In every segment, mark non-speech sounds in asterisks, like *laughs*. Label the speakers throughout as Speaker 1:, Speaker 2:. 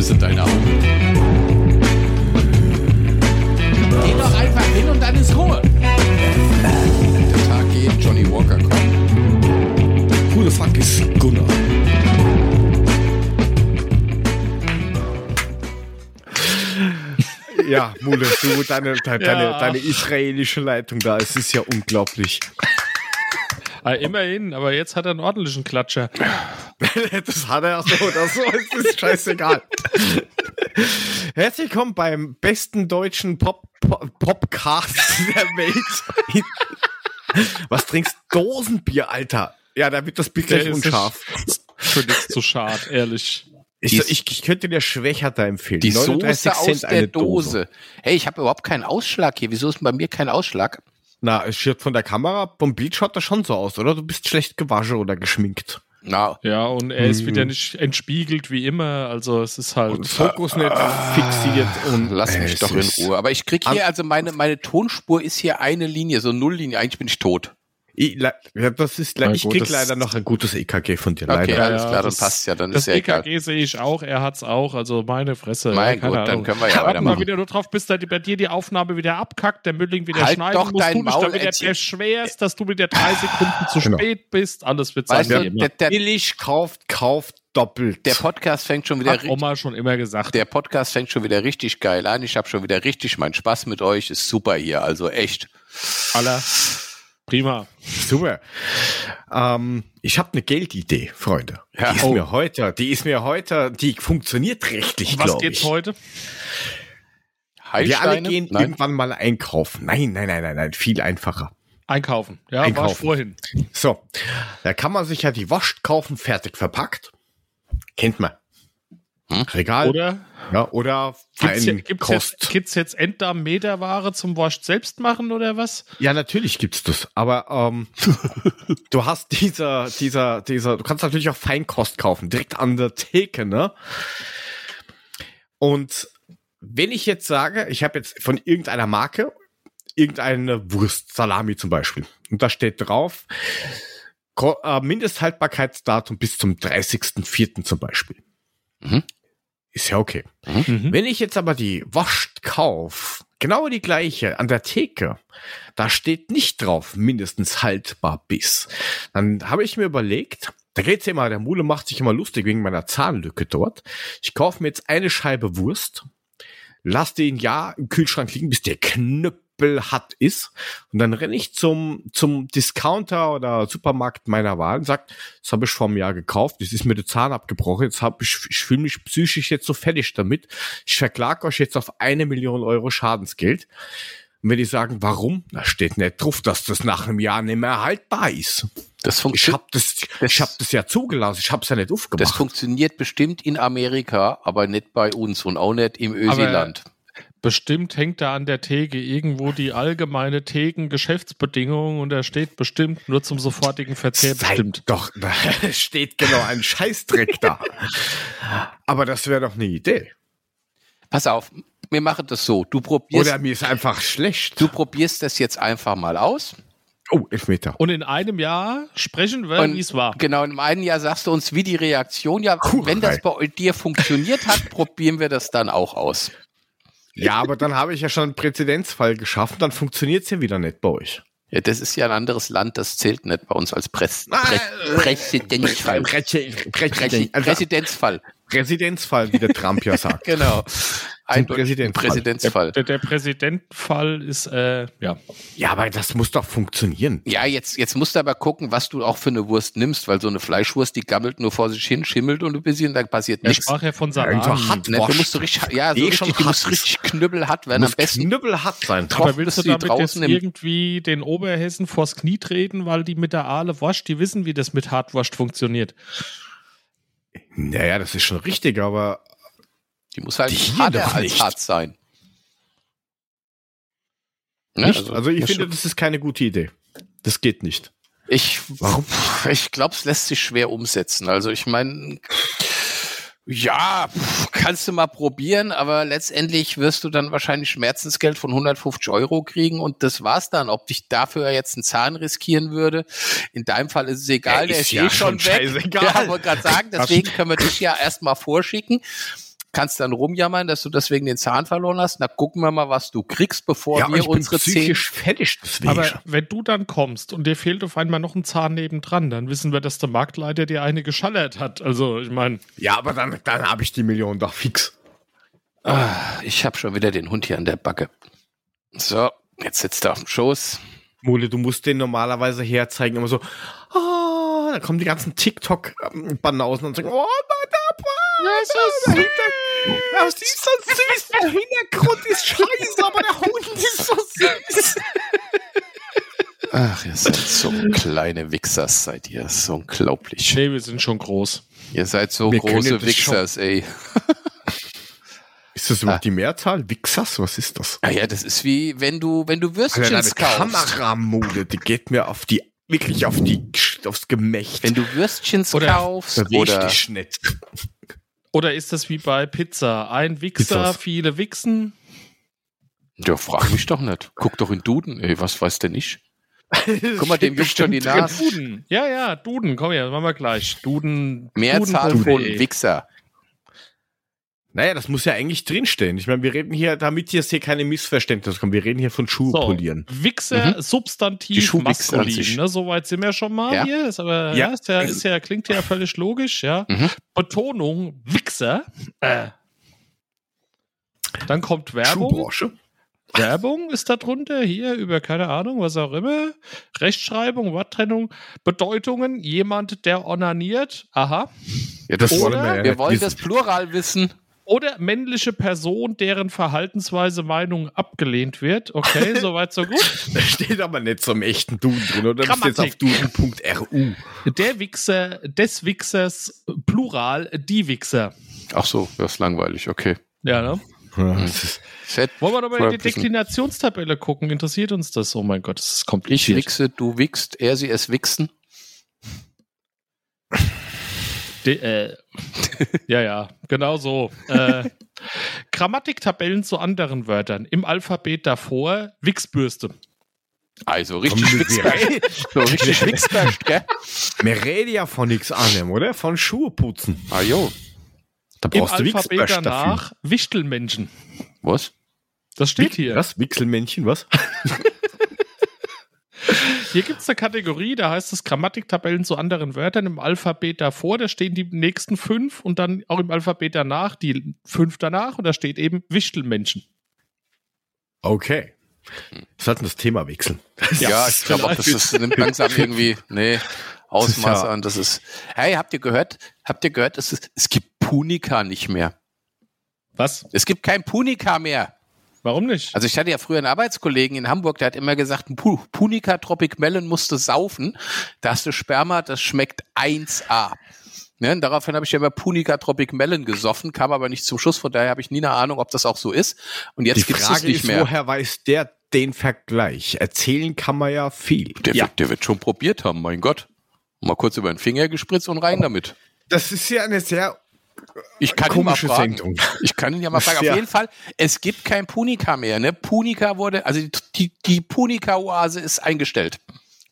Speaker 1: sind deine Augen. Geh doch einfach hin und dann ist Ruhe.
Speaker 2: Der Tag geht, Johnny Walker kommt.
Speaker 3: Who the fuck is Gunnar? Ja, Mule, du, deine, de, deine, deine israelische Leitung da, es ist ja unglaublich.
Speaker 1: Ah, immerhin, aber jetzt hat er einen ordentlichen Klatscher.
Speaker 3: *laughs* Das hat er so oder so, es ist scheißegal. Herzlich willkommen beim besten deutschen Pop, Pop, Popcast der Welt. Was trinkst Dosenbier, Alter? Ja, da wird das Bier gleich
Speaker 1: Der ist
Speaker 3: unscharf.
Speaker 1: Für nichts zu schad, ehrlich.
Speaker 3: Ich, so, ich, ich könnte dir schwächerter empfehlen.
Speaker 2: Die Soße aus
Speaker 3: Cent
Speaker 2: der
Speaker 3: eine
Speaker 2: Dose. Hey, ich habe überhaupt keinen Ausschlag hier. Wieso ist denn bei mir kein Ausschlag?
Speaker 3: Na, es schaut von der Kamera, vom Bild schaut das schon so aus, oder? Du bist schlecht gewaschen oder geschminkt.
Speaker 2: Na,
Speaker 1: Ja, und er ist wieder nicht entspiegelt wie immer. Also es ist halt.
Speaker 3: Mhm.
Speaker 1: Ah.
Speaker 3: Und Fokus nicht fixiert und
Speaker 2: lass mich
Speaker 3: Es
Speaker 2: doch in
Speaker 3: ist-
Speaker 2: Ruhe. Aber ich krieg hier, also meine, meine Tonspur ist hier eine Linie, so Nulllinie. Eigentlich bin ich tot.
Speaker 3: Ich, le- ja, das ist, le-
Speaker 1: Na
Speaker 3: ich
Speaker 1: gut,
Speaker 3: krieg
Speaker 1: das-
Speaker 3: leider noch ein gutes EKG von dir,
Speaker 2: Okay,
Speaker 3: leider.
Speaker 2: alles klar, dann passt ja, dann
Speaker 1: das
Speaker 2: ist ja egal.
Speaker 1: EKG sehe ich auch, er hat's auch, also meine Fresse.
Speaker 2: Mein
Speaker 1: ja, keine
Speaker 2: Gott, dann
Speaker 1: Ahnung.
Speaker 2: können wir ja
Speaker 1: Warten
Speaker 2: weitermachen.
Speaker 1: mal wieder nur drauf, bis dann bei dir die Aufnahme wieder abkackt, der Mülling wieder
Speaker 2: Halt
Speaker 1: schneiden
Speaker 2: doch
Speaker 1: muss,
Speaker 2: dein
Speaker 1: du dich
Speaker 2: Maul,
Speaker 1: damit
Speaker 2: Etsy.
Speaker 1: erschwerst, dass du mit der drei Sekunden zu
Speaker 3: Genau.
Speaker 1: spät bist. Alles wird sein
Speaker 2: Weißt
Speaker 1: wie
Speaker 2: du,
Speaker 1: immer.
Speaker 2: der, der,
Speaker 3: Billig kauft, kauft doppelt.
Speaker 2: der Podcast fängt schon wieder
Speaker 1: Hat
Speaker 3: oh
Speaker 2: richtig.
Speaker 1: Oma schon immer gesagt.
Speaker 2: Der Podcast fängt schon wieder richtig geil an. Ich habe schon wieder richtig meinen Spaß mit euch. Ist super hier, also echt.
Speaker 1: Aller. Prima.
Speaker 3: Super. Ähm, ich habe eine Geldidee, Freunde.
Speaker 2: Ja.
Speaker 3: Die ist
Speaker 2: Oh.
Speaker 3: mir heute, die ist mir heute, die funktioniert rechtlich,
Speaker 1: Was
Speaker 3: glaube
Speaker 1: geht's
Speaker 3: ich.
Speaker 1: heute?
Speaker 3: Wir alle
Speaker 2: Heilsteine?
Speaker 3: gehen
Speaker 2: Nein.
Speaker 3: irgendwann mal einkaufen. Nein, nein, nein, nein, nein, viel einfacher.
Speaker 1: Einkaufen. Ja, war ich
Speaker 3: Einkaufen.
Speaker 1: vorhin.
Speaker 3: So, da kann man sich ja die Wurst kaufen, fertig verpackt. Kennt man. Regal
Speaker 1: Oder?
Speaker 3: Ja, oder
Speaker 1: Gibt's,
Speaker 3: fein
Speaker 1: jetzt, gibt's,
Speaker 3: Kost.
Speaker 1: jetzt, gibt's jetzt Enddarm-Meterware zum Wasch selbst machen oder was?
Speaker 3: Ja, natürlich gibt's das. Aber ähm, du hast dieser, dieser, dieser, du kannst natürlich auch Feinkost kaufen, direkt an der Theke, ne? Und wenn ich jetzt sage, ich habe jetzt von irgendeiner Marke irgendeine Wurst, Salami zum Beispiel, und da steht drauf, Ko- äh, Mindesthaltbarkeitsdatum bis zum 30.04. zum Beispiel.
Speaker 2: Mhm.
Speaker 3: Ist ja okay.
Speaker 1: Mhm.
Speaker 3: Wenn ich jetzt aber die Wurst kauf, genau die gleiche an der Theke, da steht nicht drauf, mindestens haltbar bis. Dann habe ich mir überlegt, da geht's ja immer, der Mule macht sich immer lustig wegen meiner Zahnlücke dort. Ich kaufe mir jetzt eine Scheibe Wurst, lass den ja im Kühlschrank liegen, bis der Knüppel hart ist. Und dann renne ich zum, zum Discounter oder Supermarkt meiner Wahl und sag, das habe ich vor einem Jahr gekauft, das ist mir der Zahn abgebrochen, jetzt habe ich, ich fühle mich psychisch jetzt so fertig damit. Ich verklag euch jetzt auf eine Million Euro Schadensgeld. Und wenn die sagen, warum? Da steht nicht drauf, dass das nach einem Jahr nicht mehr haltbar ist.
Speaker 2: Das,
Speaker 3: Ich
Speaker 2: funktio
Speaker 3: habe das, ich hab das ja zugelassen, ich habe es ja nicht
Speaker 2: das
Speaker 3: aufgemacht.
Speaker 2: funktioniert bestimmt in Amerika, aber nicht bei uns und auch nicht im Ösiland.
Speaker 1: Bestimmt hängt da an der Theke irgendwo die allgemeine Theken-Geschäftsbedingungen und da steht bestimmt nur zum sofortigen Verzehr
Speaker 3: Sei
Speaker 1: bestimmt.
Speaker 3: Doch, *laughs* da steht genau ein Scheißdreck da. Aber das wäre doch eine Idee.
Speaker 2: Pass auf, wir machen das so. Du
Speaker 3: Oder
Speaker 2: probierst,
Speaker 3: mir ist einfach schlecht.
Speaker 2: du probierst das jetzt einfach mal aus.
Speaker 3: Oh, Elfmeter.
Speaker 1: Und in einem Jahr sprechen wir,
Speaker 2: Und
Speaker 1: wie es war.
Speaker 2: Genau, im einen Jahr sagst du uns, wie die Reaktion. Ja,
Speaker 3: Hurra.
Speaker 2: wenn das bei dir funktioniert hat, *laughs* probieren wir das dann auch aus.
Speaker 3: Ja, aber dann habe ich ja schon einen Präzedenzfall geschaffen, dann funktioniert es ja wieder nicht bei euch.
Speaker 2: Ja, das ist ja ein anderes Land, das zählt nicht bei uns als Press
Speaker 3: Ah,
Speaker 2: Pre
Speaker 3: äh,
Speaker 2: Präzedenzfall. Präsi-
Speaker 3: Präzidenzfall,
Speaker 2: Präzedenzfall.
Speaker 3: wie der Trump ja
Speaker 2: *laughs*
Speaker 3: sagt.
Speaker 2: Genau. Ein
Speaker 3: Präzedenzfall.
Speaker 2: Präzedenzfall.
Speaker 1: Der, der Präsidentenfall ist, äh, ja.
Speaker 3: Ja, aber das muss doch funktionieren.
Speaker 2: Ja, jetzt, jetzt musst du aber gucken, was du auch für eine Wurst nimmst, weil so eine Fleischwurst, die gammelt nur vor sich hin, schimmelt und ein bisschen, dann passiert
Speaker 1: Er
Speaker 2: nichts.
Speaker 1: sprach ja von
Speaker 3: Einfach
Speaker 1: Salami.
Speaker 3: hart.
Speaker 2: Ne, du musst so richtig, ja, so
Speaker 3: Eh schon
Speaker 2: richtig, die muss
Speaker 3: hart.
Speaker 2: richtig knüppelhart werden. Am
Speaker 3: Muss
Speaker 2: besten
Speaker 3: knüppelhart sein.
Speaker 1: Aber
Speaker 2: Doch,
Speaker 1: willst
Speaker 2: dass
Speaker 1: du
Speaker 2: die
Speaker 1: damit jetzt
Speaker 2: draußen im-
Speaker 1: irgendwie den Oberhessen vors Knie treten, weil die mit der Aale wascht? Die wissen, wie das mit Hartwascht funktioniert.
Speaker 3: Naja, das ist schon richtig, aber
Speaker 2: Die muss halt
Speaker 3: Die hier
Speaker 2: harter
Speaker 3: doch
Speaker 2: als
Speaker 3: nicht.
Speaker 2: hart sein. Ne,
Speaker 3: nicht, also ich
Speaker 2: das
Speaker 3: finde,
Speaker 2: stimmt.
Speaker 3: das ist keine gute Idee. Das geht nicht.
Speaker 2: ich,
Speaker 3: Warum?
Speaker 2: ich glaube, es lässt sich schwer umsetzen. Also ich meine, ja, pff, kannst du mal probieren, aber letztendlich wirst du dann wahrscheinlich Schmerzensgeld von 150 Euro kriegen und das war's dann. Ob ich dafür jetzt einen Zahn riskieren würde, in deinem Fall ist es egal,
Speaker 3: Ja,
Speaker 2: der
Speaker 3: ist
Speaker 2: ist
Speaker 3: ja
Speaker 2: eh schon
Speaker 3: schon
Speaker 2: weg.
Speaker 3: scheißegal.
Speaker 2: Ja, wollte gerade sagen, deswegen können wir dich ja erstmal vorschicken. kannst dann rumjammern, dass du deswegen den Zahn verloren hast. Na, gucken wir mal, was du kriegst, bevor wir unsere zehn.
Speaker 3: fertig deswegen.
Speaker 1: Aber wenn du dann kommst und dir fehlt auf einmal noch ein Zahn nebendran, dann wissen wir, dass der Marktleiter dir eine geschallert hat. Also, ich meine,
Speaker 3: ja, aber dann, dann habe ich die Million doch fix.
Speaker 2: Ah, ich habe schon wieder den Hund hier an der Backe. So, jetzt sitzt er auf dem Schoß.
Speaker 3: Mole, du musst den normalerweise herzeigen, immer so, ah, da kommen die ganzen TikTok-Banausen und sagen, oh, Papa, das ist so süß. Das ist so süß, der Hintergrund ist scheiße, aber der Hund ist so süß.
Speaker 2: Ach, ihr seid *laughs* so kleine Wichsers, seid ihr. Das ist unglaublich.
Speaker 1: nee, wir sind schon groß.
Speaker 2: Ihr seid so
Speaker 3: Wir können
Speaker 2: große
Speaker 3: das
Speaker 2: Wichsers, ey.
Speaker 3: Ist das überhaupt die Mehrzahl? Wixas, was ist das?
Speaker 2: Ah ja, das ist wie, wenn du, wenn du
Speaker 3: Alter, deine
Speaker 2: Würstchens kaufst.
Speaker 3: Kameramode, die geht mir auf die, wirklich auf die, aufs Gemächt.
Speaker 2: Wenn du Würstchens
Speaker 1: Oder-
Speaker 2: kaufst oder
Speaker 3: nett.
Speaker 1: Oder ist das wie bei Pizza? Ein Wichser,
Speaker 3: Pizzas.
Speaker 1: viele Wichsen?
Speaker 2: Ja, frag mich doch nicht. Guck doch in Duden, ey, was weiß der nicht? Guck mal, dem juckt schon die Nase.
Speaker 1: Duden. Ja, ja, Duden. Komm her, machen wir gleich. Duden.
Speaker 2: Mehrzahl
Speaker 1: Duden.
Speaker 2: von
Speaker 1: Duden.
Speaker 2: Wichser.
Speaker 3: Naja, das muss ja eigentlich drinstehen. Ich meine, wir reden hier, damit hier hier keine Missverständnisse kommen, wir reden hier von Schuhe
Speaker 1: So.
Speaker 3: polieren.
Speaker 1: Wichser,
Speaker 2: Mhm. Die
Speaker 1: Substantiv,
Speaker 2: Schuhwichser an
Speaker 1: maskulin.
Speaker 2: sich.
Speaker 1: Ne? So weit sind wir schon mal
Speaker 2: Ja.
Speaker 1: hier. Ist
Speaker 3: Ja.
Speaker 1: aber,
Speaker 3: Äh.
Speaker 1: ja. Ist ja, ist ja, klingt ja völlig logisch, ja.
Speaker 2: Mhm.
Speaker 1: Betonung, Wichser. Äh. Dann kommt Werbung.
Speaker 3: Schuhbranche. *laughs*
Speaker 1: Werbung ist da drunter, hier über keine Ahnung, was auch immer. Rechtschreibung, Worttrennung, Bedeutungen, jemand, der onaniert, aha.
Speaker 3: Ja, das
Speaker 1: Oder
Speaker 3: wollen wir ja
Speaker 2: Wir
Speaker 3: nicht
Speaker 2: wollen das
Speaker 3: wissen.
Speaker 2: Plural wissen.
Speaker 1: Oder männliche Person, deren Verhaltensweise Meinung abgelehnt wird. Okay, soweit, so gut.
Speaker 3: Da steht aber nicht so im echten Duden drin, oder? Das ist jetzt auf
Speaker 1: Grammatik.
Speaker 3: duden.ru.
Speaker 1: Der Wichser, des Wichsers, Plural, die Wichser.
Speaker 2: Ach so, das ist langweilig, okay.
Speaker 1: Ja, ne?
Speaker 3: Ja, das ist-
Speaker 2: Fett.
Speaker 1: Wollen wir doch mal in die
Speaker 2: Vorher wissen.
Speaker 1: Deklinationstabelle gucken? Interessiert uns das? Oh mein Gott, das ist
Speaker 2: Ich
Speaker 1: kompliziert.
Speaker 2: wichse, du wichst, er, sie, es wichsen.
Speaker 1: De, äh, ja, ja, genau so. Äh, Grammatiktabellen zu anderen Wörtern. Im Alphabet davor Wichsbürste.
Speaker 2: Also
Speaker 3: Komm,
Speaker 2: richtig
Speaker 3: wir,
Speaker 2: wichsbar.
Speaker 3: reden-
Speaker 2: *laughs* So richtig wichsbar, gell?
Speaker 3: wir reden ja von nichts anderem, oder? Von Schuhe putzen.
Speaker 2: Ah jo.
Speaker 3: Da
Speaker 1: Im
Speaker 3: brauchst du
Speaker 2: äh,
Speaker 1: Alphabet
Speaker 3: Wichsbösch dafür.
Speaker 1: danach Wichtelmenschen.
Speaker 2: Was?
Speaker 1: Das steht hier.
Speaker 3: Was? Wichselmännchen, was?
Speaker 1: Hier gibt es eine Kategorie, da heißt es Grammatiktabellen zu anderen Wörtern im Alphabet davor. Da stehen die nächsten fünf und dann auch im Alphabet danach die fünf danach und da steht eben Wichtelmenschen.
Speaker 3: Okay. Wir sollten das Thema wechseln.
Speaker 2: Ja, ich glaube auch, das ist, nimmt *laughs* langsam irgendwie, nee,
Speaker 3: Das
Speaker 2: Ausmaß
Speaker 3: ist ja-
Speaker 2: an. Das ist. Hey, habt ihr gehört? Habt ihr gehört, es, ist, es gibt Punika nicht mehr.
Speaker 1: Was?
Speaker 2: Es gibt kein Punika mehr.
Speaker 1: Warum nicht?
Speaker 2: Also ich hatte ja früher einen Arbeitskollegen in Hamburg, der hat immer gesagt, ein Pu- Punica Tropic Melon musst du saufen, da hast du Sperma, das schmeckt 1A. Ne, und daraufhin habe ich ja immer Punica Tropic Melon gesoffen, kam aber nicht zum Schuss, von daher habe ich nie eine Ahnung, ob das auch so ist. Und jetzt
Speaker 3: Die
Speaker 2: gibt es das
Speaker 3: Frage
Speaker 2: nicht
Speaker 3: ist,
Speaker 2: mehr.
Speaker 3: woher weiß der den Vergleich? Erzählen kann man ja viel.
Speaker 2: Der,
Speaker 1: Ja.
Speaker 2: wird, der wird schon probiert haben, mein Gott. Mal kurz über den Finger gespritzt und rein damit.
Speaker 3: Das ist ja eine sehr
Speaker 2: Ich kann ihn mal
Speaker 3: komische
Speaker 2: fragen.
Speaker 3: Sendung.
Speaker 2: Ich kann ihn ja mal fragen. Auf
Speaker 3: Ja.
Speaker 2: jeden Fall, es gibt kein Punika mehr. Ne? Punika wurde, also die, die, die Punika-Oase ist eingestellt.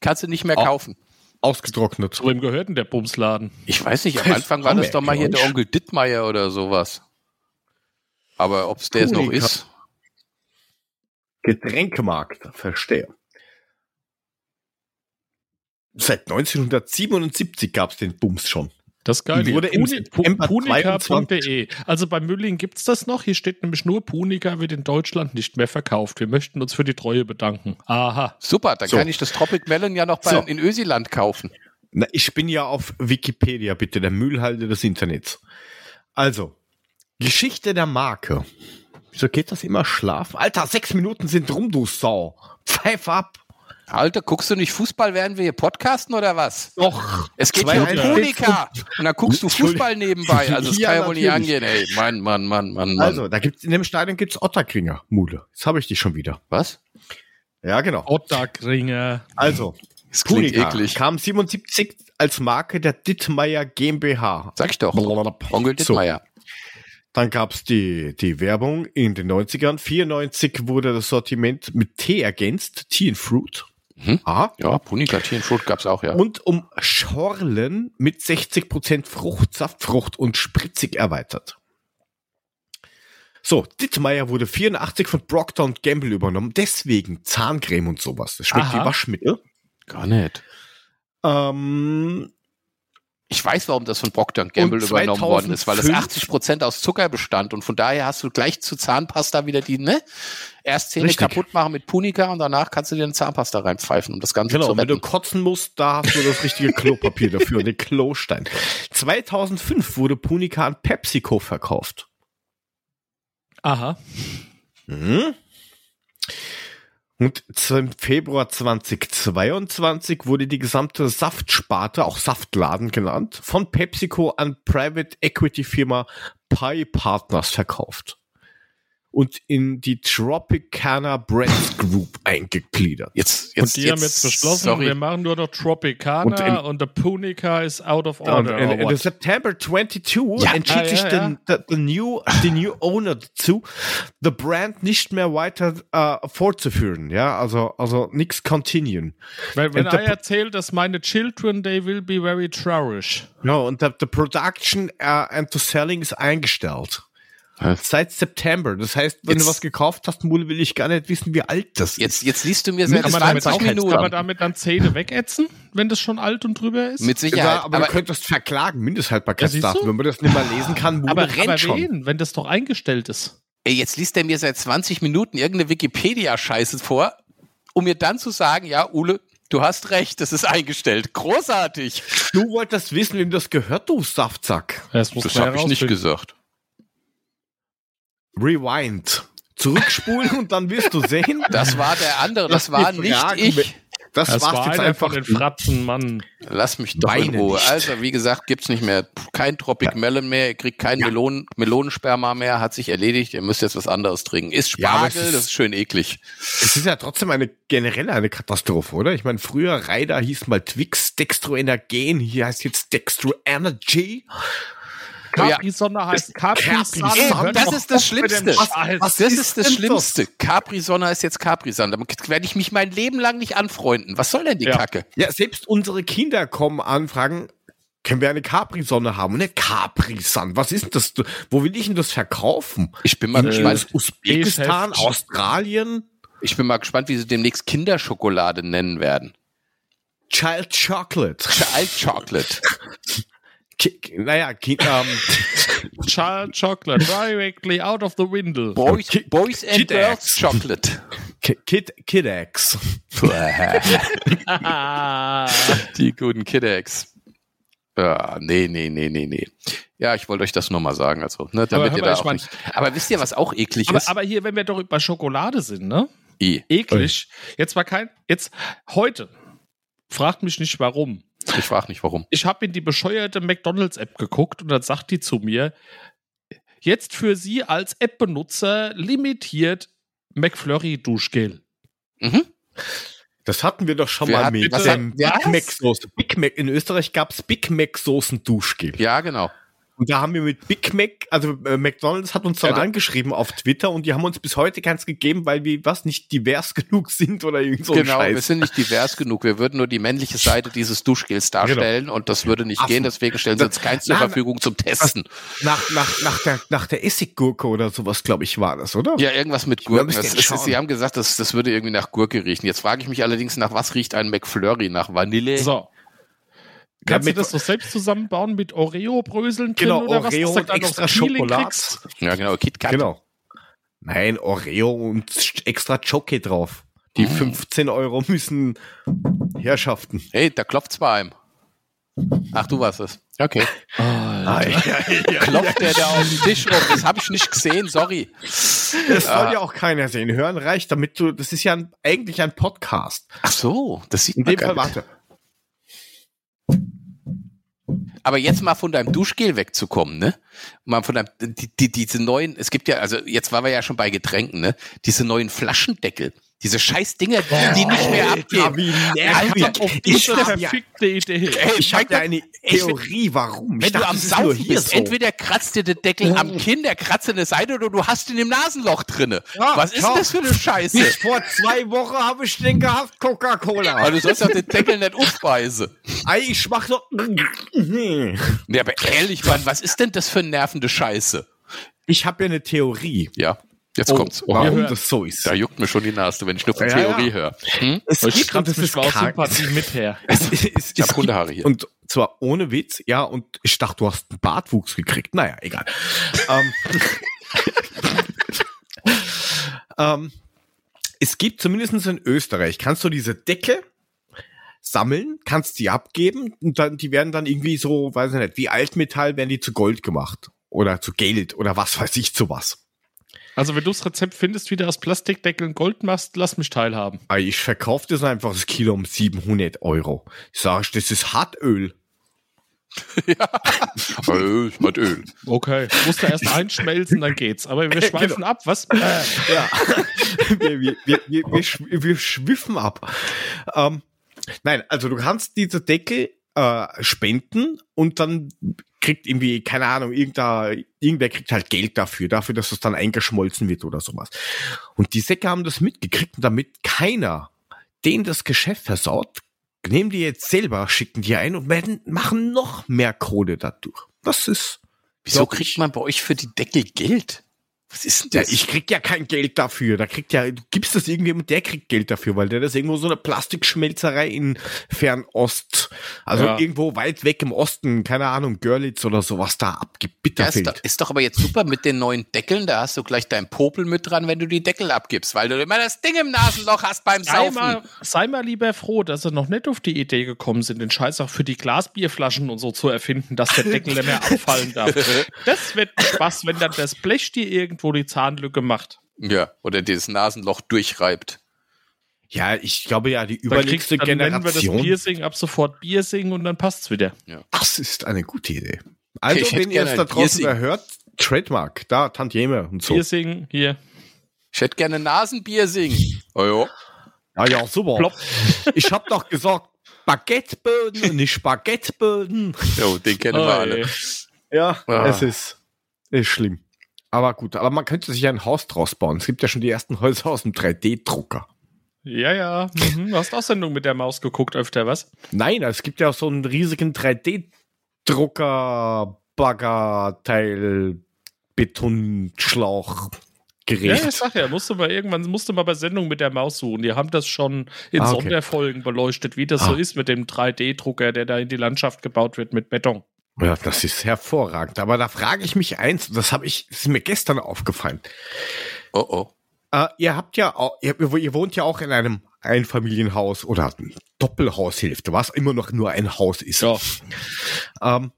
Speaker 2: Kannst du nicht mehr
Speaker 3: Oh.
Speaker 2: kaufen.
Speaker 3: Ausgetrocknet.
Speaker 1: Zu wem gehört denn der Bumsladen?
Speaker 2: Ich weiß nicht,
Speaker 3: *laughs*
Speaker 2: am
Speaker 3: Weiß
Speaker 2: Anfang war
Speaker 3: auch
Speaker 2: das
Speaker 3: nicht,
Speaker 2: doch mal hier
Speaker 3: Mensch.
Speaker 2: der Onkel Dittmeier oder sowas. Aber ob es der es noch
Speaker 3: Punika.
Speaker 2: ist,
Speaker 3: Getränkemarkt, verstehe. Seit 1977 gab es den Bums schon.
Speaker 1: Das ist geil.
Speaker 3: Die wurde im
Speaker 1: Puni- Pu-
Speaker 3: September
Speaker 1: Punika.de. Also bei Mülling gibt es das noch. Hier steht nämlich nur, Punika wird in Deutschland nicht mehr verkauft. Wir möchten uns für die Treue bedanken. Aha.
Speaker 2: super, dann
Speaker 3: So.
Speaker 2: kann ich das Tropic Melon ja noch bei,
Speaker 3: So.
Speaker 2: in Ösiland kaufen.
Speaker 3: Na, ich bin ja auf Wikipedia, bitte, der Müllhalde des Internets. Also, Geschichte der Marke. Wieso geht das immer schlafen? Alter, sechs Minuten sind rum, du Sau. Pfeif ab.
Speaker 2: Alter, guckst du nicht Fußball, während wir hier podcasten oder was?
Speaker 3: Doch.
Speaker 2: Es geht
Speaker 3: Zwei
Speaker 2: hier um
Speaker 3: Einheiten.
Speaker 2: Punika. Und dann guckst du Fußball nebenbei. Also es
Speaker 3: Ja,
Speaker 2: kann ja wohl nicht
Speaker 3: natürlich.
Speaker 2: angehen. Ey, Mann, Mann, Mann, Mann, Mann.
Speaker 3: Also, da gibt's, in dem Stadion gibt's Otterkringer, Mule. Jetzt habe ich dich schon wieder.
Speaker 2: was?
Speaker 3: Ja, genau.
Speaker 1: Otterkringer.
Speaker 3: Also,
Speaker 2: Das klingt
Speaker 3: Punica
Speaker 2: eklig.
Speaker 3: kam 77 als Marke der Dittmeier GmbH.
Speaker 2: Sag ich doch. Onkel Dittmeier.
Speaker 3: Dann gab's die, die Werbung in den 90ern. 94 wurde das Sortiment mit Tee ergänzt, Tea and Fruit.
Speaker 2: Mhm.
Speaker 3: Aha.
Speaker 2: Ja, Punika Tea and Fruit gab's auch, ja.
Speaker 3: Und um Schorlen mit 60% Fruchtsaft, Frucht und spritzig erweitert. So, Dittmeier wurde 84 von Procter Gamble übernommen, deswegen Zahncreme und sowas. Das schmeckt
Speaker 1: Aha.
Speaker 3: wie Waschmittel.
Speaker 2: Gar nicht.
Speaker 3: Ähm,
Speaker 2: Ich weiß, warum das von Procter Gamble
Speaker 3: Und
Speaker 2: übernommen worden ist, weil das
Speaker 3: 2005
Speaker 2: 80 Prozent aus Zucker bestand und von daher hast du gleich zu Zahnpasta wieder die, ne? Erst Zähne
Speaker 3: Richtig.
Speaker 2: kaputt machen mit Punika und danach kannst du dir eine Zahnpasta reinpfeifen, um das Ganze
Speaker 3: genau,
Speaker 2: zu
Speaker 3: wenn du
Speaker 2: retten.
Speaker 3: kotzen musst, da hast du das richtige Klopapier dafür, den Klostein. 2005 wurde Punica an PepsiCo verkauft.
Speaker 1: Aha.
Speaker 3: Mhm. Und z- im Februar 2022 wurde die gesamte Saftsparte, auch Saftladen genannt, von PepsiCo an Private Equity Firma Pi Partners verkauft und in die Tropicana Brands Group eingegliedert.
Speaker 2: Jetzt,
Speaker 1: und die haben jetzt beschlossen,
Speaker 2: sorry.
Speaker 1: wir machen nur noch
Speaker 3: Und im-
Speaker 1: Tropicana und, der Punica ist out of
Speaker 3: Und
Speaker 1: order.
Speaker 3: in,
Speaker 1: or
Speaker 3: in
Speaker 1: what?
Speaker 3: September 22
Speaker 2: Ja.
Speaker 3: entschied
Speaker 1: Ah,
Speaker 3: sich
Speaker 1: ja,
Speaker 3: der
Speaker 1: ja.
Speaker 3: der- der new, die new Owner dazu, the Brand nicht mehr weiter äh, fortzuführen. Ja, also, also nichts continuen.
Speaker 1: Weil, wenn
Speaker 3: Und der
Speaker 1: er erzählt, dass meine Children, they will be very traurig.
Speaker 3: Ja, und the, the production äh, and the selling ist eingestellt.
Speaker 2: Was?
Speaker 3: Seit September. Das heißt, wenn
Speaker 2: Jetzt-
Speaker 3: du was gekauft hast, Mule, will ich gar nicht wissen, wie alt das
Speaker 2: Jetzt, jetzt liest du mir
Speaker 3: Kann
Speaker 2: seit
Speaker 1: Kann man, damit
Speaker 2: 20
Speaker 1: auch, kann man
Speaker 2: Minuten.
Speaker 1: damit dann Zähne wegätzen, wenn das schon alt und drüber ist?
Speaker 2: Mit
Speaker 3: ist.
Speaker 2: Sicherheit.
Speaker 3: Ja, aber, du könntest verklagen,
Speaker 1: Ja, siehst
Speaker 3: Mindesthaltbarkeitsdaten.
Speaker 1: du?
Speaker 3: wenn man das nicht mal lesen kann, Mule,
Speaker 1: aber
Speaker 3: rennt
Speaker 1: aber
Speaker 3: schon.
Speaker 1: wen, wenn das doch eingestellt ist?
Speaker 2: Ey, jetzt liest er mir seit 20 Minuten irgendeine Wikipedia-Scheiße vor, um mir dann zu sagen, ja, Ule, du hast recht, das ist eingestellt. Großartig.
Speaker 3: Du wolltest wissen, wem das gehört, du Saftsack.
Speaker 1: Das, muss man
Speaker 2: hab
Speaker 1: herausfinden.
Speaker 2: gesagt.
Speaker 3: Rewind. Zurückspulen und dann wirst du
Speaker 1: *laughs*
Speaker 3: sehen.
Speaker 2: Das war der andere, das
Speaker 3: Lass
Speaker 2: war
Speaker 3: mich
Speaker 2: nicht
Speaker 3: fragen, wer-
Speaker 2: ich.
Speaker 3: Das,
Speaker 1: Das
Speaker 3: war's
Speaker 1: war
Speaker 3: jetzt
Speaker 1: einer
Speaker 3: einfach.
Speaker 1: von den Fratzen, Mann.
Speaker 2: Lass mich doch in
Speaker 3: Weine
Speaker 2: Ruhe.
Speaker 3: nicht.
Speaker 2: Also, wie gesagt, gibt's nicht mehr. Kein Tropic
Speaker 3: Ja.
Speaker 2: Melon mehr, ihr kriegt kein
Speaker 3: Ja.
Speaker 2: Melonen, Melonensperma mehr, hat sich erledigt, ihr müsst jetzt was anderes trinken. Ist
Speaker 3: Ja, aber es
Speaker 2: Spargel,
Speaker 3: ist-
Speaker 2: das ist schön eklig.
Speaker 3: Es ist ja trotzdem eine generell eine Katastrophe, oder? Ich meine, früher Ryder hieß mal Twix, Dextroenergen, hier heißt jetzt Dextro Energy.
Speaker 2: Oh Ja.
Speaker 1: Capri-Sonne heißt Capri-Sonne.
Speaker 3: Capri-Sonne.
Speaker 1: Hört
Speaker 2: Das
Speaker 1: doch
Speaker 2: ist das
Speaker 1: auf mit dem
Speaker 2: Schlimmste.
Speaker 1: Scheiß.
Speaker 3: Was
Speaker 2: das
Speaker 3: ist
Speaker 2: ist das
Speaker 3: denn
Speaker 2: Schlimmste. Capri-Sonne heißt jetzt Capri-Sonne. Damit werde ich mich mein Leben lang nicht anfreunden. Was soll denn die
Speaker 1: Ja.
Speaker 2: Kacke?
Speaker 3: Ja, selbst unsere Kinder kommen an, fragen, können wir eine Capri-Sonne haben? Und eine Capri-Sun, was ist denn das? Wo will ich denn das verkaufen?
Speaker 2: Ich bin mal
Speaker 3: In
Speaker 1: äh,
Speaker 2: gespannt.
Speaker 3: Usbekistan,
Speaker 1: Geschäft.
Speaker 3: Australien,
Speaker 2: Ich bin mal gespannt, wie sie demnächst Kinderschokolade nennen werden.
Speaker 3: Child Chocolate.
Speaker 2: Alt
Speaker 1: *laughs*
Speaker 2: Chocolate.
Speaker 3: Ki- Naja, Ki- ähm,
Speaker 1: Child Chocolate directly out of the window. *laughs*
Speaker 2: Boys, Boys and
Speaker 3: Kid
Speaker 2: Girls
Speaker 3: Eggs.
Speaker 2: Chocolate.
Speaker 3: Ki- Kid, Kid Eggs.
Speaker 2: die guten Kiddex. Ja, nee, nee, nee, nee, nee. Ja, ich wollte euch das nur mal sagen. Also, ne, damit
Speaker 1: hör
Speaker 2: ihr
Speaker 1: mal,
Speaker 2: da
Speaker 1: ich
Speaker 2: auch
Speaker 1: mein-
Speaker 2: nicht, aber wisst ihr, was auch eklig
Speaker 1: aber,
Speaker 2: ist?
Speaker 1: aber hier, wenn wir doch bei Schokolade sind, ne?
Speaker 2: I.
Speaker 1: Eklig. Jetzt war kein. Jetzt, heute. Fragt mich nicht warum.
Speaker 2: ich frage nicht, warum.
Speaker 1: Ich habe in die bescheuerte McDonalds-App geguckt und dann sagt die zu mir: Jetzt für Sie als App-Benutzer limitiert McFlurry-Duschgel.
Speaker 2: Mhm.
Speaker 3: Das hatten wir doch schon
Speaker 2: Wir
Speaker 3: mal
Speaker 2: hatten-
Speaker 3: mit
Speaker 2: was
Speaker 3: dem
Speaker 2: hatten- was?
Speaker 3: Big Mac Soße. Big Mac. In Österreich gab's Big Mac Soßen Duschgel.
Speaker 2: Ja, genau.
Speaker 3: Und da haben wir mit Big Mac, also äh, McDonalds hat uns dann
Speaker 2: Ja, da-
Speaker 3: angeschrieben auf Twitter und die haben uns bis heute keins gegeben, weil wir was nicht divers *laughs* genug sind oder irgend so ein
Speaker 2: genau, wir
Speaker 3: Scheiß.
Speaker 2: sind nicht divers genug. Wir würden nur die männliche Seite dieses Duschgels darstellen und das würde nicht
Speaker 3: Affen.
Speaker 2: gehen. Deswegen stellen sie uns keins zur
Speaker 3: Genau. Nein,
Speaker 2: Verfügung zum Testen.
Speaker 3: Nach, nach, nach, der, nach der Essiggurke oder sowas, glaube ich, war das, oder?
Speaker 2: Ja, irgendwas mit
Speaker 3: Wir
Speaker 2: Gurken.
Speaker 3: müssen
Speaker 2: Das
Speaker 3: jetzt
Speaker 2: ist,
Speaker 3: schauen.
Speaker 2: sie haben gesagt, das, das würde irgendwie nach Gurke riechen. Jetzt frage ich mich allerdings, nach was riecht ein McFlurry? Nach Vanille?
Speaker 1: So. Kannst
Speaker 3: Ja,
Speaker 1: du das doch selbst zusammenbauen mit Oreo-Bröseln drin
Speaker 3: Genau,
Speaker 1: oder was?
Speaker 3: Oreo
Speaker 1: dass du
Speaker 3: und
Speaker 1: da noch
Speaker 3: extra
Speaker 1: Feeling
Speaker 3: Schokolade.
Speaker 1: kriegst?
Speaker 2: Ja, genau. KitKat.
Speaker 3: Genau. Nein, Oreo und sch- extra Choke drauf. Die
Speaker 2: Ah.
Speaker 3: 15 Euro müssen Herrschaften.
Speaker 2: Hey, da klopft's bei einem. Ach, du warst es. Okay.
Speaker 1: Ah,
Speaker 2: Ah, Klopft der da auf den Tisch rum? Das habe ich nicht gesehen, sorry.
Speaker 3: Das soll ja auch keiner sehen. Hören reicht, damit du. Das ist ja ein, eigentlich ein Podcast.
Speaker 2: Ach so, das sieht
Speaker 3: In
Speaker 2: man
Speaker 3: dem
Speaker 2: gar
Speaker 3: Fall,
Speaker 2: nicht.
Speaker 3: warte.
Speaker 2: Aber jetzt mal von deinem Duschgel wegzukommen, ne? Mal von deinem, die, die, diese neuen, es gibt ja, also jetzt waren wir ja schon bei Getränken, ne? Diese neuen Flaschendeckel, diese scheiß Dinger, die, die nicht mehr abgehen.
Speaker 3: wie
Speaker 2: nervig.
Speaker 1: Auf
Speaker 3: *laughs* Ich
Speaker 1: diese
Speaker 3: hab ja-
Speaker 1: verfickte Idee.
Speaker 2: Ey,
Speaker 3: Ich
Speaker 2: mein
Speaker 3: habe ja
Speaker 2: Gott,
Speaker 3: eine
Speaker 2: ich-
Speaker 3: Theorie, warum. Ich
Speaker 2: Wenn du
Speaker 3: dachte,
Speaker 2: am
Speaker 3: das ist nur
Speaker 2: Saufen
Speaker 3: hier
Speaker 2: bist,
Speaker 3: so.
Speaker 2: entweder kratzt dir der Deckel am Kinn, der kratzt in der Seite oder du hast ihn im Nasenloch drinne.
Speaker 3: Ja,
Speaker 2: Was ist
Speaker 3: ja.
Speaker 2: das für eine Scheiße?
Speaker 3: *laughs* Bis vor zwei Wochen habe ich den gehabt,
Speaker 2: *laughs* Aber
Speaker 3: Coca-Cola.
Speaker 2: du sollst doch den Deckel nicht aufbeißen.
Speaker 3: Ei, ich mach doch.
Speaker 2: Ja, aber ehrlich, Mann, was ist denn das für nervende Scheiße?
Speaker 3: *laughs* Ich habe ja eine Theorie.
Speaker 2: Ja, jetzt kommt's. Oh,
Speaker 1: Oha.
Speaker 3: warum
Speaker 1: Wir hören.
Speaker 3: das so ist.
Speaker 2: Da juckt mir schon die Nase, wenn ich nur von
Speaker 3: Oh, Ja,
Speaker 2: Theorie
Speaker 3: ja.
Speaker 2: höre. Hm?
Speaker 3: *laughs* Es
Speaker 1: Ich
Speaker 3: gibt, und
Speaker 1: kratze
Speaker 3: das
Speaker 1: mich
Speaker 3: ist
Speaker 1: mal aus
Speaker 3: krank.
Speaker 1: Sympathie mit her.
Speaker 3: *laughs* Es, es, es,
Speaker 2: Ich habe
Speaker 3: es
Speaker 2: Hundehaare hier.
Speaker 3: Und zwar ohne Witz, ja, und ich dachte, du hast einen Bartwuchs gekriegt. Naja, egal. ähm, ähm, es gibt zumindest in Österreich, kannst du diese Decke sammeln, kannst die abgeben und dann, die werden dann irgendwie so, weiß ich nicht, wie Altmetall werden die zu Gold gemacht. Oder zu Geld oder was weiß ich zu was.
Speaker 1: Also wenn du das Rezept findest, wie du aus Plastikdeckeln Gold machst, lass mich teilhaben.
Speaker 3: Aber Also Ich verkaufe das einfach das Kilo um 700 Euro. Ich sage, das ist Hartöl.
Speaker 2: Öl, mit Äh, Öl.
Speaker 1: Okay. Musst
Speaker 3: *laughs*
Speaker 1: du erst einschmelzen, dann geht's. Aber
Speaker 3: Genau.
Speaker 1: wir schweifen ab, was? Äh,
Speaker 3: Ja. wir, wir, wir, wir, wir, schw- wir schwiffen ab. Ähm, nein, also du kannst diese Deckel äh, spenden und dann kriegt irgendwie, keine Ahnung, irgendwer, irgendwer kriegt halt Geld dafür, dafür, dass es dann eingeschmolzen wird oder sowas. Und die Säcke haben das mitgekriegt und damit keiner denen das Geschäft versaut, nehmen die jetzt selber, schicken die ein und werden, machen noch mehr Kohle dadurch. Das ist.
Speaker 2: Wieso
Speaker 3: glaub ich.
Speaker 2: kriegt man bei euch für die Deckel Geld? Was ist denn
Speaker 3: Ja,
Speaker 2: das?
Speaker 3: ich krieg ja kein Geld dafür. Da kriegt ja, du gibst das irgendjemand, der kriegt Geld dafür, weil der das irgendwo so eine Plastikschmelzerei in Fernost, also
Speaker 1: Ja.
Speaker 3: irgendwo weit weg im Osten, keine Ahnung, Görlitz oder sowas da abgibt.
Speaker 2: ja, ist, doch,
Speaker 3: Bitterfeld.
Speaker 2: ist doch aber jetzt super mit den neuen Deckeln. Da hast du gleich dein Popel mit dran, wenn du die Deckel abgibst, weil du immer das Ding im Nasenloch hast beim
Speaker 1: sei,
Speaker 2: Saufen.
Speaker 1: mal, sei mal lieber froh, dass sie noch nicht auf die Idee gekommen sind, den Scheiß auch für die Glasbierflaschen und so zu erfinden, dass der
Speaker 2: *laughs*
Speaker 1: Deckel nicht mehr abfallen darf. Das wird Spaß, wenn dann das Blech dir irgendwo die Zahnlücke macht.
Speaker 2: Ja, oder dieses Nasenloch durchreibt.
Speaker 3: ja, ich glaube ja, die
Speaker 1: Dann, kriegst,
Speaker 3: übernächste
Speaker 1: dann nennen wir das
Speaker 3: Generation.
Speaker 1: Piercing ab sofort Piercing und dann passt's wieder.
Speaker 3: Das ist eine gute Idee. Also,
Speaker 2: Ich hätte
Speaker 3: wenn ihr
Speaker 2: gerne
Speaker 3: es da
Speaker 2: ein
Speaker 3: draußen
Speaker 2: Piercing.
Speaker 3: hört, Trademark, da, Tantieme und so.
Speaker 1: Piercing hier.
Speaker 2: Ich hätte gerne Nasenbier singen. Oh ja.
Speaker 3: Ja, Ah ja, super.
Speaker 1: Plopp.
Speaker 3: Ich hab doch gesagt, Baguetteböden und nicht Baguetteböden.
Speaker 2: Jo, den kennen wir
Speaker 1: Oh,
Speaker 2: alle.
Speaker 1: ey.
Speaker 3: Ja,
Speaker 2: Ah.
Speaker 3: es ist, ist schlimm. Aber gut, aber man könnte sich ja ein Haus draus bauen. Es gibt ja schon die ersten Häuser aus dem 3D-Drucker.
Speaker 1: Ja, ja. Mhm. Du hast auch Sendung mit der Maus geguckt öfter, was?
Speaker 3: Nein, es gibt ja auch so einen riesigen 3D-Drucker, Bagger, Teil, Betonschlauch,
Speaker 1: Ja,
Speaker 3: Gerät.
Speaker 1: ich sag ja, musste mal irgendwann musste mal bei Sendung mit der Maus suchen. Die haben das schon in
Speaker 3: Ah, okay.
Speaker 1: Sonderfolgen beleuchtet, wie das
Speaker 3: Ah.
Speaker 1: so ist mit dem 3D-Drucker, der da in die Landschaft gebaut wird mit Beton.
Speaker 3: Ja, das ist hervorragend. Aber da frage ich mich eins, und das habe ich, das ist mir gestern aufgefallen.
Speaker 2: Oh oh.
Speaker 3: Äh, ihr habt ja auch, ihr, ihr wohnt ja auch in einem Einfamilienhaus oder Doppelhaushälfte, was immer noch nur ein Haus ist.
Speaker 1: Ja.
Speaker 3: Ähm,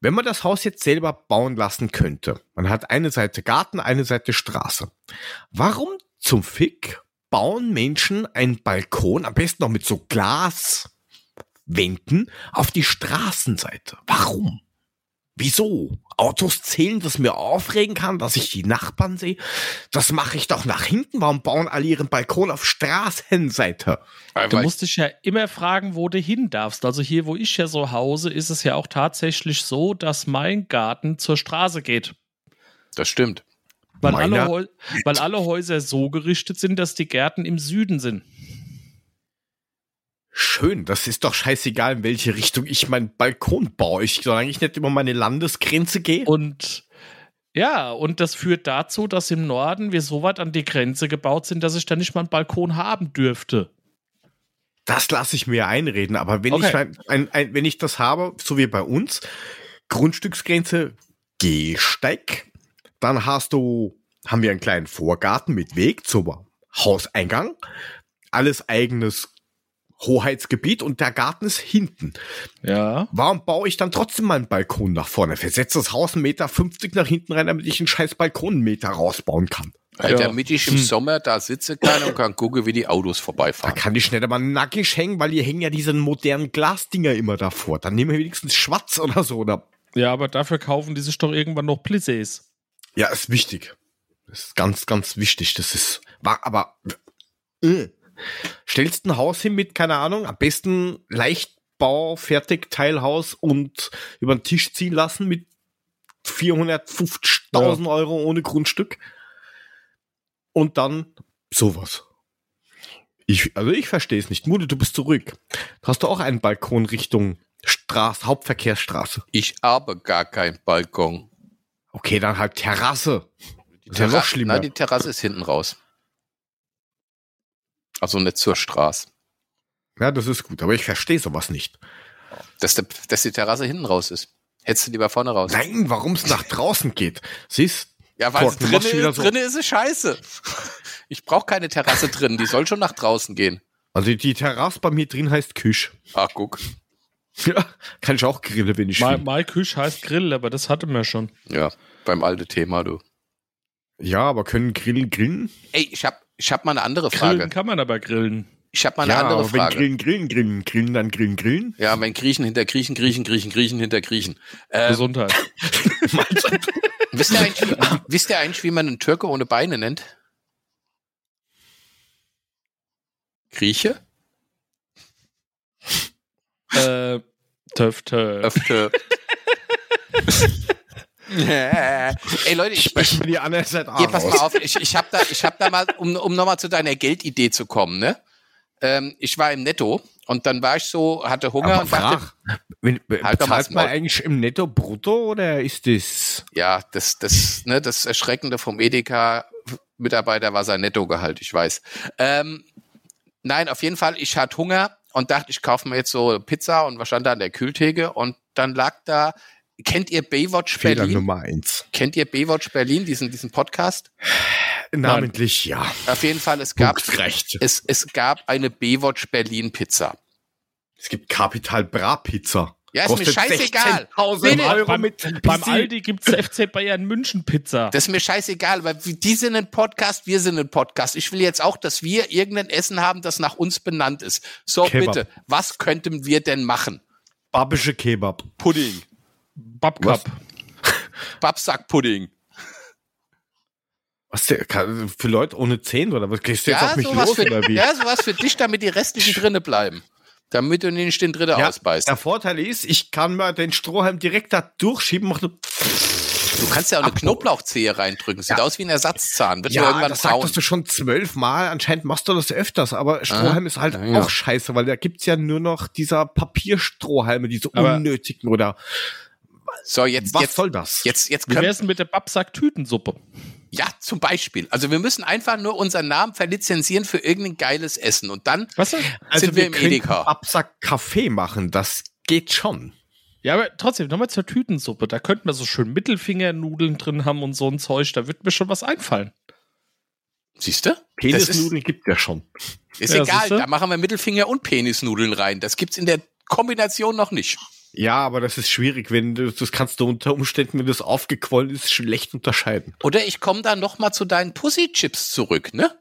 Speaker 3: wenn man das Haus jetzt selber bauen lassen könnte, man hat eine Seite Garten, eine Seite Straße. Warum zum Fick bauen Menschen einen Balkon, am besten noch mit so Glaswänden, auf die Straßenseite? Warum? Wieso? Autos zählen, das mir aufregen kann, dass ich die Nachbarn sehe. Das mache ich doch nach hinten. Warum bauen alle ihren Balkon auf Straßenseite?
Speaker 1: Du
Speaker 2: Weil-
Speaker 1: musst dich ja immer fragen, wo du hin darfst. Also hier, wo ich ja so hause, ist es ja auch tatsächlich so, dass mein Garten zur Straße geht.
Speaker 2: das stimmt.
Speaker 1: Weil
Speaker 3: Meiner-
Speaker 1: alle, Häu- weil alle Häuser so gerichtet sind, dass die Gärten im Süden sind.
Speaker 3: Schön, das ist doch scheißegal, in welche Richtung ich meinen Balkon baue. Ich, solange ich nicht über meine Landesgrenze gehe.
Speaker 1: Und ja, und das führt dazu, dass im Norden wir so weit an die Grenze gebaut sind, dass ich da nicht mal einen Balkon haben dürfte.
Speaker 3: Das lasse ich mir einreden, aber wenn,
Speaker 1: Okay.
Speaker 3: ich mein, ein, ein, wenn ich das habe, so wie bei uns, Grundstücksgrenze Gehsteig, dann hast du, haben wir einen kleinen Vorgarten mit Weg zum Hauseingang, alles eigenes Hoheitsgebiet und der Garten ist hinten.
Speaker 1: Ja.
Speaker 3: Warum baue ich dann trotzdem meinen Balkon nach vorne? Versetze das Haus 1,50 Meter nach hinten rein, damit ich einen scheiß Balkon einen Meter rausbauen kann.
Speaker 2: Weil
Speaker 1: Ja.
Speaker 2: damit ich im Sommer da sitze kann und kann gucken, wie die Autos
Speaker 3: Da
Speaker 2: vorbeifahren.
Speaker 3: kann ich nicht einmal nackig hängen, weil hier hängen ja diese modernen Glasdinger immer davor. Dann nehmen wir wenigstens Schwarz oder so. Oder
Speaker 1: Ja, aber dafür kaufen die sich doch irgendwann noch Plissés.
Speaker 3: ja, ist wichtig. Ist ganz, ganz wichtig. Das ist. War, aber. Äh. Stellst ein Haus hin mit, keine Ahnung, am besten Leichtbau, fertig, Teilhaus und über den Tisch ziehen lassen mit 450.000 Euro ohne Grundstück. Und dann sowas. Ich, also ich verstehe es nicht. Mude, du bist zurück. Hast du auch einen Balkon Richtung Straße, Hauptverkehrsstraße?
Speaker 2: Ich habe gar keinen Balkon.
Speaker 3: Okay, dann halt Terrasse.
Speaker 2: Die
Speaker 3: Ist ja noch
Speaker 2: Terra-
Speaker 3: schlimmer.
Speaker 2: Nein, die Terrasse ist hinten raus. Also nicht zur Straße.
Speaker 3: Ja, das ist gut, aber ich verstehe sowas nicht.
Speaker 2: Dass, der, dass die Terrasse hinten raus ist. Hättest du lieber vorne raus.
Speaker 3: Nein, warum es nach draußen geht. Siehst
Speaker 2: Ja, weil
Speaker 3: Torten, du machst schon
Speaker 2: drinne,
Speaker 3: wieder so.
Speaker 2: drinne ist es scheiße. Ich brauche keine Terrasse drin, die soll schon nach draußen gehen.
Speaker 3: Also die Terrasse bei mir drin heißt Küche. *laughs*
Speaker 2: Ach, guck.
Speaker 3: Ja, kann ich auch grillen, wenn ich
Speaker 1: Mal,
Speaker 3: will.
Speaker 1: mal Küche heißt Grill, aber das hatten wir schon.
Speaker 2: Ja, beim alten Thema, du.
Speaker 3: Ja, aber können Grillen grillen?
Speaker 2: Ey, ich hab, ich hab mal eine andere
Speaker 1: Grillen
Speaker 2: Frage.
Speaker 1: kann man aber grillen.
Speaker 2: Ich hab mal eine
Speaker 3: ja,
Speaker 2: andere
Speaker 3: aber wenn
Speaker 2: Frage.
Speaker 3: Grillen, Grillen, Grillen, Grillen, dann Grillen, Grillen.
Speaker 2: Ja, wenn Griechen hinter Griechen, Griechen, Griechen, Griechen hinter Griechen. Ähm,
Speaker 1: Gesundheit.
Speaker 2: wisst, ihr eigentlich, wie- wisst ihr eigentlich, wie man einen Türke ohne Beine nennt? Grieche?
Speaker 1: äh, töf, töf.
Speaker 2: Öfter. *laughs* Ey Leute, ich, ich,
Speaker 3: Sprechen wir die anderen seit
Speaker 2: Hier, pass mal auf, ich, ich habe da, ich hab da mal, um, um nochmal zu deiner Geldidee zu kommen, ne? Ähm, ich war im Netto und dann war ich so, hatte Hunger
Speaker 3: Aber
Speaker 2: und dachte,
Speaker 3: frag, wenn, be-
Speaker 2: Halt doch mal
Speaker 3: bezahlt man
Speaker 2: Maul.
Speaker 3: eigentlich im Netto brutto oder ist das...
Speaker 2: ja, das, das, ne, das Erschreckende vom Edeka-Mitarbeiter war sein Nettogehalt, ich weiß. Ähm, nein, auf jeden Fall, ich hatte Hunger und dachte, ich kaufe mir jetzt so Pizza und was stand da an der Kühltheke und dann lag da, kennt ihr Baywatch
Speaker 3: Fehler
Speaker 2: Berlin?
Speaker 3: Nummer eins.
Speaker 2: Kennt ihr Baywatch Berlin, diesen, diesen Podcast?
Speaker 3: Namentlich ja.
Speaker 2: Auf jeden Fall, es gab,
Speaker 3: Punkt recht.
Speaker 2: es, es gab eine Baywatch Berlin Pizza.
Speaker 3: Es gibt Capital Bra Pizza.
Speaker 2: Ja, ist mir
Speaker 3: Kostet
Speaker 2: scheißegal.
Speaker 3: 16.000
Speaker 2: Bitte.
Speaker 3: Euro
Speaker 1: Beim-
Speaker 3: mit
Speaker 1: Beim
Speaker 3: Pissi.
Speaker 1: Aldi gibt's FC Bayern München Pizza.
Speaker 2: Das ist mir scheißegal, weil wir- die sind ein Podcast, wir sind ein Podcast. Ich will jetzt auch, dass wir irgendein Essen haben, das nach uns benannt ist. So,
Speaker 3: Kebab.
Speaker 2: bitte, was könnten wir denn machen?
Speaker 3: Babische Kebab.
Speaker 2: Pudding.
Speaker 1: Babcup.
Speaker 2: Babsackpudding.
Speaker 3: Was der, kann, für Leute ohne Zähne oder was? Gehst du jetzt
Speaker 2: Ja
Speaker 3: auf mich
Speaker 2: sowas,
Speaker 3: los
Speaker 2: für,
Speaker 3: oder wie?
Speaker 2: ja, sowas für dich, damit die restlichen drinne bleiben. Damit du nicht den dritte
Speaker 3: Ja,
Speaker 2: ausbeißt.
Speaker 3: Der Vorteil ist, ich kann mal den Strohhalm direkt da durchschieben. Macht so-
Speaker 2: Du kannst ja auch eine Knoblauchzehe reindrücken. Sieht
Speaker 3: Ja.
Speaker 2: aus wie ein Ersatzzahn. Wird ja,
Speaker 3: ja,
Speaker 2: irgendwann
Speaker 3: das
Speaker 2: braun.
Speaker 3: sagtest du schon zwölfmal. Anscheinend machst du das öfters, aber Strohhalm ist halt
Speaker 2: Ja, ja.
Speaker 3: auch scheiße, weil da gibt's ja nur noch dieser Papierstrohhalme, diese
Speaker 1: Aber-
Speaker 3: unnötigen oder
Speaker 2: So, jetzt,
Speaker 3: was
Speaker 2: jetzt,
Speaker 3: soll das?
Speaker 2: jetzt, jetzt
Speaker 1: Wie
Speaker 2: können
Speaker 1: wär's denn mit der Babsack-Tütensuppe?
Speaker 2: Ja, zum Beispiel. Also wir müssen einfach nur unseren Namen verlizenzieren für irgendein geiles Essen und dann
Speaker 1: Weißt du?
Speaker 2: sind wir im
Speaker 3: Also, könnten
Speaker 2: Edeka.
Speaker 3: Absack Kaffee machen, das geht schon.
Speaker 1: Ja, aber trotzdem, nochmal zur Tütensuppe. Da könnten wir so schön Mittelfingernudeln drin haben und so ein Zeug. Da wird mir schon was einfallen.
Speaker 2: Siehst du? Das ist,
Speaker 3: Penisnudeln gibt's ja schon.
Speaker 2: ist
Speaker 1: Ja,
Speaker 2: egal,
Speaker 1: siehste?
Speaker 2: da machen wir Mittelfinger und Penisnudeln rein. Das gibt's in der Kombination noch nicht.
Speaker 3: Ja, aber das ist schwierig, wenn du, das kannst du unter Umständen, wenn das aufgequollen ist, schlecht unterscheiden.
Speaker 2: Oder ich komme da noch mal zu deinen Pussy Chips zurück, ne?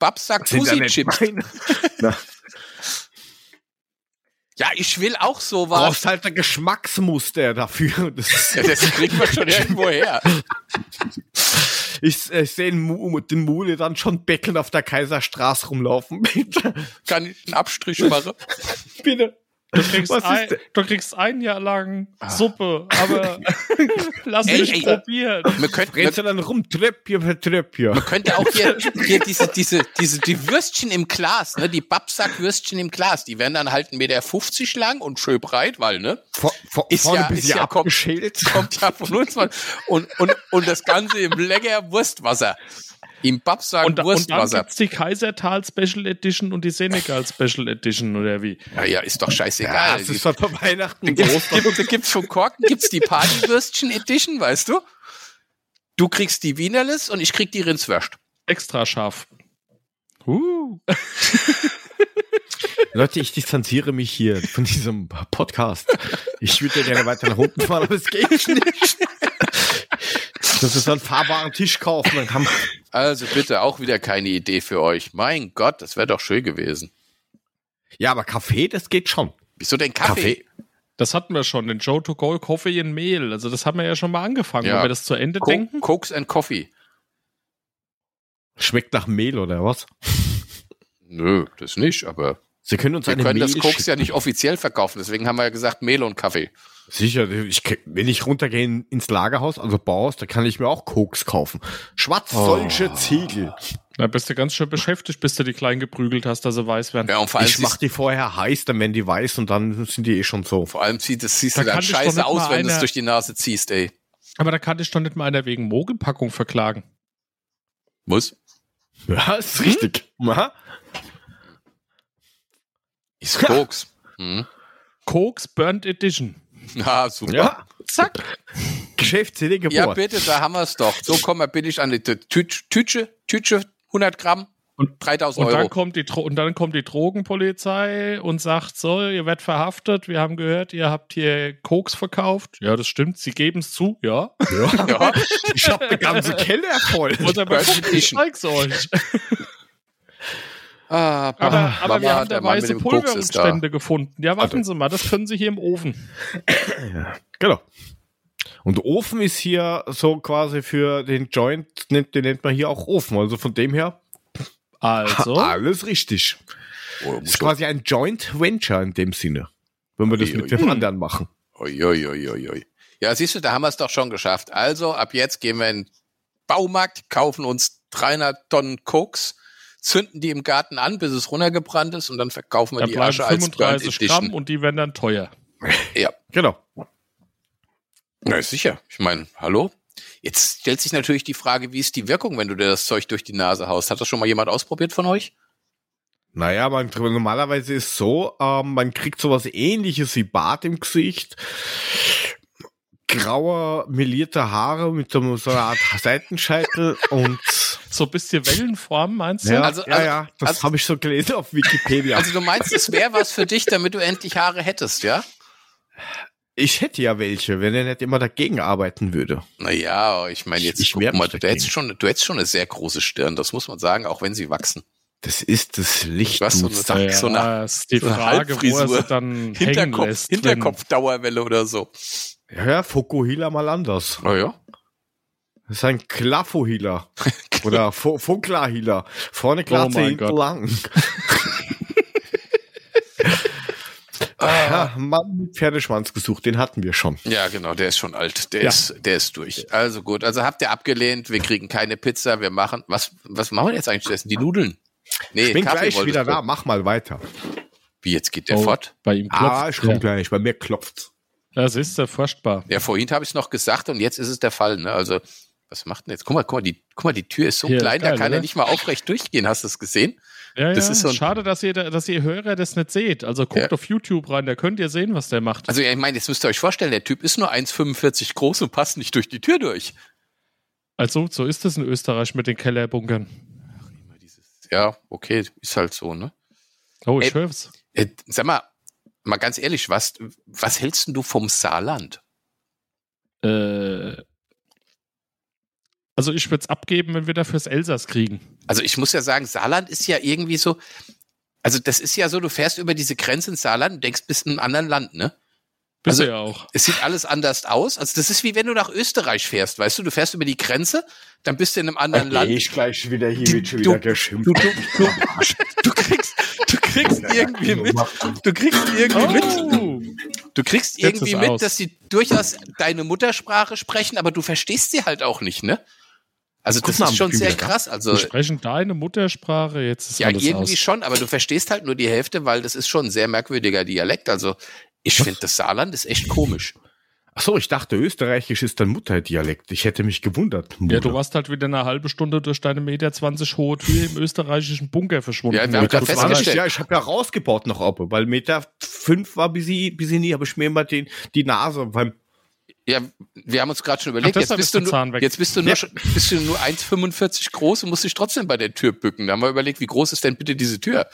Speaker 2: Babsack
Speaker 3: Sind da
Speaker 2: Pussy
Speaker 3: nicht *laughs*
Speaker 2: Chips.
Speaker 3: meine? Na,
Speaker 2: Ja, ich will auch sowas.
Speaker 3: brauchst halt ein Geschmacksmuster dafür. *laughs* Das
Speaker 2: *laughs*
Speaker 3: ist,
Speaker 2: Ja, das kriegt man schon irgendwo her.
Speaker 3: ich ich sehe den, Mu- den Mule dann schon beckeln auf der Kaiserstraße rumlaufen. *laughs* Bitte,
Speaker 2: Kann ich einen Abstrich machen?
Speaker 3: bitte.
Speaker 1: Du kriegst,
Speaker 3: Was ist
Speaker 1: ein,
Speaker 3: denn-
Speaker 1: du kriegst ein Jahr lang Suppe, aber lass
Speaker 2: Ey,
Speaker 1: mich
Speaker 2: ey.
Speaker 1: probieren.
Speaker 2: Wir könnten, wir,
Speaker 3: Rennst du dann rum, Treppchen für Treppchen.
Speaker 2: wir könnten auch hier, hier diese, diese, diese, die Würstchen im Glas, ne? Die Babsack-Würstchen im Glas, die werden dann halt 1,50 Meter lang und schön breit, weil, ne?
Speaker 3: Vor, vor,
Speaker 2: Ist
Speaker 3: vorne
Speaker 2: ja-
Speaker 3: bist
Speaker 2: ist
Speaker 3: du
Speaker 2: ja kom-
Speaker 3: *laughs* abgeschält.
Speaker 2: kommt ja von uns. Mann. Und, und, und das Ganze im lecker Wurstwasser. Im Babsack
Speaker 1: Und, da- und dann
Speaker 2: Wurstwasser.
Speaker 1: gibt's die Kaisertal Special Edition und die Senegal Special Edition oder wie?
Speaker 2: ja, ja, ist doch
Speaker 3: Ja,
Speaker 2: scheißegal.
Speaker 3: das
Speaker 2: Die-
Speaker 3: ist doch bei Weihnachten
Speaker 2: gibt's,
Speaker 3: groß.
Speaker 2: gibt's, gibt's von Korken gibt's die Partywürstchen Edition, weißt du? Du kriegst die Wienerlis und ich krieg die Rindswurst.
Speaker 1: Extra scharf. Uh.
Speaker 3: Leute, ich distanziere mich hier von diesem Podcast. Ich würde ja gerne weiter nach unten fahren, aber es geht *laughs* nicht. Das ist einen fahrbaren Tisch kaufen, dann kann man
Speaker 2: Also bitte auch wieder keine Idee für euch. Mein Gott, das wäre doch schön gewesen.
Speaker 3: Ja, aber Kaffee, das geht schon.
Speaker 2: Wieso denn Kaffee?
Speaker 1: Das hatten wir schon, den Joe to go Coffee in Mehl. Also das haben wir ja schon mal angefangen.
Speaker 2: Ja.
Speaker 1: Wenn wir das zu Ende
Speaker 2: Co
Speaker 1: denken,
Speaker 2: Cokes and Coffee.
Speaker 3: Schmeckt nach Mehl oder was?
Speaker 2: Nö, das nicht, aber
Speaker 3: Sie können uns
Speaker 2: wir
Speaker 3: eine
Speaker 2: können
Speaker 3: Mehl
Speaker 2: das Koks
Speaker 3: schicken.
Speaker 2: ja nicht offiziell verkaufen. Deswegen haben wir ja gesagt Mehl und Kaffee.
Speaker 3: Sicher, ich, wenn ich runtergehe ins Lagerhaus, also Bauhaus, da kann ich mir auch Koks kaufen. Schwarz
Speaker 2: Oh.
Speaker 3: solche Ziegel.
Speaker 1: da bist du ganz schön beschäftigt, bis du die kleinen geprügelt hast, dass sie weiß werden.
Speaker 2: Ja, und vor allem
Speaker 3: ich mach die vorher heiß, dann werden die weiß und dann sind die eh schon so.
Speaker 2: Vor allem sieht es siehst
Speaker 1: Da
Speaker 2: du dann
Speaker 1: kann dich doch
Speaker 2: scheiße
Speaker 1: nicht
Speaker 2: aus,
Speaker 1: mal
Speaker 2: wenn du es
Speaker 1: einer-
Speaker 2: durch die Nase ziehst, ey.
Speaker 1: Aber da kann ich doch nicht mal einer wegen Mogelpackung verklagen.
Speaker 2: Muss?
Speaker 3: *laughs* Ja, ist richtig. Aha.
Speaker 2: Ist *laughs* Koks. Hm.
Speaker 1: Koks Burnt Edition.
Speaker 2: Na, super.
Speaker 3: Ja,
Speaker 1: Zack.
Speaker 3: Geschäftsidee
Speaker 2: Ja,
Speaker 3: geboren.
Speaker 2: bitte, da haben wir es doch. So kommen wir billig an die Tü- Tü- Tütsche, Tütsche, 100 Gramm und 3000
Speaker 1: Und dann,
Speaker 2: Euro.
Speaker 1: kommt die Dro und dann kommt die Drogenpolizei und sagt: So, ihr werdet verhaftet. Wir haben gehört, ihr habt hier Koks verkauft. Ja, das stimmt. Sie geben es zu, ja.
Speaker 3: Ja.
Speaker 2: Ja,
Speaker 3: Ich hab eine ganze Keller voll.
Speaker 1: Muss aber
Speaker 2: *laughs* Burnt
Speaker 1: gucken, ich
Speaker 2: Edition.
Speaker 1: zeig's euch.
Speaker 2: ah,
Speaker 1: Aber,
Speaker 2: Mama,
Speaker 1: aber wir haben da
Speaker 2: der Mann mit
Speaker 1: weiße
Speaker 2: dem Koks ist da.
Speaker 1: Pulverrückstände gefunden. Ja, warten Sie mal, das können Sie hier im Ofen.
Speaker 3: Genau. Und Ofen ist hier so quasi für den Joint, nennt, den nennt man hier auch Ofen. Also von dem her
Speaker 1: Also,
Speaker 3: alles richtig.
Speaker 2: Oh,
Speaker 3: Ist
Speaker 2: muss doch-
Speaker 3: quasi ein Joint Venture in dem Sinne. Wenn wir das
Speaker 2: Ui,
Speaker 3: mit
Speaker 2: ui.
Speaker 3: dem anderen machen.
Speaker 2: Ui, ui, ui, ui, ui. Ja, siehst du, da haben wir es doch schon geschafft. Also, ab jetzt gehen wir in den Baumarkt, kaufen uns 300 Tonnen Koks, zünden die im Garten an, bis es runtergebrannt ist und dann verkaufen wir
Speaker 1: da
Speaker 2: die
Speaker 1: bleiben
Speaker 2: Asche als Burnt
Speaker 1: 35 Gramm
Speaker 2: Edition.
Speaker 1: und die werden dann teuer.
Speaker 2: Ja,
Speaker 3: Genau.
Speaker 2: na sicher. Ich meine, hallo? Jetzt stellt sich natürlich die Frage, wie ist die Wirkung, wenn du dir das Zeug durch die Nase haust? Hat das schon mal jemand ausprobiert von euch?
Speaker 3: Naja, man, normalerweise ist so, ähm, man kriegt sowas ähnliches wie Bart im Gesicht, graue, melierte Haare mit so so einer Art
Speaker 2: *laughs*
Speaker 3: Seitenscheitel und
Speaker 1: So ein bisschen Wellenform, meinst du?
Speaker 3: ja,
Speaker 2: also-
Speaker 3: ja, ja, das
Speaker 2: also-
Speaker 3: habe ich so gelesen auf Wikipedia.
Speaker 2: Also du meinst, es wäre was für dich, damit du endlich Haare hättest, ja?
Speaker 3: ich hätte ja welche, wenn er nicht immer dagegen arbeiten würde.
Speaker 2: Naja, ich meine, jetzt
Speaker 3: Ich
Speaker 2: guck
Speaker 3: werd
Speaker 2: mal,
Speaker 3: mich
Speaker 2: du hättest,
Speaker 3: dagegen.
Speaker 2: schon, du hättest schon eine sehr große Stirn, das muss man sagen, auch wenn sie wachsen.
Speaker 3: Das ist das Licht,
Speaker 2: Was
Speaker 3: du
Speaker 2: so eine-
Speaker 3: Sack.
Speaker 2: so eine-
Speaker 1: ist die
Speaker 2: so eine
Speaker 1: Frage, wo er
Speaker 2: Halbfrisur.
Speaker 1: sie dann hängen
Speaker 2: Hinterkopf,
Speaker 1: lässt. wenn-
Speaker 2: Hinterkopf-Dauerwelle oder so.
Speaker 3: Hör Fokuhila mal anders.
Speaker 2: Oh ja.
Speaker 3: Das ist ein
Speaker 2: *laughs*
Speaker 3: Klafohila. Oder Fo Foklahila.
Speaker 2: Oh
Speaker 3: Vorne Glatze,
Speaker 1: mein
Speaker 3: hinten
Speaker 2: *laughs*
Speaker 1: Gott.
Speaker 3: lang.
Speaker 2: Ah.
Speaker 3: Ja, Mann mit Pferdeschwanz gesucht, den hatten wir schon.
Speaker 2: Ja, genau, der ist schon alt. Der,
Speaker 1: Ja.
Speaker 2: ist, der ist durch. Also gut, also habt ihr abgelehnt, wir kriegen keine Pizza, wir machen. Was, was machen wir jetzt eigentlich stattdessen? Die Nudeln? Nee,
Speaker 3: Ich bin
Speaker 2: Kaffee
Speaker 3: gleich
Speaker 2: wolltest
Speaker 3: wieder
Speaker 2: du.
Speaker 3: da, mach mal weiter.
Speaker 2: Wie, jetzt geht der
Speaker 1: Oh,
Speaker 2: fort?
Speaker 1: Bei ihm klopft.
Speaker 3: Ah, ich komm
Speaker 1: ja.
Speaker 3: gleich, bei mir klopft.
Speaker 1: Das ist ja furchtbar.
Speaker 2: Ja, vorhin habe ich es noch gesagt und jetzt ist es der Fall. Ne? Also, was macht denn jetzt? Guck mal, guck mal, die, guck mal, die Tür ist so
Speaker 1: Ja,
Speaker 2: klein, da
Speaker 1: geil,
Speaker 2: kann er
Speaker 1: oder?
Speaker 2: nicht mal aufrecht durchgehen. Hast du es gesehen?
Speaker 1: Ja,
Speaker 2: Das
Speaker 1: ja.
Speaker 2: ist so ein-
Speaker 1: Schade, dass ihr, da- dass ihr Hörer das nicht seht. Also guckt
Speaker 2: Ja.
Speaker 1: auf YouTube rein, da könnt ihr sehen, was der macht.
Speaker 2: Also, ja, ich meine, jetzt müsst ihr euch vorstellen, der Typ ist nur 1,45 groß und passt nicht durch die Tür durch.
Speaker 1: Also, so ist es in Österreich mit den Kellerbunkern.
Speaker 2: Ja, okay, ist halt so, ne?
Speaker 1: Oh,
Speaker 2: Ey.
Speaker 1: ich hör's.
Speaker 2: Äh, Sag mal, mal ganz ehrlich, was, was hältst denn du vom Saarland?
Speaker 1: Äh, also, ich würde es abgeben, wenn wir dafür das Elsass kriegen.
Speaker 2: Also ich muss ja sagen, Saarland ist ja irgendwie so, also das ist ja so, du fährst über diese Grenze ins Saarland und denkst, bist in einem anderen Land, ne?
Speaker 1: Bist
Speaker 2: Also-
Speaker 1: du ja auch.
Speaker 2: Es sieht alles anders aus. Also das ist wie wenn du nach Österreich fährst, weißt du, du fährst über die Grenze, dann bist du in einem anderen Land.
Speaker 3: ich gleich wieder hier mit schon
Speaker 2: wieder
Speaker 3: geschimpft.
Speaker 2: Du, du, du, du kriegst, du kriegst irgendwie mit, du kriegst irgendwie mit, du kriegst
Speaker 1: Jetzt ist
Speaker 2: irgendwie
Speaker 1: er Oh. aus.
Speaker 2: mit, dass die durchaus deine Muttersprache sprechen, aber du verstehst sie halt auch nicht, ne? Also
Speaker 3: Guck
Speaker 2: das
Speaker 3: mal,
Speaker 2: ist
Speaker 3: ich
Speaker 2: schon
Speaker 3: bin
Speaker 2: sehr
Speaker 3: wieder da.
Speaker 2: krass. Also
Speaker 1: Wir sprechen deine Muttersprache, jetzt ist
Speaker 2: Ja,
Speaker 1: alles
Speaker 2: irgendwie
Speaker 1: aus.
Speaker 2: schon, aber du verstehst halt nur die Hälfte, weil das ist schon ein sehr merkwürdiger Dialekt. Also ich finde, das Saarland ist echt komisch.
Speaker 3: Achso, ich dachte, Österreichisch ist dein Mutterdialekt. Ich hätte mich gewundert.
Speaker 1: Ja, du
Speaker 3: Mutter.
Speaker 1: warst halt wieder eine halbe Stunde durch deine Meter 20 hohe Tür im österreichischen Bunker verschwunden.
Speaker 2: Ja, wir haben
Speaker 1: Gut,
Speaker 2: grad
Speaker 1: das war-
Speaker 2: festgestellt-
Speaker 3: Ja, ich habe ja rausgebaut noch ab, weil Meter fünf war bis ich, bis ich nie, habe ich mir immer den, die Nase beim
Speaker 2: Ja, wir haben uns gerade schon überlegt,
Speaker 1: Ach,
Speaker 2: jetzt
Speaker 1: deshalb
Speaker 2: bist,
Speaker 1: ist
Speaker 2: du
Speaker 1: der
Speaker 2: nur,
Speaker 1: Zahn weg.
Speaker 2: jetzt bist du nur,
Speaker 3: Ja.
Speaker 2: schon- bist du nur 1,45 groß und musst dich trotzdem bei der Tür bücken. Da haben wir überlegt, wie groß ist denn bitte diese Tür?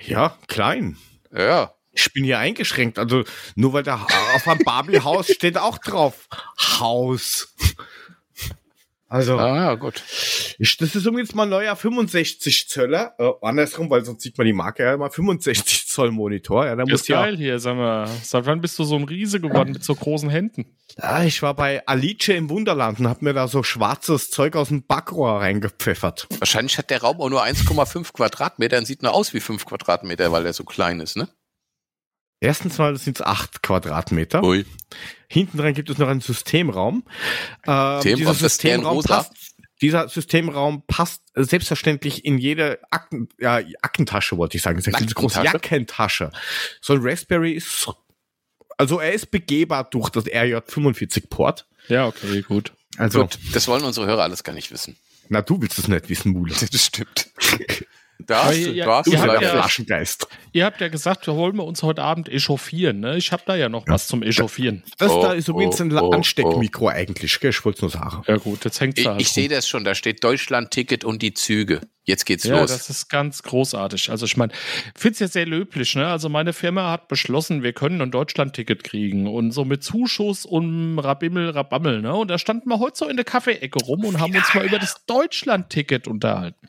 Speaker 3: Ja, klein.
Speaker 2: Ja,
Speaker 3: Ich bin hier eingeschränkt. Also nur weil da auf einem Barbie-Haus steht auch drauf Haus.
Speaker 1: Oh.
Speaker 3: Also,
Speaker 2: ah, ja gut.
Speaker 3: ich, das ist übrigens mal neuer 65 Zöller. Äh, andersrum, weil sonst sieht man die Marke ja immer 65 Zoll Monitor. Ja, da
Speaker 1: Das
Speaker 3: muss
Speaker 1: ist
Speaker 3: ja.
Speaker 1: geil hier, sag mal. Seit wann bist du so ein Riese geworden mit so großen Händen?
Speaker 3: Ah, ich war bei Alice im Wunderland und hab mir da so schwarzes Zeug aus dem Backrohr reingepfeffert.
Speaker 2: Wahrscheinlich hat der Raum auch nur 1,5 Quadratmeter und sieht nur aus wie 5 Quadratmeter, weil er so klein ist, ne?
Speaker 3: Erstens mal sind's acht Quadratmeter.
Speaker 2: Ui.
Speaker 3: Hinten dran gibt es noch einen Systemraum. Ähm,
Speaker 2: System-
Speaker 3: dieser
Speaker 2: was ist deren
Speaker 3: Systemraum
Speaker 2: rosa?
Speaker 3: passt. Dieser Systemraum passt äh, selbstverständlich in jede Acken, ja, Ackentasche, wollte ich sagen. Das ist eine große
Speaker 2: Nackentasche?
Speaker 3: Jackentasche. So ein Raspberry ist, also er ist begehbar durch das RJ45 Port.
Speaker 1: Ja, okay, gut.
Speaker 3: Also,
Speaker 2: Gut, das wollen unsere Hörer alles gar nicht wissen.
Speaker 3: na, du willst es nicht
Speaker 2: *laughs*
Speaker 3: wissen, Mule.
Speaker 2: Das stimmt. Da hast
Speaker 1: ihr-
Speaker 2: du,
Speaker 1: ihr-
Speaker 2: da hast
Speaker 1: ihr
Speaker 2: du
Speaker 1: habt
Speaker 2: leider
Speaker 1: ja-
Speaker 2: recht.
Speaker 3: Flaschengeist.
Speaker 1: Ihr habt ja gesagt, wir wollen wir uns heute Abend echauffieren. Ne? Ich habe da ja noch was zum Echauffieren.
Speaker 3: Das
Speaker 2: Oh,
Speaker 3: da ist übrigens ein
Speaker 2: oh, oh,
Speaker 3: Ansteckmikro eigentlich, gell? Ich wollte nur sagen.
Speaker 1: Ja gut, jetzt hängt
Speaker 2: Ich,
Speaker 1: da halt
Speaker 2: ich
Speaker 1: rum.
Speaker 2: sehe das schon, da steht Deutschland-Ticket und die Züge. Jetzt geht's
Speaker 1: Ja,
Speaker 2: los.
Speaker 1: das ist ganz großartig. Also ich meine, finde es ja sehr löblich. Ne? Also meine Firma hat beschlossen, wir können ein Deutschland-Ticket kriegen und so mit Zuschuss und Rabimmel, Rabammel. Ne? Und da standen wir heute so in der Kaffeeecke rum und haben uns mal über das Deutschland-Ticket unterhalten.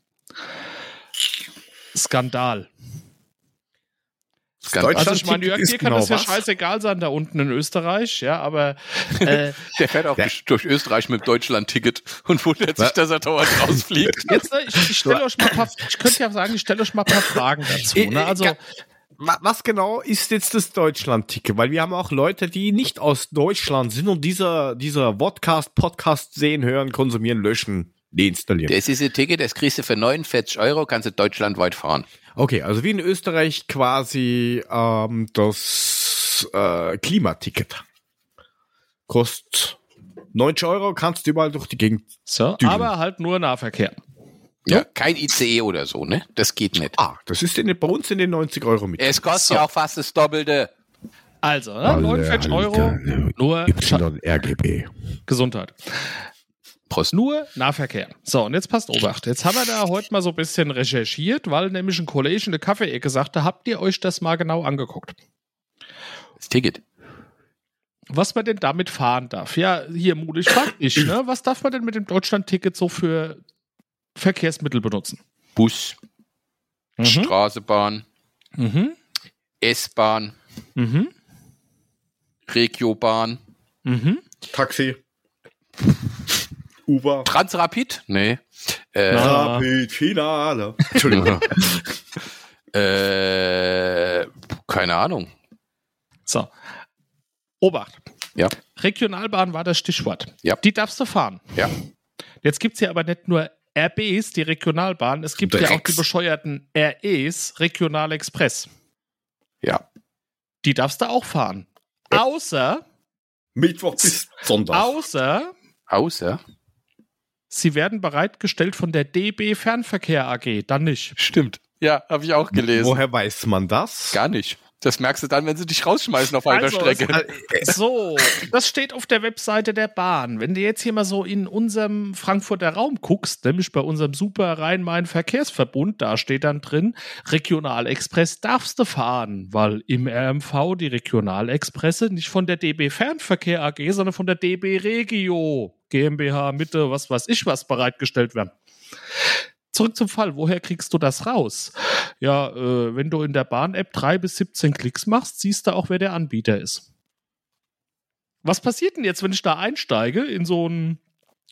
Speaker 1: Skandal.
Speaker 2: Skandal.
Speaker 1: Also ich meine, Jörg, dir kann das ja
Speaker 3: genau was.
Speaker 1: scheißegal sein da unten in Österreich, ja, aber äh,
Speaker 2: Der fährt auch
Speaker 3: Ja.
Speaker 2: durch Österreich mit dem Deutschland-Ticket und wundert sich,
Speaker 3: Was?
Speaker 2: dass er dauernd rausfliegt.
Speaker 1: jetzt, ne, ich,
Speaker 3: *laughs*
Speaker 1: ich stelle euch mal ein paar, ich könnte ja sagen, ich stelle euch mal ein paar Fragen dazu.
Speaker 3: Äh, äh,
Speaker 1: Ne? Also
Speaker 3: ga- Wa- Was genau ist jetzt das Deutschland-Ticket? Weil wir haben auch Leute, die nicht aus Deutschland sind und dieser, dieser Podcast, Podcast sehen, hören, konsumieren, löschen, deinstallieren.
Speaker 2: Das ist ein Ticket, das kriegst du für 49 Euro, kannst du deutschlandweit fahren.
Speaker 3: Okay, also wie in Österreich quasi ähm, das äh, Klimaticket. Kostet 90 Euro, kannst du überall durch die Gegend.
Speaker 1: so,
Speaker 3: Dünen.
Speaker 1: aber halt nur Nahverkehr.
Speaker 2: Ja, kein ICE oder so, ne? Das geht *laughs* nicht.
Speaker 3: Ah, das ist in, den- bei uns in den 90 Euro mit.
Speaker 2: Es kostet ja auch fast das Doppelte.
Speaker 1: Also, ne? 49 Euro, nur
Speaker 3: YRGB.
Speaker 1: Gesundheit.
Speaker 2: Prost.
Speaker 1: Nur Nahverkehr. So, und jetzt passt Obacht. Jetzt haben wir da heute mal so ein bisschen recherchiert, weil nämlich ein Kollege in der Kaffee-Ecke sagte, habt ihr euch das mal genau angeguckt?
Speaker 2: Das Ticket.
Speaker 1: Was man denn damit fahren darf? Ja, hier, Mut, ich frag dich, ne? Was darf man denn mit dem Deutschland-Ticket so für Verkehrsmittel benutzen?
Speaker 2: Bus,
Speaker 1: Mhm.
Speaker 2: Straßenbahn,
Speaker 1: Mhm.
Speaker 2: S-Bahn,
Speaker 1: Mhm.
Speaker 2: Regiobahn,
Speaker 1: Mhm.
Speaker 3: Taxi. Uber.
Speaker 2: Transrapid? Nee. Äh,
Speaker 1: Ah.
Speaker 3: Rapid Finale. Entschuldigung.
Speaker 2: äh, keine Ahnung.
Speaker 1: So. Obacht.
Speaker 2: Ja.
Speaker 1: Regionalbahn war das Stichwort.
Speaker 2: Ja.
Speaker 1: Die darfst du fahren.
Speaker 2: Ja.
Speaker 1: Jetzt gibt es ja aber nicht nur RBs, die Regionalbahn, es gibt ja auch
Speaker 2: Drecks.
Speaker 1: die bescheuerten REs, Regionalexpress.
Speaker 2: Ja.
Speaker 1: Die darfst du auch fahren. Außer,
Speaker 3: *laughs* Mittwoch bis Sonntag.
Speaker 1: außer,
Speaker 2: Außer?
Speaker 1: sie werden bereitgestellt von der DB Fernverkehr AG. Dann nicht.
Speaker 2: Stimmt. Ja, habe ich auch gelesen.
Speaker 3: Woher weiß man das?
Speaker 2: Gar nicht. Das merkst du dann, wenn sie dich rausschmeißen auf einer
Speaker 1: Also,
Speaker 2: Strecke.
Speaker 1: So, das steht auf der Webseite der Bahn. Wenn du jetzt hier mal so in unserem Frankfurter Raum guckst, nämlich bei unserem super Rhein-Main-Verkehrsverbund, da steht dann drin, Regionalexpress darfst du fahren, weil im RMV die Regionalexpresse nicht von der DB Fernverkehr AG, sondern von der DB Regio GmbH Mitte, was weiß ich was, bereitgestellt werden. Zurück zum Fall, woher kriegst du das raus? Ja, äh, wenn du in der Bahn-App 3 bis 17 Klicks machst, siehst du auch, wer der Anbieter ist. Was passiert denn jetzt, wenn ich da einsteige in so einen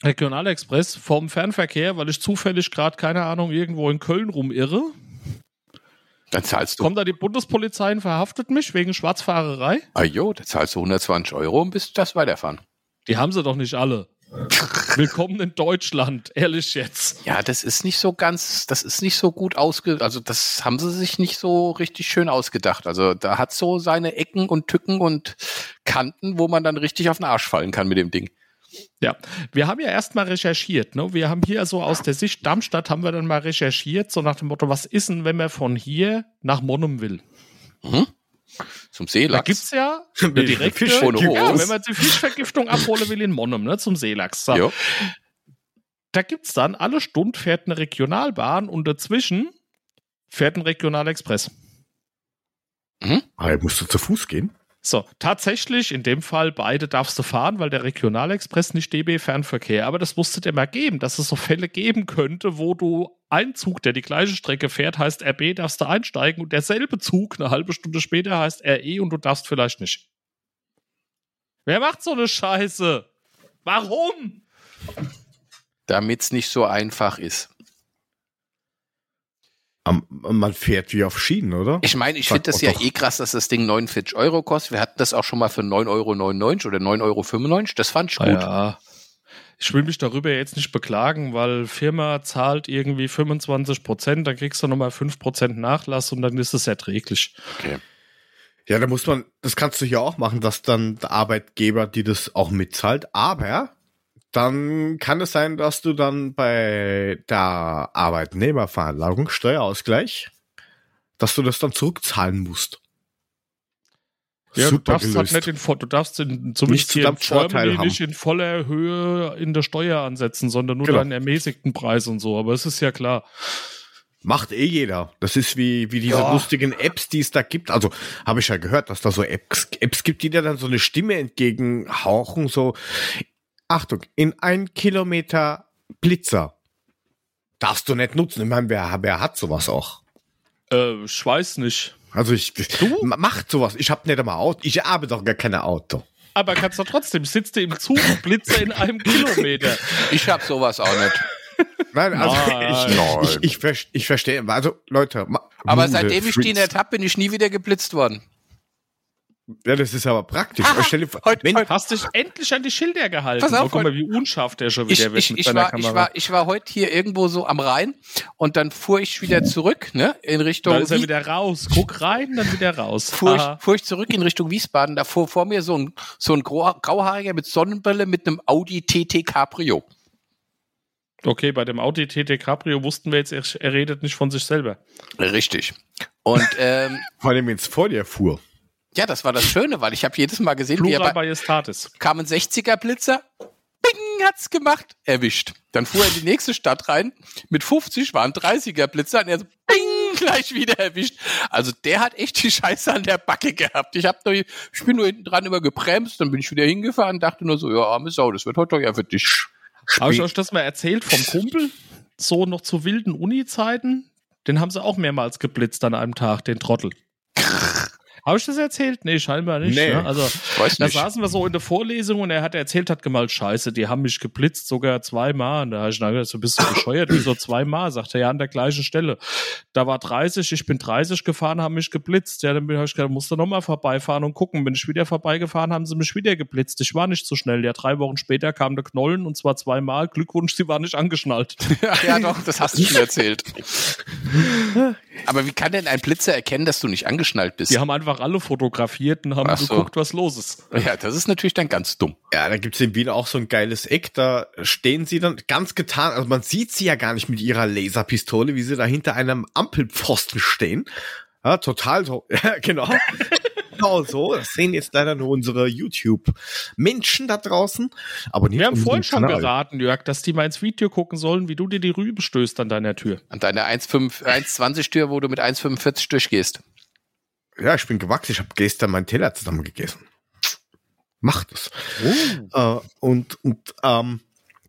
Speaker 1: Regionalexpress vom Fernverkehr, weil ich zufällig gerade, keine Ahnung, irgendwo in Köln rumirre?
Speaker 2: Dann zahlst du.
Speaker 1: Kommt da die Bundespolizei und verhaftet mich wegen Schwarzfahrerei?
Speaker 2: Ah jo, dann zahlst du 120 Euro und bist das weiterfahren.
Speaker 1: Die haben sie doch nicht alle. *laughs* Willkommen in Deutschland, ehrlich jetzt.
Speaker 2: Ja, das ist nicht so ganz, das ist nicht so gut ausge, also das haben sie sich nicht so richtig schön ausgedacht. Also da hat so seine Ecken und Tücken und Kanten, wo man dann richtig auf den Arsch fallen kann mit dem Ding.
Speaker 1: Ja, wir haben ja erstmal recherchiert. Ne? Wir haben hier so aus der Sicht Darmstadt haben wir dann mal recherchiert, so nach dem Motto, was ist denn, wenn man von hier nach Monum will?
Speaker 2: Mhm. Zum
Speaker 1: Da
Speaker 2: Seelachs.
Speaker 1: gibt es ja eine direkte,
Speaker 2: Fisch ohne
Speaker 1: ja,
Speaker 2: Hose.
Speaker 1: wenn man die Fischvergiftung abholen will in Monum, ne, zum Seelachs. So.
Speaker 2: Jo.
Speaker 1: Da gibt es dann, alle Stunde fährt eine Regionalbahn und dazwischen fährt ein Regionalexpress.
Speaker 3: Ah, musst du zu Fuß gehen?
Speaker 1: So, tatsächlich, in dem Fall, beide darfst du fahren, weil der Regionalexpress nicht DB Fernverkehr. Aber das musste dir mal geben, dass es so Fälle geben könnte, wo du ein Zug, der die gleiche Strecke fährt, heißt RB, darfst du einsteigen und derselbe Zug eine halbe Stunde später heißt RE und du darfst vielleicht nicht. Wer macht so eine Scheiße? Warum?
Speaker 2: Damit es nicht so einfach ist.
Speaker 3: Am, man fährt wie auf Schienen, oder?
Speaker 2: Ich meine, ich
Speaker 3: Sag
Speaker 2: finde das
Speaker 3: doch
Speaker 2: ja
Speaker 3: doch.
Speaker 2: eh krass, dass das Ding 49 Euro kostet. Wir hatten das auch schon mal für 9,99 Euro oder 9,95 Euro. Das fand ich
Speaker 3: Ah,
Speaker 2: gut.
Speaker 1: Ja. Ich will mich darüber jetzt nicht beklagen, weil Firma zahlt irgendwie 25 Prozent, dann kriegst du nochmal 5 Prozent Nachlass und dann ist es erträglich.
Speaker 3: Ja, da muss man, das kannst du hier auch machen, dass dann der Arbeitgeber dir das auch mitzahlt. Aber dann kann es sein, dass du dann bei der Arbeitnehmerveranlagung, Steuerausgleich, dass du das dann zurückzahlen musst.
Speaker 1: Ja,
Speaker 3: Super
Speaker 1: du darfst halt
Speaker 3: gelöst.
Speaker 1: nicht in, vo- du darfst in, zumindest
Speaker 3: Nicht
Speaker 1: hier in
Speaker 3: verdammt Vorteil
Speaker 1: Germany
Speaker 3: haben.
Speaker 1: nicht in voller Höhe in der Steuer ansetzen, sondern nur
Speaker 3: Genau.
Speaker 1: deinen ermäßigten Preis und so. Aber es ist ja klar.
Speaker 3: Macht eh jeder. Das ist wie, wie diese
Speaker 2: Ja.
Speaker 3: lustigen Apps, die es da gibt. Also habe ich ja gehört, dass da so Apps, Apps gibt, die dir dann so eine Stimme entgegenhauchen. So, Achtung, in ein Kilometer Blitzer. Darfst du nicht nutzen. Ich meine, wer, wer hat sowas auch?
Speaker 1: Äh, ich weiß nicht.
Speaker 3: Also ich, du? macht sowas. Ich habe nicht einmal Auto. Ich habe doch gar keine Auto.
Speaker 1: Aber kannst du trotzdem, sitzt du im Zug, Blitzer
Speaker 2: *laughs*
Speaker 1: in einem Kilometer.
Speaker 2: Ich hab sowas auch nicht.
Speaker 3: Nein, also
Speaker 1: Nein.
Speaker 3: ich, ich, ich, ver- ich verstehe. Also Leute, ma-
Speaker 2: Aber
Speaker 3: Muse,
Speaker 2: seitdem ich die
Speaker 3: Freaks.
Speaker 2: nicht hab, bin ich nie wieder geblitzt worden.
Speaker 3: Ja, das ist
Speaker 2: *laughs*
Speaker 3: aber praktisch. Stell dir vor,
Speaker 2: Heute-
Speaker 3: wenn-
Speaker 2: heute-
Speaker 1: Hast dich endlich an die Schilder gehalten.
Speaker 2: Pass auf,
Speaker 1: oh, guck mal, wie unscharf der schon
Speaker 2: ich,
Speaker 1: wieder wird
Speaker 2: ich,
Speaker 1: mit
Speaker 2: ich,
Speaker 1: seiner
Speaker 2: war,
Speaker 1: Kamera.
Speaker 2: ich, war, ich war heute hier irgendwo so am Rhein und dann fuhr ich wieder zurück, ne, in Richtung.
Speaker 1: da ist er
Speaker 2: Wie-
Speaker 1: wieder raus. Guck rein, dann wieder raus.
Speaker 2: Fuhr
Speaker 1: Haha.
Speaker 2: ich, fuhr ich zurück in Richtung Wiesbaden, da fuhr vor mir so ein, so ein grau- grauhaariger mit Sonnenbrille mit einem Audi TT Cabrio.
Speaker 1: okay, bei dem Audi TT Cabrio wussten wir jetzt, er, er redet nicht von sich selber.
Speaker 2: Richtig. Und ähm,
Speaker 3: vor allem, wenn es vor dir fuhr.
Speaker 2: ja, das war das Schöne, weil ich habe jedes Mal gesehen, wie er
Speaker 1: Plural
Speaker 2: bei,
Speaker 1: Majestatis.
Speaker 2: kam ein 60er Blitzer, bing, hat's gemacht, erwischt. Dann fuhr er in die nächste Stadt rein, mit 50 waren 30er Blitzer und er so, bing, *laughs* gleich wieder erwischt. Also der hat echt die Scheiße an der Backe gehabt. Ich hab nur, ich bin nur hinten dran immer gebremst, dann bin ich wieder hingefahren, dachte nur so, ja, arme Sau, das wird heute doch ja für dich.
Speaker 1: Habe ich euch das mal erzählt vom Kumpel? So noch zu wilden Uni-Zeiten? Den haben sie auch mehrmals geblitzt an einem Tag, den Trottel. Habe ich das erzählt? Nee, scheinbar nicht.
Speaker 3: Nee.
Speaker 1: Ne? Also,
Speaker 2: Weiß
Speaker 1: da
Speaker 2: nicht.
Speaker 1: saßen wir so in der Vorlesung und er hat erzählt, hat gemalt, scheiße, die haben mich geblitzt, sogar zweimal. Und da habe ich dann gesagt, du bist so bescheuert, wieso zweimal? Sagt er, ja, an der gleichen Stelle. Da war 30, ich bin 30 gefahren, haben mich geblitzt. Ja, dann habe ich gesagt, musst du nochmal vorbeifahren und gucken. Bin ich wieder vorbeigefahren, haben sie mich wieder geblitzt. Ich war nicht so schnell. Ja, drei Wochen später kam der Knollen und zwar zweimal. Glückwunsch, sie war nicht angeschnallt.
Speaker 2: *laughs* ja, doch, das hast du schon erzählt. Aber wie kann denn ein Blitzer erkennen, dass du nicht angeschnallt bist?
Speaker 1: Die haben einfach alle fotografiert und haben
Speaker 2: Ach so.
Speaker 1: geguckt, was los ist.
Speaker 2: ja das ist natürlich dann ganz dumm.
Speaker 3: Ja, da gibt's in Wien auch so ein geiles Eck, da stehen sie dann ganz getan, also man sieht sie ja gar nicht mit ihrer Laserpistole, wie sie da hinter einem Ampelpfosten stehen. Ja, total so, *laughs* ja, genau. genau so, das sehen jetzt leider nur unsere YouTube-Menschen da draußen, aber nicht
Speaker 1: Wir haben
Speaker 3: unseren
Speaker 1: vorhin schon
Speaker 3: Kanal.
Speaker 1: geraten, Jörg, dass die mal ins Video gucken sollen, wie du dir die Rüben stößt an deiner Tür.
Speaker 2: An deiner 1,5 1,20-Tür, wo du mit 1,45 durchgehst.
Speaker 3: Ja, ich bin gewachsen, ich habe gestern meinen Teller zusammengegessen. Macht es.
Speaker 2: Oh.
Speaker 3: Äh, und und ähm,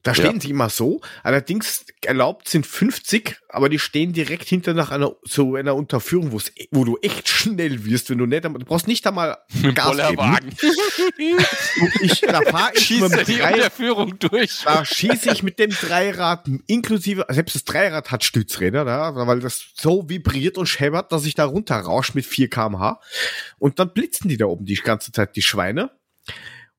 Speaker 3: da stehen sie immer so. Allerdings erlaubt sind 50, aber die stehen direkt hinter nach einer so einer Unterführung, wo es- wo du echt schnell wirst, wenn du nicht einmal- du brauchst nicht einmal Gas geben.
Speaker 2: Bollerwagen.
Speaker 3: *laughs* Ich, da fahre ich mit
Speaker 2: Schießt er
Speaker 3: dem
Speaker 2: die
Speaker 3: Dreirad,
Speaker 2: Unterführung durch.
Speaker 3: *laughs* da schieße ich mit dem Dreirad inklusive, selbst das Dreirad hat Stützräder, da, weil das so vibriert und schäbert, dass ich da runterrausche mit 4 kmh. Und dann blitzen die da oben die ganze Zeit, die Schweine.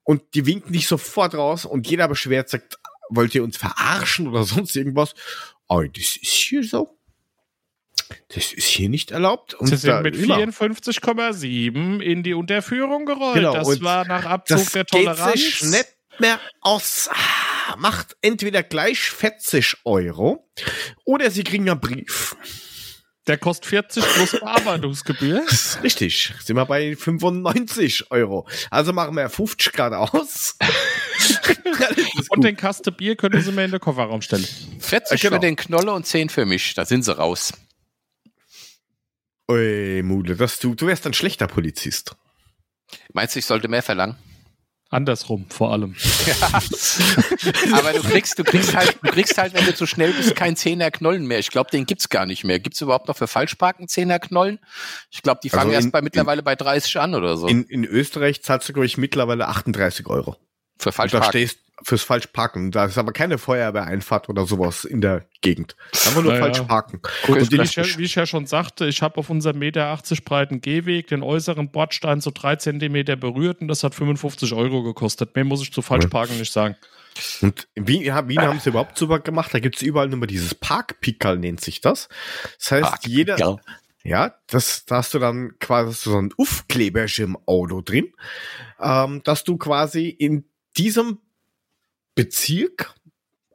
Speaker 3: Und die winken dich sofort raus und jeder beschwert, sagt, wollt ihr uns verarschen oder sonst irgendwas? Aber das ist hier so. Das ist hier nicht erlaubt. Und
Speaker 1: Sie
Speaker 3: da
Speaker 1: sind mit
Speaker 3: immer.
Speaker 1: 54,7 in die Unterführung gerollt.
Speaker 3: Genau,
Speaker 1: das
Speaker 3: und
Speaker 1: war nach Abzug
Speaker 3: das
Speaker 1: der
Speaker 3: geht
Speaker 1: Toleranz.
Speaker 3: sich nicht mehr aus. Ah, Macht entweder gleich 40 Euro oder sie kriegen einen Brief.
Speaker 1: Der kostet 40 plus Bearbeitungsgebühr.
Speaker 3: Das ist richtig. Sind wir bei 95 Euro. Also machen wir 50 Grad
Speaker 1: *laughs*
Speaker 3: aus.
Speaker 1: Und den Kaste Bier können Sie mir in den Kofferraum stellen.
Speaker 2: 40
Speaker 3: Genau.
Speaker 2: für den Knolle und 10 für mich. Da sind sie raus.
Speaker 3: Ey, Mule, das, du, du wärst ein schlechter Polizist.
Speaker 2: Meinst du, ich sollte mehr
Speaker 3: *laughs*
Speaker 2: verlangen?
Speaker 1: Andersrum vor allem.
Speaker 2: Aber du kriegst, du kriegst halt, du kriegst halt, wenn du zu schnell bist, kein Zehner Knollen mehr. Ich glaube, den gibt's gar nicht mehr. Gibt's überhaupt noch für Falschparken Zehner Knollen? Ich glaube, die fangen
Speaker 3: Also in-
Speaker 2: erst bei mittlerweile bei 30 an oder so.
Speaker 3: In, in Österreich zahlst du, glaube ich, mittlerweile 38 Euro.
Speaker 2: für
Speaker 3: Und da
Speaker 2: Falschparken.
Speaker 3: stehst fürs Falschparken. Da ist aber keine Feuerwehreinfahrt oder sowas in der Gegend. Einfach nur
Speaker 1: Naja.
Speaker 3: Falschparken.
Speaker 2: Cool.
Speaker 3: Und die
Speaker 1: Wie
Speaker 3: nicht
Speaker 1: ich, ja, wie ich ja schon sagte, ich habe auf unserem Meter 80 breiten Gehweg den äußeren Bordstein so 3 Zentimeter berührt und das hat 55 Euro gekostet. Mehr muss ich zu Falschparken nicht sagen.
Speaker 3: Und in Wien, ja, Wien haben sie überhaupt super gemacht. Da gibt's überall nur mal dieses Parkpickerl, nennt sich das. Das heißt,
Speaker 2: Park.
Speaker 3: jeder,
Speaker 2: Ja.
Speaker 3: Ja, das, da hast du dann quasi so ein Uff-Kleberchen im Auto drin, ähm, dass du quasi in diesem Bezirk,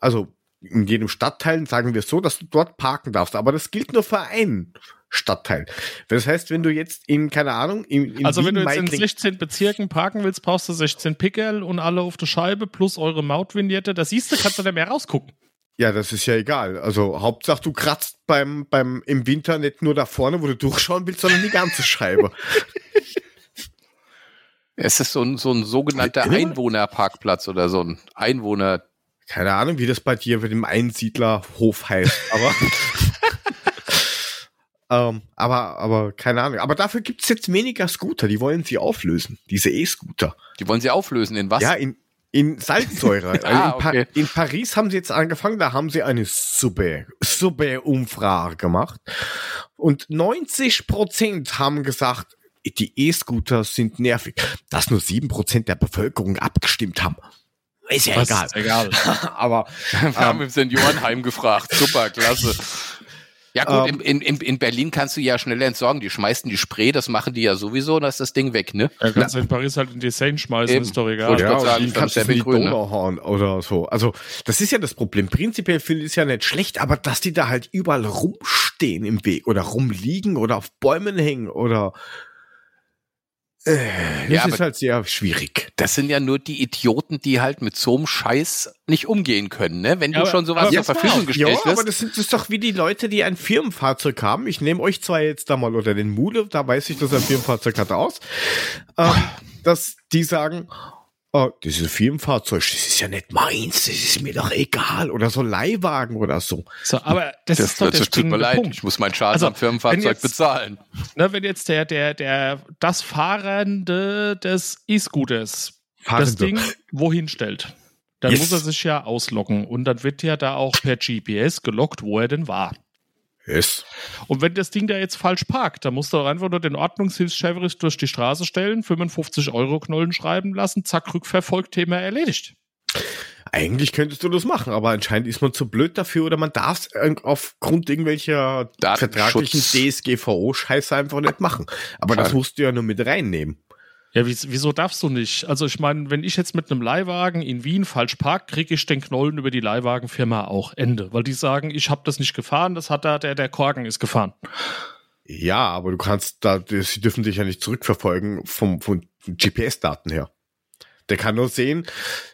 Speaker 3: also in jedem Stadtteil, sagen wir es so, dass du dort parken darfst. Aber das gilt nur für einen Stadtteil. Das heißt, wenn du jetzt in, keine Ahnung, in, in
Speaker 1: Also wenn du
Speaker 3: Wien,
Speaker 1: jetzt in
Speaker 3: Meidling-
Speaker 1: 16 Bezirken parken willst, brauchst du 16 Pickel und alle auf der Scheibe plus eure Mautvignette. Das siehst du, kannst du nicht mehr rausgucken.
Speaker 3: Ja, das ist ja egal. Also Hauptsache, du kratzt beim, beim im Winter nicht nur da vorne, wo du durchschauen willst, sondern die ganze Scheibe.
Speaker 2: Es ist so ein, so ein sogenannter
Speaker 3: Immer?
Speaker 2: Einwohnerparkplatz oder so ein Einwohner.
Speaker 3: Keine Ahnung, wie das bei dir mit dem Einsiedlerhof heißt, aber. ähm, aber, aber, keine Ahnung. Aber dafür gibt's jetzt weniger Scooter, die wollen sie auflösen, diese E-Scooter.
Speaker 2: Die wollen sie auflösen in was?
Speaker 3: Ja, in,
Speaker 2: *laughs*
Speaker 3: in Salzsäure.
Speaker 2: Ah,
Speaker 3: Also in, pa
Speaker 2: okay.
Speaker 3: in Paris haben sie jetzt angefangen, da haben sie eine super, super Umfrage gemacht. Und 90 Prozent haben gesagt, die E-Scooter sind nervig. Dass nur 7 Prozent der Bevölkerung abgestimmt haben. Ist ja
Speaker 1: Das
Speaker 3: egal.
Speaker 1: Ist egal.
Speaker 3: *laughs* Aber
Speaker 2: Wir haben im Seniorenheim gefragt. Super, klasse. Ja gut, in, in, in Berlin kannst du ja schneller entsorgen. Die schmeißen die Spray, das machen die ja sowieso, dann ist das Ding weg, ne?
Speaker 1: Da kannst du in Paris halt in die Seine schmeißen,
Speaker 2: Eben.
Speaker 1: ist doch egal.
Speaker 2: Wollte ich
Speaker 3: ja,
Speaker 2: grad sagen,
Speaker 3: und
Speaker 2: ich
Speaker 3: die kannst du
Speaker 2: fand's
Speaker 3: für die
Speaker 2: grün, ne?
Speaker 3: Donauhauen oder so. Also das ist ja das Problem. Prinzipiell finde ich es ja nicht schlecht, aber dass die da halt überall rumstehen im Weg oder rumliegen oder auf Bäumen hängen oder äh, das
Speaker 2: Ja,
Speaker 3: ist
Speaker 2: aber-
Speaker 3: halt sehr schwierig.
Speaker 2: Das sind ja nur die Idioten, die halt mit so einem Scheiß nicht umgehen können, ne? Wenn
Speaker 1: Ja,
Speaker 2: du
Speaker 1: aber-
Speaker 2: schon sowas
Speaker 1: aber
Speaker 2: zur
Speaker 1: pass mal
Speaker 2: Verfügung
Speaker 1: auf.
Speaker 3: Ja,
Speaker 2: gestellt
Speaker 3: aber
Speaker 2: wirst.
Speaker 3: das, sind, das ist doch wie die Leute, die ein Firmenfahrzeug haben. Ich nehme euch zwar jetzt da mal unter den Mule, da weiß ich, dass ein Firmenfahrzeug hat aus,
Speaker 2: *laughs*
Speaker 3: ähm, dass die sagen, oh, das ist ein Firmenfahrzeug, das ist ja nicht meins, das ist mir doch egal. Oder so Leihwagen oder so.
Speaker 1: So, aber das, ist doch
Speaker 2: tut
Speaker 1: der
Speaker 2: mir
Speaker 1: springende
Speaker 2: leid,
Speaker 1: Punkt.
Speaker 2: ich muss meinen Schaden
Speaker 1: Also,
Speaker 2: am Firmenfahrzeug
Speaker 1: wenn jetzt-
Speaker 2: bezahlen.
Speaker 1: Ne, wenn jetzt der, der, der, das Fahrende des E-Scooters das
Speaker 3: Fahrende.
Speaker 1: Ding wohin stellt, dann
Speaker 3: Yes.
Speaker 1: muss er sich ja auslocken und dann wird ja da auch per GPS gelockt, wo er denn war.
Speaker 3: Yes.
Speaker 1: Und wenn das Ding da jetzt falsch parkt, dann musst du doch einfach nur den Ordnungshilfs-Sheriff durch die Straße stellen, 55 Euro Knollen schreiben lassen, zack, rückverfolgt, Thema erledigt.
Speaker 3: Eigentlich könntest du das machen, aber anscheinend ist man zu blöd dafür oder man darf es aufgrund irgendwelcher
Speaker 2: Datenschutz.
Speaker 3: vertraglichen DSGVO-Scheiße einfach nicht machen. Aber das
Speaker 2: Schade.
Speaker 3: musst du ja nur mit reinnehmen.
Speaker 1: Ja, wies- wieso darfst du nicht? Also ich meine, wenn ich jetzt mit einem Leihwagen in Wien falsch park, kriege ich den Knollen über die Leihwagenfirma auch Ende, weil die sagen, ich habe das nicht gefahren, das hat da der der Korken ist gefahren.
Speaker 3: Ja, aber du kannst da, das- sie dürfen dich ja nicht zurückverfolgen vom, von GPS-Daten her. Der kann nur sehen,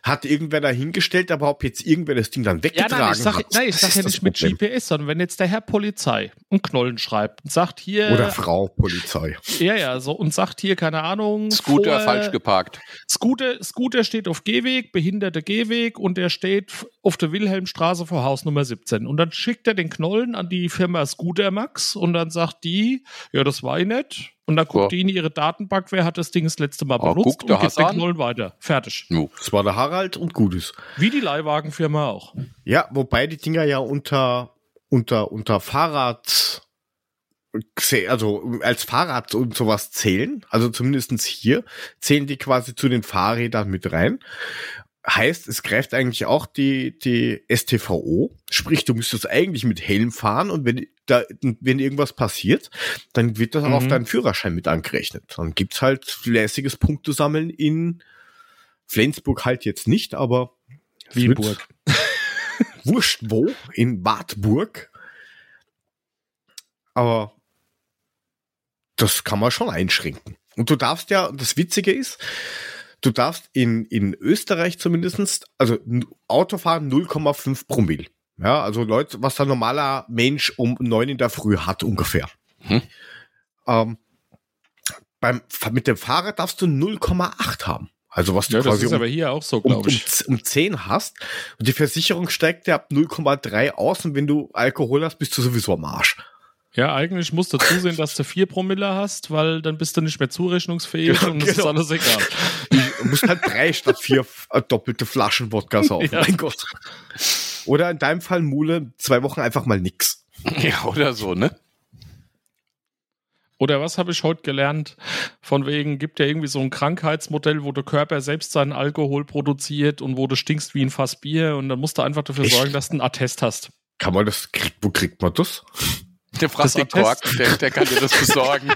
Speaker 3: hat irgendwer da hingestellt, aber ob jetzt irgendwer das Ding dann weggetragen
Speaker 1: ich sag,
Speaker 3: hat.
Speaker 1: nein, ich
Speaker 3: das
Speaker 1: sag
Speaker 3: ist
Speaker 1: ja
Speaker 3: das
Speaker 1: nicht mit
Speaker 3: Problem.
Speaker 1: GPS, sondern wenn jetzt der Herr Polizei einen Knollen schreibt und sagt hier
Speaker 3: Oder Frau Polizei.
Speaker 1: ja ja so und sagt hier keine Ahnung
Speaker 2: Scooter
Speaker 1: vor-
Speaker 2: falsch geparkt. *laughs*
Speaker 1: Scooter, Scooter steht auf Gehweg, behinderte Gehweg und er steht f- auf der Wilhelmstraße vor Haus Nummer 17. Und dann schickt er den Knollen an die Firma Scootermax und dann sagt die, ja, das war ich nicht. Und dann guckt
Speaker 2: Ja.
Speaker 1: die in ihre Datenbank, wer hat das Ding das letzte Mal
Speaker 2: Ah,
Speaker 1: benutzt
Speaker 2: guck, da
Speaker 1: und gibt
Speaker 2: hast du
Speaker 1: den
Speaker 2: an.
Speaker 1: Knollen weiter. Fertig.
Speaker 2: Nu.
Speaker 3: Das war der Harald und Gutes.
Speaker 1: Wie die Leihwagenfirma auch.
Speaker 3: Ja, wobei die Dinger ja unter, unter, unter Fahrrad, also als Fahrrad und sowas zählen, also zumindestens hier, zählen die quasi zu den Fahrrädern mit rein. Heißt, es greift eigentlich auch die, die STVO, sprich, du müsstest eigentlich mit Helm fahren und wenn da, wenn irgendwas passiert, dann wird das auch
Speaker 1: Mhm.
Speaker 3: auf deinen Führerschein mit angerechnet. Dann gibt's halt lässiges Punktesammeln in Flensburg halt jetzt nicht, aber es wird-
Speaker 1: Burg.
Speaker 3: wurscht wo, in Wartburg. Aber das kann man schon einschränken. Und du darfst ja, das Witzige ist, du darfst in, in Österreich zumindestens also n- Autofahren 0,5 Promille. Ja, also Leute, was der normaler Mensch um neun in der Früh hat ungefähr.
Speaker 1: Hm.
Speaker 2: Mhm.
Speaker 3: Ähm, beim, mit dem Fahrrad darfst du 0,8 haben. Also was du
Speaker 1: Ja, das
Speaker 3: quasi
Speaker 1: ist
Speaker 3: um
Speaker 1: aber hier auch so,
Speaker 3: um, um,
Speaker 1: glaube ich.
Speaker 3: z- um 10 hast und die Versicherung steigt dir ab 0,3 aus und wenn du Alkohol hast, bist du sowieso am Arsch.
Speaker 1: Ja, eigentlich musst du zusehen, dass du 4 Promille hast, weil dann bist du nicht mehr zurechnungsfähig
Speaker 3: Ja,
Speaker 1: und es ist
Speaker 3: genau.
Speaker 1: alles egal.
Speaker 3: Du musst halt drei statt vier f- äh, doppelte Flaschen Wodka saufen.
Speaker 1: Ja.
Speaker 3: Mein Gott. Oder in deinem Fall, Mule, zwei Wochen einfach mal nix.
Speaker 2: Ja, oder so, ne?
Speaker 1: Oder was habe ich heute gelernt? Von wegen gibt ja irgendwie so ein Krankheitsmodell, wo der Körper selbst seinen Alkohol produziert und wo du stinkst wie ein Fass Bier und dann musst du einfach dafür
Speaker 3: Echt?
Speaker 1: sorgen, dass du einen Attest hast.
Speaker 3: Kann man das, kriegt, wo kriegt man das?
Speaker 2: Der fragt den
Speaker 1: Attest.
Speaker 2: Kork, der, der kann dir das
Speaker 1: *laughs*
Speaker 2: besorgen.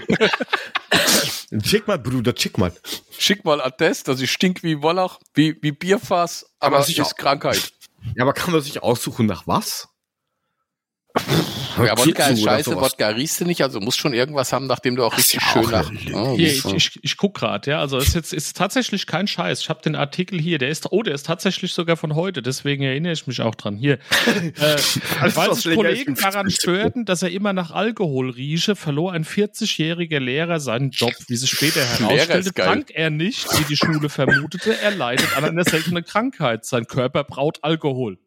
Speaker 3: Schick mal, Bruder, schick mal.
Speaker 2: Schick mal Attest, dass ich stink wie Wallach, wie, wie Bierfass, aber,
Speaker 3: Aber
Speaker 2: es
Speaker 3: sicher.
Speaker 2: ist Krankheit.
Speaker 3: Ja, aber kann man sich aussuchen, nach was?
Speaker 2: Ja, Wodka ist
Speaker 3: Kizu oder
Speaker 2: scheiße,
Speaker 3: sowas.
Speaker 2: Wodka riechst du nicht, also musst schon irgendwas haben, nachdem du auch
Speaker 3: Das ist
Speaker 2: richtig
Speaker 3: ja
Speaker 2: schön
Speaker 3: auch
Speaker 2: nach.
Speaker 3: eine
Speaker 2: Ah,
Speaker 1: Hier,
Speaker 2: das-
Speaker 1: ich, ich, ich guck gerade, ja. Also ist jetzt ist tatsächlich kein Scheiß. Ich habe den Artikel hier, der ist, oh, der ist tatsächlich sogar von heute, deswegen erinnere ich mich auch dran. Hier. äh,
Speaker 3: Alles
Speaker 1: weil
Speaker 3: was
Speaker 1: sich
Speaker 3: länger als
Speaker 1: Kollegen
Speaker 3: 15
Speaker 1: daran
Speaker 3: Sekunden.
Speaker 1: störten, dass er immer nach Alkohol rieche, verlor ein 40-jähriger Lehrer seinen Job. Wie sich später
Speaker 2: Lehrer
Speaker 1: herausstellte,
Speaker 2: ist geil.
Speaker 1: trank er nicht, wie die Schule vermutete. Er leidet an einer seltenen Krankheit. Sein Körper braut Alkohol.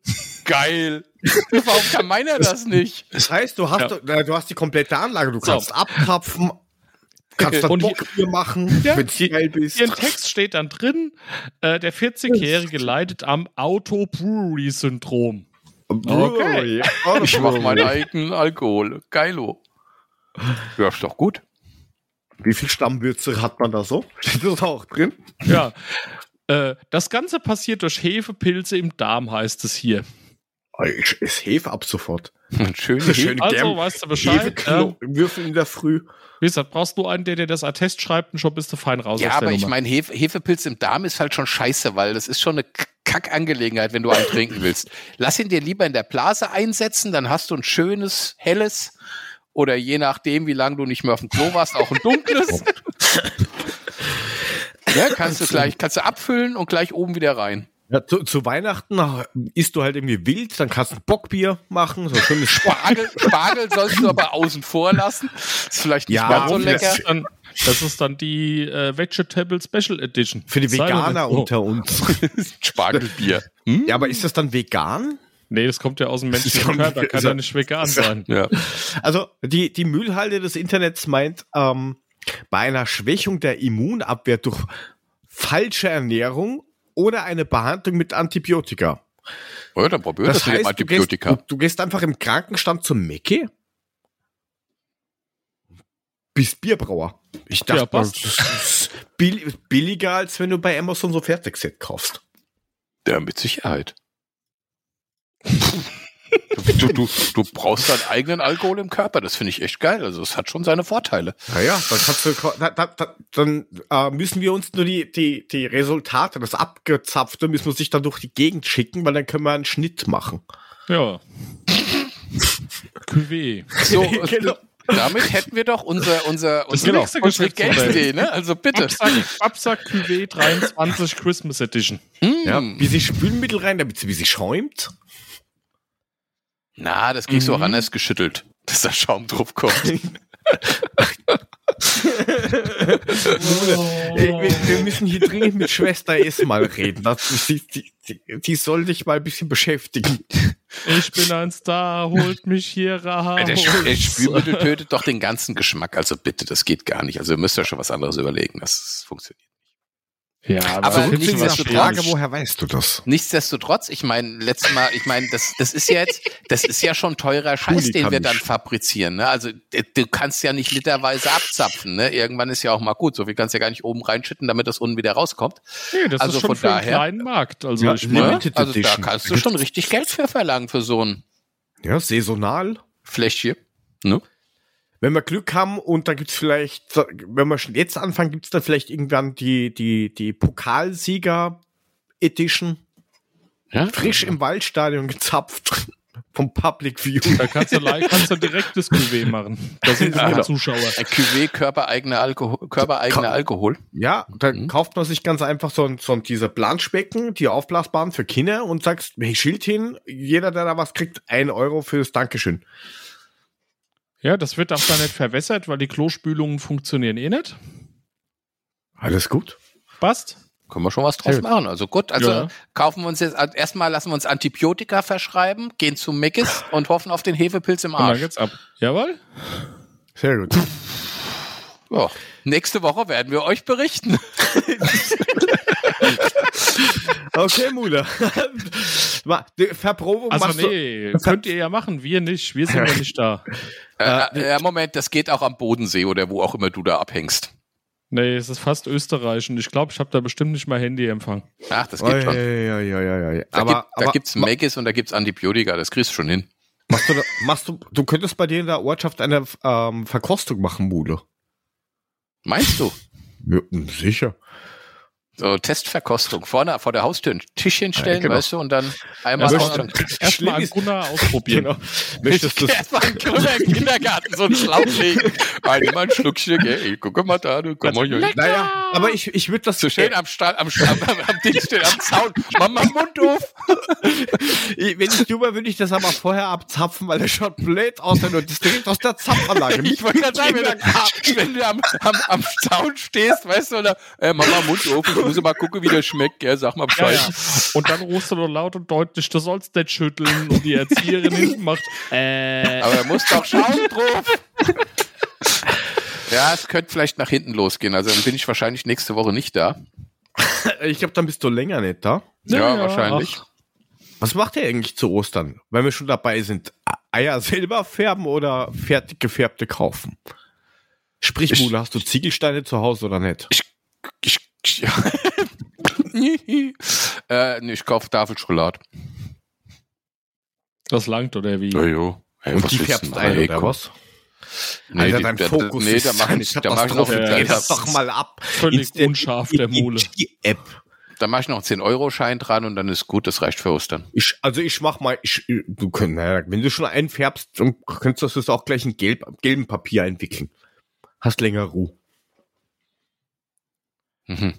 Speaker 2: Geil. *laughs* Warum kann meiner das nicht?
Speaker 3: Das heißt, du hast,
Speaker 1: Ja.
Speaker 3: doch- na, du hast die komplette Anlage. Du
Speaker 1: So.
Speaker 3: kannst abtapfen, kannst dann
Speaker 1: Und hier-
Speaker 3: Bockbier machen,
Speaker 1: Ja.
Speaker 3: wenn du geil bist.
Speaker 1: Hier im Text steht dann drin, äh, der 40-Jährige leidet am Auto-Brewery-Syndrom. Okay.
Speaker 3: Ja, das
Speaker 2: Ich mach
Speaker 3: war-
Speaker 2: meinen eigenen Alkohol. Geilo. Ja, ist doch *laughs* gut.
Speaker 3: Wie viel Stammwürze hat man da so? *laughs* Steht das auch drin?
Speaker 1: Ja. Äh, das Ganze passiert durch Hefepilze im Darm, heißt es hier.
Speaker 3: Oh, Ich esse Hefe ab sofort.
Speaker 2: Ein schöner
Speaker 3: Schön.
Speaker 1: Also
Speaker 3: Gern.
Speaker 1: weißt du
Speaker 3: Hefe
Speaker 1: Bescheid. Ähm,
Speaker 3: Klo- Würfel in der Früh.
Speaker 1: wie gesagt, brauchst du einen, der dir das Attest schreibt und schon bist du fein raus
Speaker 2: Ja,
Speaker 1: aus der
Speaker 2: aber ich
Speaker 1: Nummer.
Speaker 2: meine, Hefe, Hefepilz im Darm ist halt schon scheiße, weil das ist schon eine K- Kackangelegenheit, wenn du einen trinken willst. Lass ihn dir lieber in der Blase einsetzen, dann hast du ein schönes, helles oder je nachdem, wie lange du nicht mehr auf dem Klo warst, auch ein dunkles. ja, kannst du gleich, kannst du abfüllen und gleich oben wieder rein.
Speaker 3: Ja, zu, zu Weihnachten ach, isst du halt irgendwie wild, dann kannst du ein Bockbier machen, so ein schönes Sport.
Speaker 2: Spargel, Spargel sollst du aber außen vor lassen. Ist vielleicht nicht
Speaker 3: Ja,
Speaker 2: ganz so
Speaker 3: warum
Speaker 1: Das *laughs*
Speaker 2: lecker.
Speaker 1: ist dann, das ist dann die äh, Vegetable Special Edition.
Speaker 3: Für die
Speaker 1: Sei doch
Speaker 3: Veganer
Speaker 1: nicht- oh.
Speaker 3: unter uns.
Speaker 2: *laughs* Spargelbier.
Speaker 3: Ja, aber ist das dann vegan?
Speaker 1: Oh. Nee, das kommt ja aus dem menschlichen
Speaker 3: kommt-
Speaker 1: Körper, kann
Speaker 3: ist
Speaker 1: ja
Speaker 3: ja-
Speaker 1: nicht vegan sein.
Speaker 2: Ja.
Speaker 3: Also die, die Müllhalde des Internets meint, ähm, bei einer Schwächung der Immunabwehr durch falsche Ernährung oder eine Behandlung mit Antibiotika.
Speaker 2: ja, Oh, dann
Speaker 3: Öh,
Speaker 2: probier das, mit dem
Speaker 3: du gehst,
Speaker 2: Antibiotika.
Speaker 3: du, du gehst einfach im Krankenstand zum Mecke? Bist Bierbrauer. Ich dachte,
Speaker 1: Ja, passt.
Speaker 3: das ist bill- billiger, als wenn du bei Amazon so Fertigset kaufst.
Speaker 2: Ja, mit Sicherheit. Du, du, du brauchst deinen eigenen Alkohol im Körper, das finde ich echt geil. Also es hat schon seine Vorteile.
Speaker 3: Naja, dann, kannst du, da, da, da, dann äh, müssen wir uns nur die, die, die Resultate, das Abgezapfte, müssen wir sich dann durch die Gegend schicken, weil dann können wir einen Schnitt machen.
Speaker 1: Ja. Cuvée. *laughs*
Speaker 2: So, äh,
Speaker 3: Genau.
Speaker 2: damit hätten wir doch unser, unser,
Speaker 1: Das genau.
Speaker 2: unser
Speaker 1: nächste
Speaker 2: unsere
Speaker 1: Geschäftsmodell.
Speaker 2: Geldidee, ne? Also bitte.
Speaker 1: Absack, Absack Cuvée 23 Christmas Edition.
Speaker 3: Ja,
Speaker 2: Mm.
Speaker 3: wie sie Spülmittel rein, damit sie wie sie schäumt.
Speaker 2: Na, das kriegst du auch
Speaker 1: Mhm.
Speaker 2: anders geschüttelt, dass da Schaum drauf
Speaker 1: *laughs*
Speaker 2: kommt.
Speaker 3: Äh,
Speaker 1: Oh.
Speaker 3: wir, wir müssen hier dringend mit Schwester S mal reden. Das, die, die, die, die soll dich mal ein bisschen beschäftigen.
Speaker 1: Ich bin ein Star, holt mich hier raus.
Speaker 2: Der, Spül- der Spülmittel tötet doch den ganzen Geschmack. Also bitte, das geht gar nicht. Also ihr müsst ja schon was anderes überlegen. Das funktioniert.
Speaker 1: Ja, also,
Speaker 2: Aber
Speaker 1: da findest du
Speaker 2: nichtsdestotrotz-
Speaker 1: was Schweres.
Speaker 3: woher weißt du das?
Speaker 2: Nichtsdestotrotz, ich meine, letztes Mal, ich meine, das, das ist ja jetzt, das ist ja schon teurer Scheiß, den wir dann fabrizieren. Ne? Also d- du kannst ja nicht literweise abzapfen. Ne? Irgendwann ist ja auch mal gut. So viel kannst du ja gar nicht oben reinschütten, damit das unten wieder rauskommt.
Speaker 1: Nee, das
Speaker 2: Also
Speaker 1: ist schon
Speaker 2: von
Speaker 1: für einen
Speaker 2: daher-
Speaker 1: kleinen Markt. Also
Speaker 3: Ja,
Speaker 1: ich
Speaker 3: ne?
Speaker 1: meine,
Speaker 2: Ne?
Speaker 3: Limited
Speaker 2: Also da
Speaker 3: Edition.
Speaker 2: kannst du schon richtig Geld für verlangen für so ein
Speaker 3: Ja, saisonal.
Speaker 2: Fläschchen. ne?
Speaker 3: Wenn wir Glück haben und dann gibt's vielleicht, wenn wir schon jetzt anfangen, gibt's dann vielleicht irgendwann die, die, die Pokalsieger Edition.
Speaker 2: Ja?
Speaker 3: Frisch im Waldstadion gezapft *laughs* vom Public View.
Speaker 1: da kannst du, li- kannst du direkt das Cuvée machen. Da sind
Speaker 2: Ja,
Speaker 1: immer
Speaker 2: genau.
Speaker 1: Zuschauer.
Speaker 2: Ein Cuvée körpereigener Alkohol. Körpereigener
Speaker 3: Ka-
Speaker 2: Alkohol.
Speaker 3: Ja, da
Speaker 2: Mhm.
Speaker 3: kauft man sich ganz einfach so, ein, so ein- diese Planschbecken, die aufblasbaren für Kinder und sagst, hey, Schild hin, jeder, der da was kriegt, ein Euro fürs Dankeschön.
Speaker 1: Ja, das wird auch dann nicht verwässert, weil die Klospülungen funktionieren eh nicht.
Speaker 3: Alles gut.
Speaker 1: Passt?
Speaker 2: Können wir schon was draus
Speaker 3: Sehr gut.
Speaker 2: machen. Also gut, also
Speaker 1: Ja.
Speaker 2: kaufen wir uns jetzt, erstmal lassen wir uns Antibiotika verschreiben, gehen zu Mickes und hoffen auf den Hefepilz im
Speaker 1: Und dann
Speaker 2: Arsch.
Speaker 1: geht's ab. Jawohl?
Speaker 3: Sehr *laughs* gut.
Speaker 2: Ja, nächste Woche werden wir euch berichten.
Speaker 3: Okay, *laughs* Mula. Ma- die Verprobung machst
Speaker 1: Also
Speaker 3: du.
Speaker 1: nee, könnt ihr ja machen, wir nicht. Wir sind ja nicht da.
Speaker 2: *laughs* Äh, äh, Moment, das geht auch am Bodensee oder wo auch immer du da abhängst.
Speaker 1: Nee, es ist fast Österreich und ich glaube, ich habe da bestimmt nicht mal Handyempfang.
Speaker 2: Ach, das geht
Speaker 3: Oi,
Speaker 2: schon.
Speaker 3: oi, oi, oi, oi.
Speaker 2: Da,
Speaker 3: Aber,
Speaker 2: gibt, da
Speaker 3: aber-
Speaker 2: gibt's Megis und da gibt's Antibiotika, das kriegst du schon hin.
Speaker 3: Machst du, da, machst du, du könntest bei dir in der Ortschaft eine ähm, Verkostung machen, Mule.
Speaker 2: Meinst du?
Speaker 3: Ja, sicher.
Speaker 2: So, Testverkostung. Vorne vor der Haustür ein Tischchen stellen,
Speaker 3: genau.
Speaker 2: weißt du, und dann einmal
Speaker 1: Ja,
Speaker 2: ausdrücken.
Speaker 1: Erstmal einen
Speaker 3: ist-
Speaker 1: Gunnar
Speaker 3: *laughs*
Speaker 1: ausprobieren.
Speaker 3: Genau.
Speaker 2: *laughs*
Speaker 3: Möchtest *laughs* du
Speaker 2: Erstmal einen Gründer im Kindergarten, so einen Schlauch legen. Einmal ein Schlückchen, ey, guck mal da, du, guck mal hier.
Speaker 3: Naja, aber ich, ich würde das
Speaker 2: So schön am, Sta am, Sta am, am Ding stehen, am Zaun. Mama, Mund auf.
Speaker 3: Ich- Wenn ich drüber würde ich das aber vorher abzapfen, weil der schaut blöd aus, wenn du das direkt aus der Zapfanlage
Speaker 2: Ich wollte gerade *laughs* sagen, wenn du, wenn du am, am, am Zaun stehst, weißt du, oder, äh, Mama, Mund auf, ich muss mal gucken, wie der schmeckt, ja, sag mal
Speaker 1: Ja,
Speaker 2: Bescheid.
Speaker 1: ja. Und dann rufst du nur laut und deutlich, du sollst nicht schütteln und die Erzieherin hinten macht, äh,
Speaker 2: Aber er muss doch schauen drauf. Ja, es könnte vielleicht nach hinten losgehen. Also dann bin ich wahrscheinlich nächste Woche nicht da.
Speaker 3: *laughs* Ich glaube, dann bist du länger nicht da.
Speaker 2: Ja,
Speaker 1: naja,
Speaker 2: wahrscheinlich.
Speaker 1: ach,
Speaker 3: Was macht ihr eigentlich zu Ostern? Wenn wir schon dabei sind, A- Eier selber färben oder fertig gefärbte kaufen? Sprich,
Speaker 2: Ich-
Speaker 3: Mule, hast du Ziegelsteine zu Hause oder nicht?
Speaker 2: Ich, ja. *laughs* äh, nee, ich kaufe Tafelschokolade.
Speaker 1: das langt oder wie?
Speaker 2: jo. Hey,
Speaker 3: Und die färbst ein, oder was?
Speaker 2: Nee, die- da- nee, da *laughs* mach ich, da mach ich noch,
Speaker 1: drauf,
Speaker 2: da,
Speaker 1: ey.
Speaker 3: Geh
Speaker 2: da,
Speaker 3: das doch mal ab.
Speaker 1: Völlig
Speaker 3: Instant-
Speaker 1: unscharf, der Mule.
Speaker 3: Die App.
Speaker 2: da mach ich noch einen 10-Euro-Schein dran und dann ist gut, das reicht für Ostern.
Speaker 3: Ich, also ich mach mal, ich, äh, du könnt, naja, wenn du schon einfärbst, dann könntest du das auch gleich in gelb, gelben Papier entwickeln. Hast länger Ruhe.
Speaker 2: Mhm.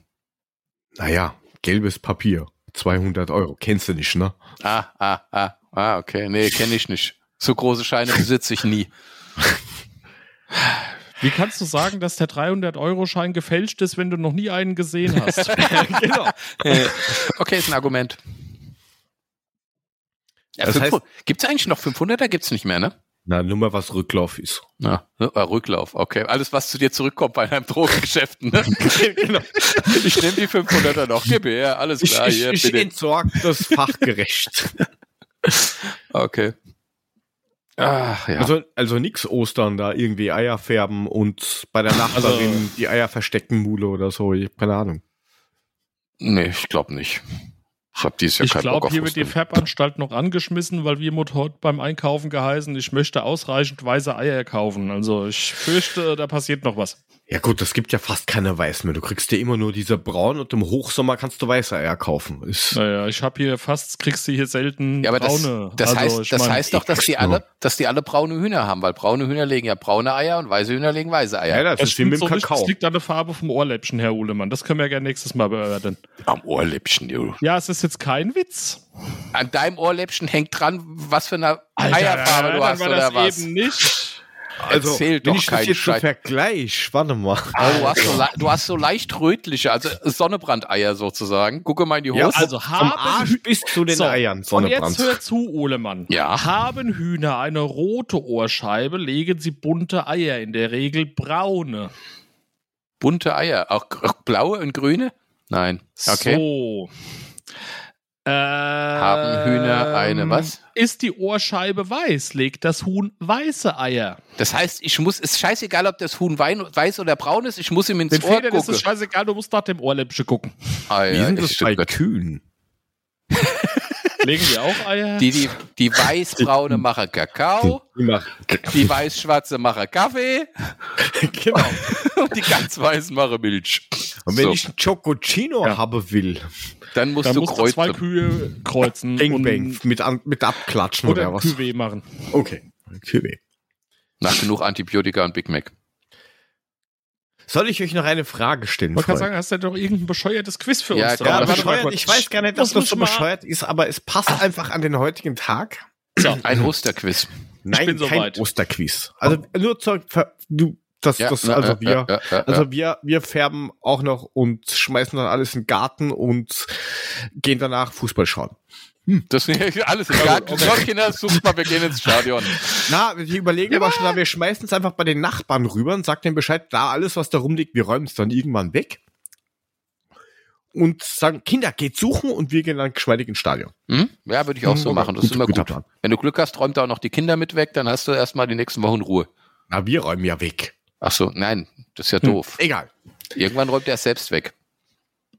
Speaker 3: Naja, gelbes Papier. 200 Euro. Kennst du
Speaker 2: *laughs*
Speaker 3: nicht, ne?
Speaker 2: Ah, ah, ah, ah, okay. Nee, kenne ich nicht. So große Scheine besitze ich
Speaker 3: *laughs*
Speaker 2: nie.
Speaker 1: Wie kannst du sagen, dass der 300-Euro-Schein gefälscht ist, wenn du noch nie einen gesehen hast?
Speaker 3: genau.
Speaker 2: Äh, okay, ist ein Argument. Ja,
Speaker 3: Das heißt-
Speaker 2: gibt es eigentlich noch 500er? Gibt es nicht mehr, ne?
Speaker 3: Na, nur mal was
Speaker 2: *laughs*
Speaker 3: Rücklauf ist.
Speaker 2: Ja. Ah, Rücklauf, okay. Alles, was zu dir zurückkommt bei deinem Drogengeschäft. Ne?
Speaker 3: genau.
Speaker 2: Ich nehme die 500er noch, gib her, alles
Speaker 3: Ich,
Speaker 2: klar,
Speaker 3: ich,
Speaker 2: hier,
Speaker 3: ich
Speaker 2: bitte.
Speaker 3: entsorg das fachgerecht.
Speaker 2: Okay. Ach, *laughs* ja.
Speaker 3: Also, also nix Ostern da irgendwie Eier färben und bei
Speaker 2: Also
Speaker 3: der Nachbarin die Eier verstecken, Mule oder so. Ich hab keine Ahnung.
Speaker 2: nee, ich glaube nicht. Ich habe dieses Jahr
Speaker 1: Ich
Speaker 2: keinen Bock
Speaker 1: glaube,
Speaker 2: auf
Speaker 1: hier wird die
Speaker 2: Ostern.
Speaker 1: Färbanstalt noch angeschmissen, weil wir Mut heute beim Einkaufen geheißen, ich möchte ausreichend weiße Eier kaufen. Also ich fürchte, da passiert noch was.
Speaker 3: Ja gut, es gibt ja fast keine Weißen mehr. Du kriegst dir immer nur diese braunen und im Hochsommer kannst du weiße Eier kaufen. Ist,
Speaker 1: Naja, ich habe hier fast, kriegst du hier selten
Speaker 2: Ja, aber das,
Speaker 1: braune.
Speaker 2: das,
Speaker 1: Also,
Speaker 2: heißt,
Speaker 1: ich
Speaker 2: das
Speaker 1: mein,
Speaker 2: heißt doch, dass die, alle, dass die alle braune Hühner haben, weil braune Hühner legen ja braune Eier und weiße Hühner legen weiße Eier.
Speaker 3: das
Speaker 1: Das, stimmt so nicht, das liegt an der Farbe vom Ohrläppchen, Herr Uhlemann. Das können wir gerne nächstes Mal beörtern.
Speaker 2: Am Ohrläppchen, du.
Speaker 1: Ja, es ist jetzt kein Witz.
Speaker 2: An deinem Ohrläppchen hängt dran, was für eine Eierfarbe du
Speaker 1: dann
Speaker 2: hast
Speaker 1: war
Speaker 2: oder
Speaker 1: das
Speaker 2: was.
Speaker 1: eben nicht.
Speaker 3: Also,
Speaker 2: Erzähl
Speaker 3: wenn
Speaker 2: doch
Speaker 3: ich das
Speaker 2: keinen
Speaker 3: jetzt zum
Speaker 2: Scheiß.
Speaker 3: Vergleich, warte mal.
Speaker 2: Also, du, hast so le- du hast so leicht rötliche, also Sonnebrandeier sozusagen. Gucke mal in die
Speaker 3: Ja,
Speaker 2: Hose.
Speaker 1: Also
Speaker 3: Vom
Speaker 1: haben
Speaker 3: Arsch bis zu den
Speaker 1: So,
Speaker 3: Eiern,
Speaker 1: Und jetzt
Speaker 3: Sonnebrand.
Speaker 1: hör zu, Ohlemann.
Speaker 2: Ja.
Speaker 1: Haben Hühner eine rote Ohrscheibe, legen sie bunte Eier, in der Regel braune.
Speaker 2: Bunte Eier. Auch, auch blaue und grüne? Nein. Okay.
Speaker 1: So.
Speaker 2: Haben Hühner eine was?
Speaker 1: Ähm, Ist die Ohrscheibe weiß, legt das Huhn weiße Eier.
Speaker 2: Das heißt, ich muss, ist scheißegal, ob das Huhn wein, weiß oder braun ist, ich muss ihm ins
Speaker 1: Den
Speaker 2: Ohr
Speaker 1: Federn ist
Speaker 2: gucken. Ah,
Speaker 1: es scheißegal, du musst nach dem Ohrläppchen gucken.
Speaker 2: Eier,
Speaker 3: Wie sind
Speaker 2: ist
Speaker 3: das
Speaker 2: schon
Speaker 3: bei
Speaker 2: gut.
Speaker 3: Kühen?
Speaker 1: Legen die auch Eier?
Speaker 2: die, die,
Speaker 1: *laughs*
Speaker 2: die weiß-braune machen Kakao,
Speaker 3: Immer.
Speaker 2: die weiß-schwarze machen Kaffee
Speaker 3: *laughs* genau.
Speaker 2: *laughs* und die ganz weißen machen Milch.
Speaker 3: Und wenn
Speaker 2: So.
Speaker 3: ich einen Chococino
Speaker 1: Ja.
Speaker 3: haben will,
Speaker 2: Dann musst
Speaker 1: da
Speaker 2: du
Speaker 1: musst du zwei
Speaker 2: kreuzen.
Speaker 1: Kühe kreuzen
Speaker 3: Gangbang,
Speaker 1: und
Speaker 3: mit, an, mit Abklatschen
Speaker 1: oder
Speaker 3: oder,
Speaker 1: ein
Speaker 3: was?
Speaker 1: Cuvée machen.
Speaker 3: Okay. Kühe.
Speaker 2: Nach genug Antibiotika und Big Mac.
Speaker 3: Soll ich euch noch eine Frage stellen?
Speaker 1: Man kann
Speaker 3: Freunde?
Speaker 1: sagen, hast du doch irgendein bescheuertes Quiz für
Speaker 2: Ja,
Speaker 1: uns
Speaker 2: komm,
Speaker 1: drauf?
Speaker 2: warte
Speaker 3: ja,
Speaker 2: mal
Speaker 3: bescheuert.
Speaker 1: kurz.
Speaker 3: Ich weiß gar nicht, dass
Speaker 1: Das
Speaker 3: das
Speaker 1: muss
Speaker 3: so
Speaker 1: man-
Speaker 3: bescheuert ist, aber es passt einfach an den heutigen Tag.
Speaker 2: Ein Osterquiz.
Speaker 3: Nein,
Speaker 1: bin
Speaker 3: kein
Speaker 1: soweit.
Speaker 3: Osterquiz. Also nur zur Ver du, das, das,
Speaker 2: na,
Speaker 3: also
Speaker 2: äh,
Speaker 3: wir,
Speaker 2: äh, äh, äh,
Speaker 3: also wir, wir färben auch noch und schmeißen dann alles in den Garten und gehen danach Fußball schauen.
Speaker 2: das alles
Speaker 3: Also,
Speaker 2: egal. Okay. Kinder, sucht mal, wir gehen ins Stadion.
Speaker 3: Na, die überlegen aber schon, na, wir schmeißen es einfach bei den Nachbarn rüber und sagen denen Bescheid, da alles, was da rumliegt, wir räumen es dann irgendwann weg. Und sagen, Kinder, geht suchen und wir gehen dann geschmeidig ins Stadion.
Speaker 2: Hm? Ja, würde ich auch so
Speaker 3: Okay,
Speaker 2: machen. Das ist
Speaker 3: gut,
Speaker 2: immer
Speaker 3: guter
Speaker 2: gut.
Speaker 3: Plan.
Speaker 2: Wenn du Glück hast, räumt er auch noch die Kinder mit weg, dann hast du erstmal die nächsten Wochen Ruhe.
Speaker 3: Na, wir räumen ja weg.
Speaker 2: Ach so, nein, das ist ja
Speaker 3: Hm.
Speaker 2: doof.
Speaker 3: Egal.
Speaker 2: Irgendwann räumt er es selbst weg.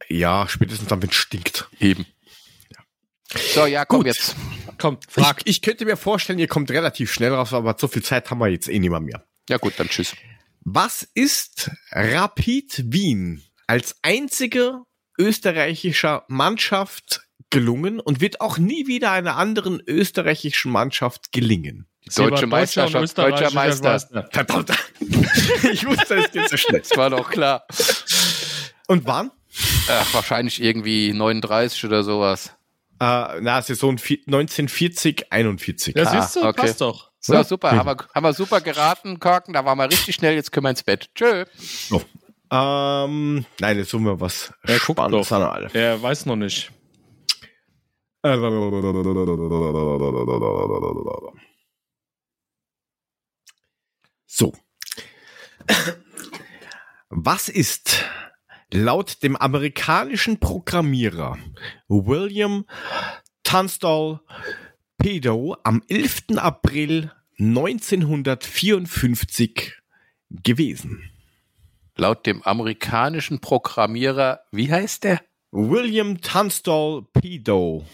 Speaker 3: Ja, spätestens dann, wenn es stinkt.
Speaker 2: Eben. So, ja, komm
Speaker 3: Gut.
Speaker 2: jetzt.
Speaker 1: Komm, frag.
Speaker 3: Ich, ich könnte mir vorstellen, ihr kommt relativ schnell raus, aber so viel Zeit haben wir jetzt eh nicht mehr. mehr.
Speaker 2: Ja gut, dann tschüss.
Speaker 3: Was ist Rapid Wien als einzige österreichischer Mannschaft gelungen und wird auch nie wieder einer anderen österreichischen Mannschaft gelingen?
Speaker 1: Sie war
Speaker 2: Deutsche
Speaker 1: Deutscher und
Speaker 2: Meisterschaft,
Speaker 1: österreichischer
Speaker 2: deutscher Meister.
Speaker 1: Meister.
Speaker 3: Verdammt! *laughs* ich wusste, es geht so schnell.
Speaker 2: Das war doch klar.
Speaker 3: Und wann?
Speaker 2: Ach, wahrscheinlich irgendwie 39 oder sowas.
Speaker 3: Äh, na, Saison vi- 1940, 41.
Speaker 1: Ja,
Speaker 2: Ah,
Speaker 1: siehst du,
Speaker 2: okay.
Speaker 1: passt doch.
Speaker 2: So,
Speaker 3: Ja.
Speaker 2: super. Haben wir, haben wir super geraten, Korken. Da waren wir richtig schnell. Jetzt können wir ins Bett. Tschö.
Speaker 3: Ähm, nein, jetzt suchen wir was
Speaker 1: Ja, guck
Speaker 3: Spannendes
Speaker 1: doch.
Speaker 3: an alle.
Speaker 1: Er weiß noch nicht.
Speaker 3: So. Was ist laut dem amerikanischen Programmierer William Tunstall Pedo am 11. April 1954 gewesen?
Speaker 2: Laut dem amerikanischen Programmierer, wie heißt der?
Speaker 3: William Tunstall Pedo.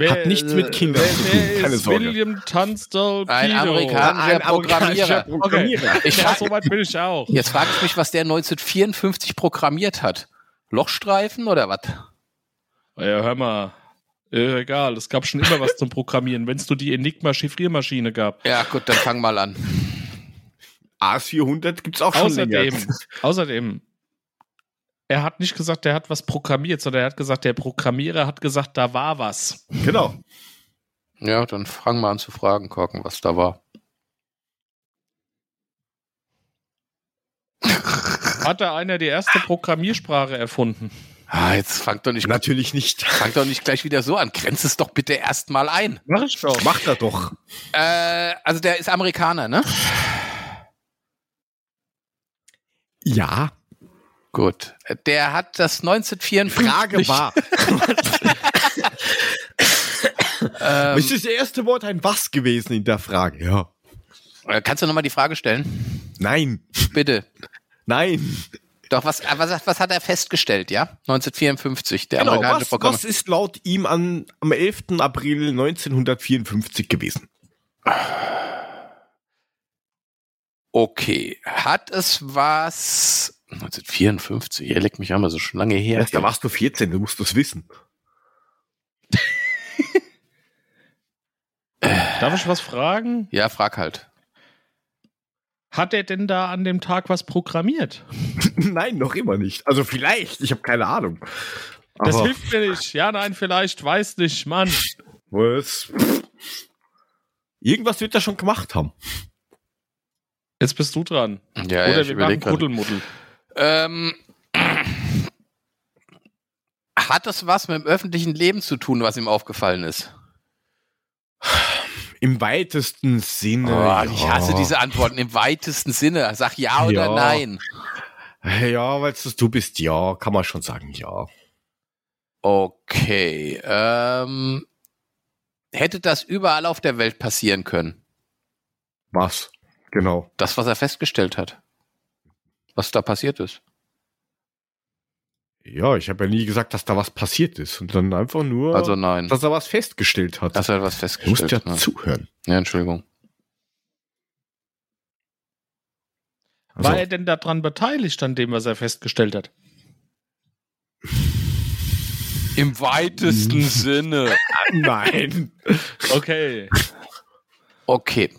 Speaker 3: Hat nichts mit Kindern
Speaker 1: wer,
Speaker 3: zu tun,
Speaker 1: wer
Speaker 3: keine
Speaker 1: ist
Speaker 3: Sorge.
Speaker 1: William Tunstall
Speaker 2: Ein
Speaker 1: Pido?
Speaker 2: Amerikaner.
Speaker 3: Äh,
Speaker 2: Ein amerikanischer
Speaker 1: Äh, Programmierer.
Speaker 2: Ich
Speaker 1: Ja,
Speaker 2: frag,
Speaker 1: so weit bin ich auch.
Speaker 2: jetzt frage ich mich, was der 1954 programmiert hat. Lochstreifen oder was?
Speaker 1: Ja, hör mal. Äh, Egal, es gab schon immer was zum Programmieren, wenn es nur die Enigma-Chiffriermaschine gab.
Speaker 2: Ja gut, dann fang mal an.
Speaker 3: AS400 gibt's auch schon
Speaker 1: Außerdem,
Speaker 3: länger. *laughs*
Speaker 1: außerdem, er hat nicht gesagt, er hat was programmiert, sondern er hat gesagt, der Programmierer hat gesagt, da war was.
Speaker 3: Genau.
Speaker 2: Ja, dann fang mal an zu fragen, Korken, was da war.
Speaker 1: Hat da einer die erste Programmiersprache erfunden?
Speaker 2: Ah, jetzt fang doch nicht,
Speaker 3: Natürlich nicht.
Speaker 2: fang doch nicht gleich wieder so an. Grenz es doch bitte erst mal ein.
Speaker 1: Mach ich doch.
Speaker 3: Macht er doch.
Speaker 2: Äh, also der ist Amerikaner, ne?
Speaker 3: Ja.
Speaker 2: Gut. Der hat das 1954.
Speaker 3: Frage war.
Speaker 2: Ähm,
Speaker 3: ist das erste Wort ein was gewesen in der Frage? Ja.
Speaker 2: äh, kannst du nochmal die Frage stellen?
Speaker 3: Nein.
Speaker 2: Bitte.
Speaker 3: Nein.
Speaker 2: Doch, was, äh, was, was hat er festgestellt, ja? 1954, der
Speaker 3: Genau,
Speaker 2: amerikanische
Speaker 3: was,
Speaker 2: Programm.
Speaker 3: was ist laut ihm an, am 11. April 1954 gewesen?
Speaker 2: Okay. Hat es was. 1954, er legt mich einmal so schon lange her.
Speaker 3: Erst, da warst du 14, du musst das wissen. *laughs*
Speaker 1: Darf ich was fragen?
Speaker 2: ja, frag halt.
Speaker 1: Hat er denn da an dem Tag was programmiert?
Speaker 3: Nein, noch immer nicht. Also vielleicht, ich habe keine Ahnung.
Speaker 1: Das
Speaker 3: Aber
Speaker 1: hilft mir nicht. Ja, nein, vielleicht, weiß nicht, Mann.
Speaker 3: was? Irgendwas wird er schon gemacht haben.
Speaker 1: Jetzt bist du dran.
Speaker 2: Ja,
Speaker 1: Oder
Speaker 2: ja, ich
Speaker 1: wir machen
Speaker 2: überlege gerade.
Speaker 1: Kuddelmuddel.
Speaker 2: Ähm, hat das was mit dem öffentlichen Leben zu tun, was ihm aufgefallen ist?
Speaker 3: Im weitesten Sinne.
Speaker 2: Oh, Ich
Speaker 3: also
Speaker 2: hasse diese Antworten im weitesten Sinne. Sag ja oder
Speaker 3: Ja.
Speaker 2: nein.
Speaker 3: Ja, weil es du bist, ja, kann man schon sagen, ja.
Speaker 2: Okay. Ähm, hätte das überall auf der Welt passieren können?
Speaker 3: Was? Genau.
Speaker 2: Das, was er festgestellt hat. Was da passiert ist.
Speaker 3: Ja, ich habe ja nie gesagt, dass da was passiert ist, und dann einfach nur,
Speaker 2: Also nein.
Speaker 3: dass er was festgestellt hat.
Speaker 2: Dass er was
Speaker 3: du musst
Speaker 2: festgestellt
Speaker 3: ja
Speaker 2: hat. ne?
Speaker 3: zuhören.
Speaker 2: Ja, Entschuldigung.
Speaker 3: Also,
Speaker 1: War er denn daran beteiligt, an dem, was er festgestellt hat?
Speaker 2: Im
Speaker 3: Mhm.
Speaker 2: weitesten Sinne.
Speaker 3: nein.
Speaker 1: Okay.
Speaker 2: Okay.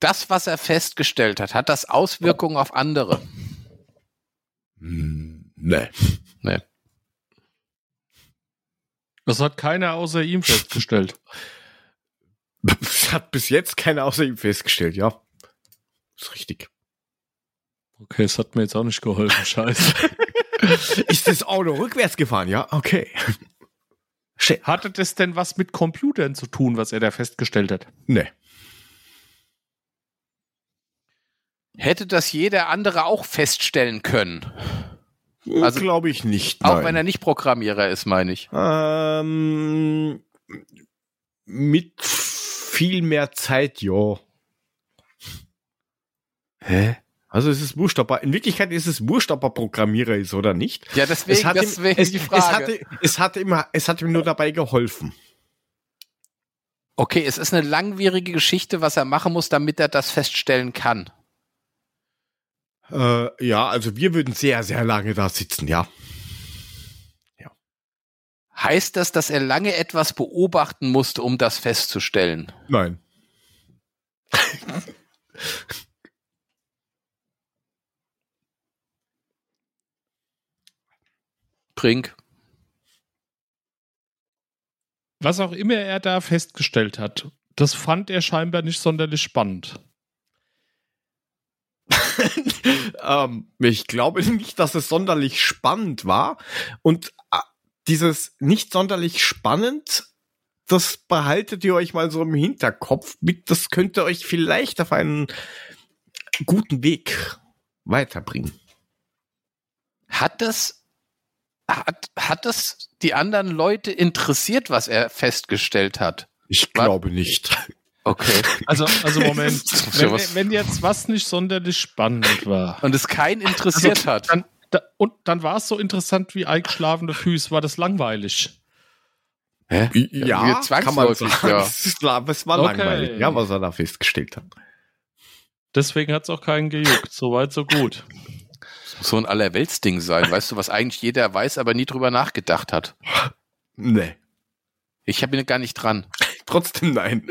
Speaker 2: Das, was er festgestellt hat, hat das Auswirkungen auf andere?
Speaker 3: Hm, nee.
Speaker 2: Nee.
Speaker 1: Das hat keiner außer ihm festgestellt.
Speaker 3: Das hat bis jetzt keiner außer ihm festgestellt, ja. Ist richtig.
Speaker 1: Okay, es hat mir jetzt auch nicht geholfen, *laughs* scheiße.
Speaker 3: Ist das Auto rückwärts gefahren, ja? Okay. Shit.
Speaker 1: Hatte das denn was mit Computern zu tun, was er da festgestellt hat?
Speaker 3: Nee.
Speaker 2: Hätte das jeder andere auch feststellen können. Also-
Speaker 3: glaube ich nicht.
Speaker 2: Auch
Speaker 3: nein.
Speaker 2: wenn er nicht Programmierer ist, meine ich.
Speaker 3: Ähm, mit viel mehr Zeit, ja.
Speaker 2: Hä?
Speaker 3: Also es ist wurscht, ob er, in Wirklichkeit ist es wurscht, ob er Programmierer ist oder nicht.
Speaker 2: Ja, deswegen,
Speaker 3: es hat
Speaker 2: deswegen
Speaker 3: ihm, es,
Speaker 2: die
Speaker 3: Es
Speaker 2: Frage.
Speaker 3: hatte, es hatte ihm, es hat ihm nur dabei geholfen.
Speaker 2: okay, es ist eine langwierige Geschichte, was er machen muss, damit er das feststellen kann.
Speaker 3: Äh, ja, also wir würden sehr, sehr lange da sitzen, ja.
Speaker 2: Heißt das, dass er lange etwas beobachten musste, um das festzustellen?
Speaker 3: Nein.
Speaker 2: Brink.
Speaker 1: Was auch immer er da festgestellt hat, das fand er scheinbar nicht sonderlich spannend.
Speaker 3: ähm, ich glaube nicht, dass es sonderlich spannend war. Und äh, dieses nicht sonderlich spannend, das behaltet ihr euch mal so im Hinterkopf. Mit, das könnte euch vielleicht auf einen guten Weg weiterbringen.
Speaker 2: Hat das, hat, hat das die anderen Leute interessiert, was er festgestellt hat?
Speaker 3: Ich
Speaker 2: Was?
Speaker 3: glaube nicht.
Speaker 2: Okay.
Speaker 1: Also,
Speaker 2: *laughs*
Speaker 1: also Moment,
Speaker 2: Das ist ja
Speaker 1: wenn,
Speaker 2: was.
Speaker 1: wenn jetzt was nicht sonderlich spannend war,
Speaker 2: Und es keinen interessiert hat.
Speaker 1: dann, da, und dann war es so interessant wie eingeschlafene Füße, war das langweilig.
Speaker 2: Hä?
Speaker 3: Ja, kann man
Speaker 2: zwangsläufig,
Speaker 3: sagen. *laughs*
Speaker 2: ja.
Speaker 3: Es, ist, la- es war
Speaker 1: Okay.
Speaker 3: langweilig, ja, was er da festgestellt hat.
Speaker 1: Deswegen hat es auch keinen gejuckt. Soweit, so gut.
Speaker 2: So ein Allerweltsding sein, weißt du, was eigentlich jeder weiß, aber nie drüber nachgedacht hat.
Speaker 3: Nee,
Speaker 2: Ich habe ihn gar nicht dran.
Speaker 3: trotzdem nein.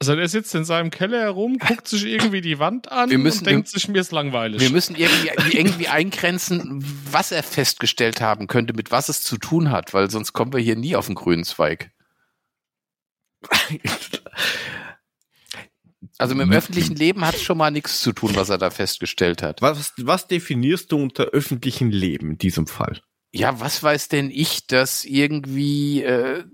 Speaker 1: Also der sitzt in seinem Keller herum, guckt sich irgendwie die Wand an
Speaker 2: Wir müssen-
Speaker 1: und denkt sich, mir ist langweilig.
Speaker 2: Wir müssen irgendwie, irgendwie eingrenzen, was er festgestellt haben könnte, mit was es zu tun hat, weil sonst kommen wir hier nie auf den grünen Zweig. Also mit dem öffentlichen Leben hat es schon mal nichts zu tun, was er da festgestellt hat.
Speaker 3: Was, was definierst du unter öffentlichem Leben in diesem Fall?
Speaker 2: Ja, was weiß denn ich, dass irgendwie, äh,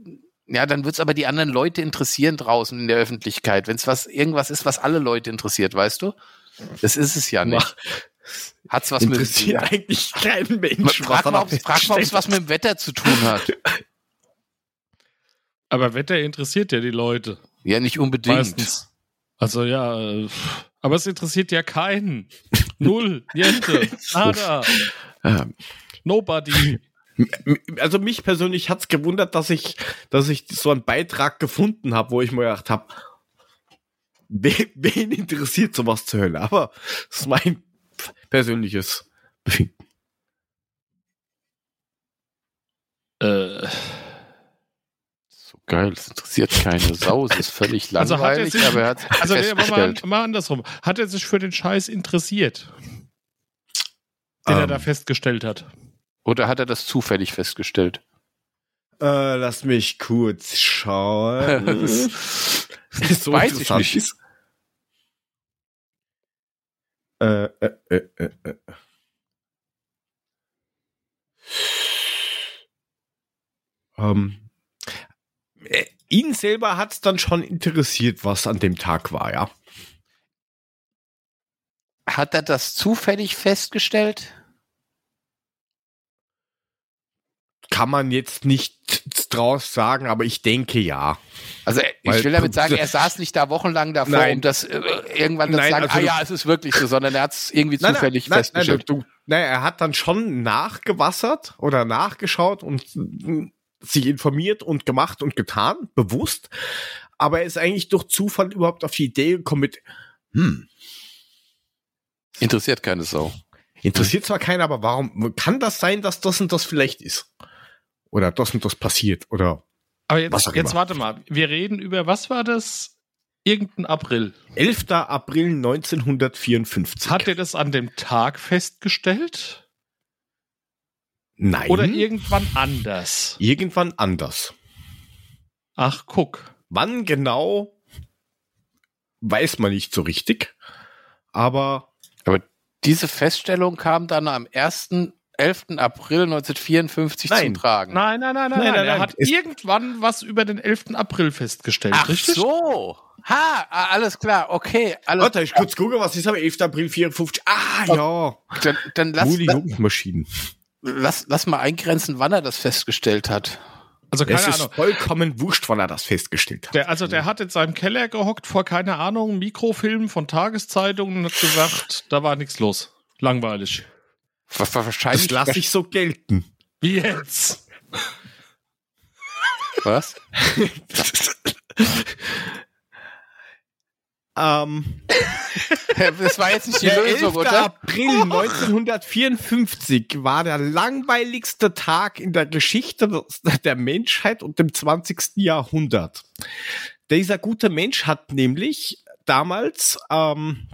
Speaker 2: ja, dann wird's aber die anderen Leute interessieren draußen in der Öffentlichkeit, wenn's was irgendwas ist, was alle Leute interessiert, weißt du? Das ist es ja nicht. Hat's was mit
Speaker 3: Interessiert
Speaker 2: ja, *laughs*
Speaker 3: eigentlich keinen
Speaker 2: ma-
Speaker 3: Menschen.
Speaker 2: frag
Speaker 3: er
Speaker 2: mal,
Speaker 3: da
Speaker 2: ob's, frag mal, ob's
Speaker 3: feststellt.
Speaker 2: was mit dem Wetter zu tun hat.
Speaker 1: Aber Wetter interessiert ja die Leute.
Speaker 2: *laughs* Ja, nicht unbedingt.
Speaker 1: Meistens. Also ja, äh, aber es interessiert ja keinen.
Speaker 2: *laughs*
Speaker 1: Null, niente, nada,
Speaker 3: Ähm,
Speaker 1: nobody.
Speaker 3: m- Also mich persönlich hat's gewundert, dass ich, dass ich so einen Beitrag gefunden habe, wo ich mir gedacht habe, wen, wen interessiert sowas zur Hölle? Aber das ist mein persönliches Befinden.
Speaker 1: Äh,
Speaker 2: So geil, das interessiert keine Sau, es ist
Speaker 3: *laughs*
Speaker 2: völlig
Speaker 1: Also hat er
Speaker 2: langweilig,
Speaker 1: sich-
Speaker 2: aber er hat's
Speaker 1: also nee, aber mal,
Speaker 2: festgestellt.
Speaker 1: mal andersrum. Hat er sich für den Scheiß interessiert, den er
Speaker 3: Ähm.
Speaker 1: da festgestellt hat?
Speaker 2: Oder hat er das zufällig festgestellt?
Speaker 3: Äh, lass mich kurz *laughs* schauen. so
Speaker 2: Weiß ich
Speaker 3: interessant
Speaker 2: nicht.
Speaker 3: ist. Äh, äh, äh, äh, äh. Ähm, äh, ihn selber hat es dann schon interessiert, was an dem Tag war, ja.
Speaker 2: *laughs* Hat er das zufällig festgestellt?
Speaker 3: Kann man jetzt nicht draus sagen, aber ich denke ja.
Speaker 2: Also äh, ich
Speaker 3: Weil-
Speaker 2: will damit sagen, er saß nicht da wochenlang davor,
Speaker 3: Nein.
Speaker 2: um das äh, irgendwann dann zu
Speaker 3: Nein,
Speaker 2: sagen,
Speaker 3: also
Speaker 2: ah
Speaker 3: du-
Speaker 2: ja, es ist wirklich so, sondern er hat es irgendwie
Speaker 3: Nein, nein,
Speaker 2: zufällig
Speaker 3: nein,
Speaker 2: festgestellt.
Speaker 3: Nein, du, nein, er hat dann schon nachgewassert oder nachgeschaut und mm, sich informiert und gemacht und getan, bewusst. Aber er ist eigentlich durch Zufall überhaupt auf die Idee gekommen mit, hm,
Speaker 2: Interessiert keine Sau.
Speaker 3: interessiert zwar keiner, aber warum kann das sein, dass das und das vielleicht ist? Oder das und das passiert? Oder
Speaker 1: Aber
Speaker 3: Was
Speaker 1: jetzt,
Speaker 3: auch
Speaker 1: jetzt
Speaker 3: immer.
Speaker 1: warte mal. Wir reden über, was war das? Irgendein April.
Speaker 3: 11. April 1954.
Speaker 1: Hat er das an dem Tag festgestellt?
Speaker 3: Nein.
Speaker 1: Oder irgendwann anders?
Speaker 3: irgendwann anders.
Speaker 1: Ach, guck.
Speaker 3: Wann genau, weiß man nicht so richtig. Aber
Speaker 2: Diese Feststellung kam dann am 1. 11. April 1954
Speaker 3: Nein.
Speaker 2: zum Tragen.
Speaker 1: Nein, nein, nein, nein, nein.
Speaker 3: Nein, nein,
Speaker 1: er
Speaker 3: nein.
Speaker 1: hat
Speaker 3: Es-
Speaker 1: irgendwann was über den 11. April festgestellt,
Speaker 2: Ach
Speaker 1: richtig?
Speaker 2: so. Ha, ah, alles klar, okay. Alles,
Speaker 3: Warte, ich kurz gucke, was ist am 11. April 54? Ah, ja.
Speaker 2: dann dann lass,
Speaker 3: Jugendmaschinen.
Speaker 2: lass, lass mal eingrenzen, wann er das festgestellt hat.
Speaker 1: Also
Speaker 3: Es
Speaker 1: keine
Speaker 3: ist
Speaker 1: Ahnung.
Speaker 3: vollkommen wurscht, wann er das festgestellt hat.
Speaker 1: Der, also der hat in seinem Keller gehockt vor, keine Ahnung, Mikrofilmen von Tageszeitungen und hat gesagt, da war nichts los. Langweilig.
Speaker 2: Wa- wa- Wahrscheinlich.
Speaker 3: das lasse ich so
Speaker 1: *laughs*
Speaker 3: gelten.
Speaker 1: Wie jetzt?
Speaker 2: *laughs* Was?
Speaker 3: Ähm,
Speaker 2: *laughs* Das war jetzt nicht die
Speaker 3: der 11.
Speaker 2: Lösung, oder?
Speaker 3: April 1954 war der langweiligste Tag in der Geschichte des- der Menschheit und dem 20. Jahrhundert. Dieser gute Mensch hat nämlich damals ähm,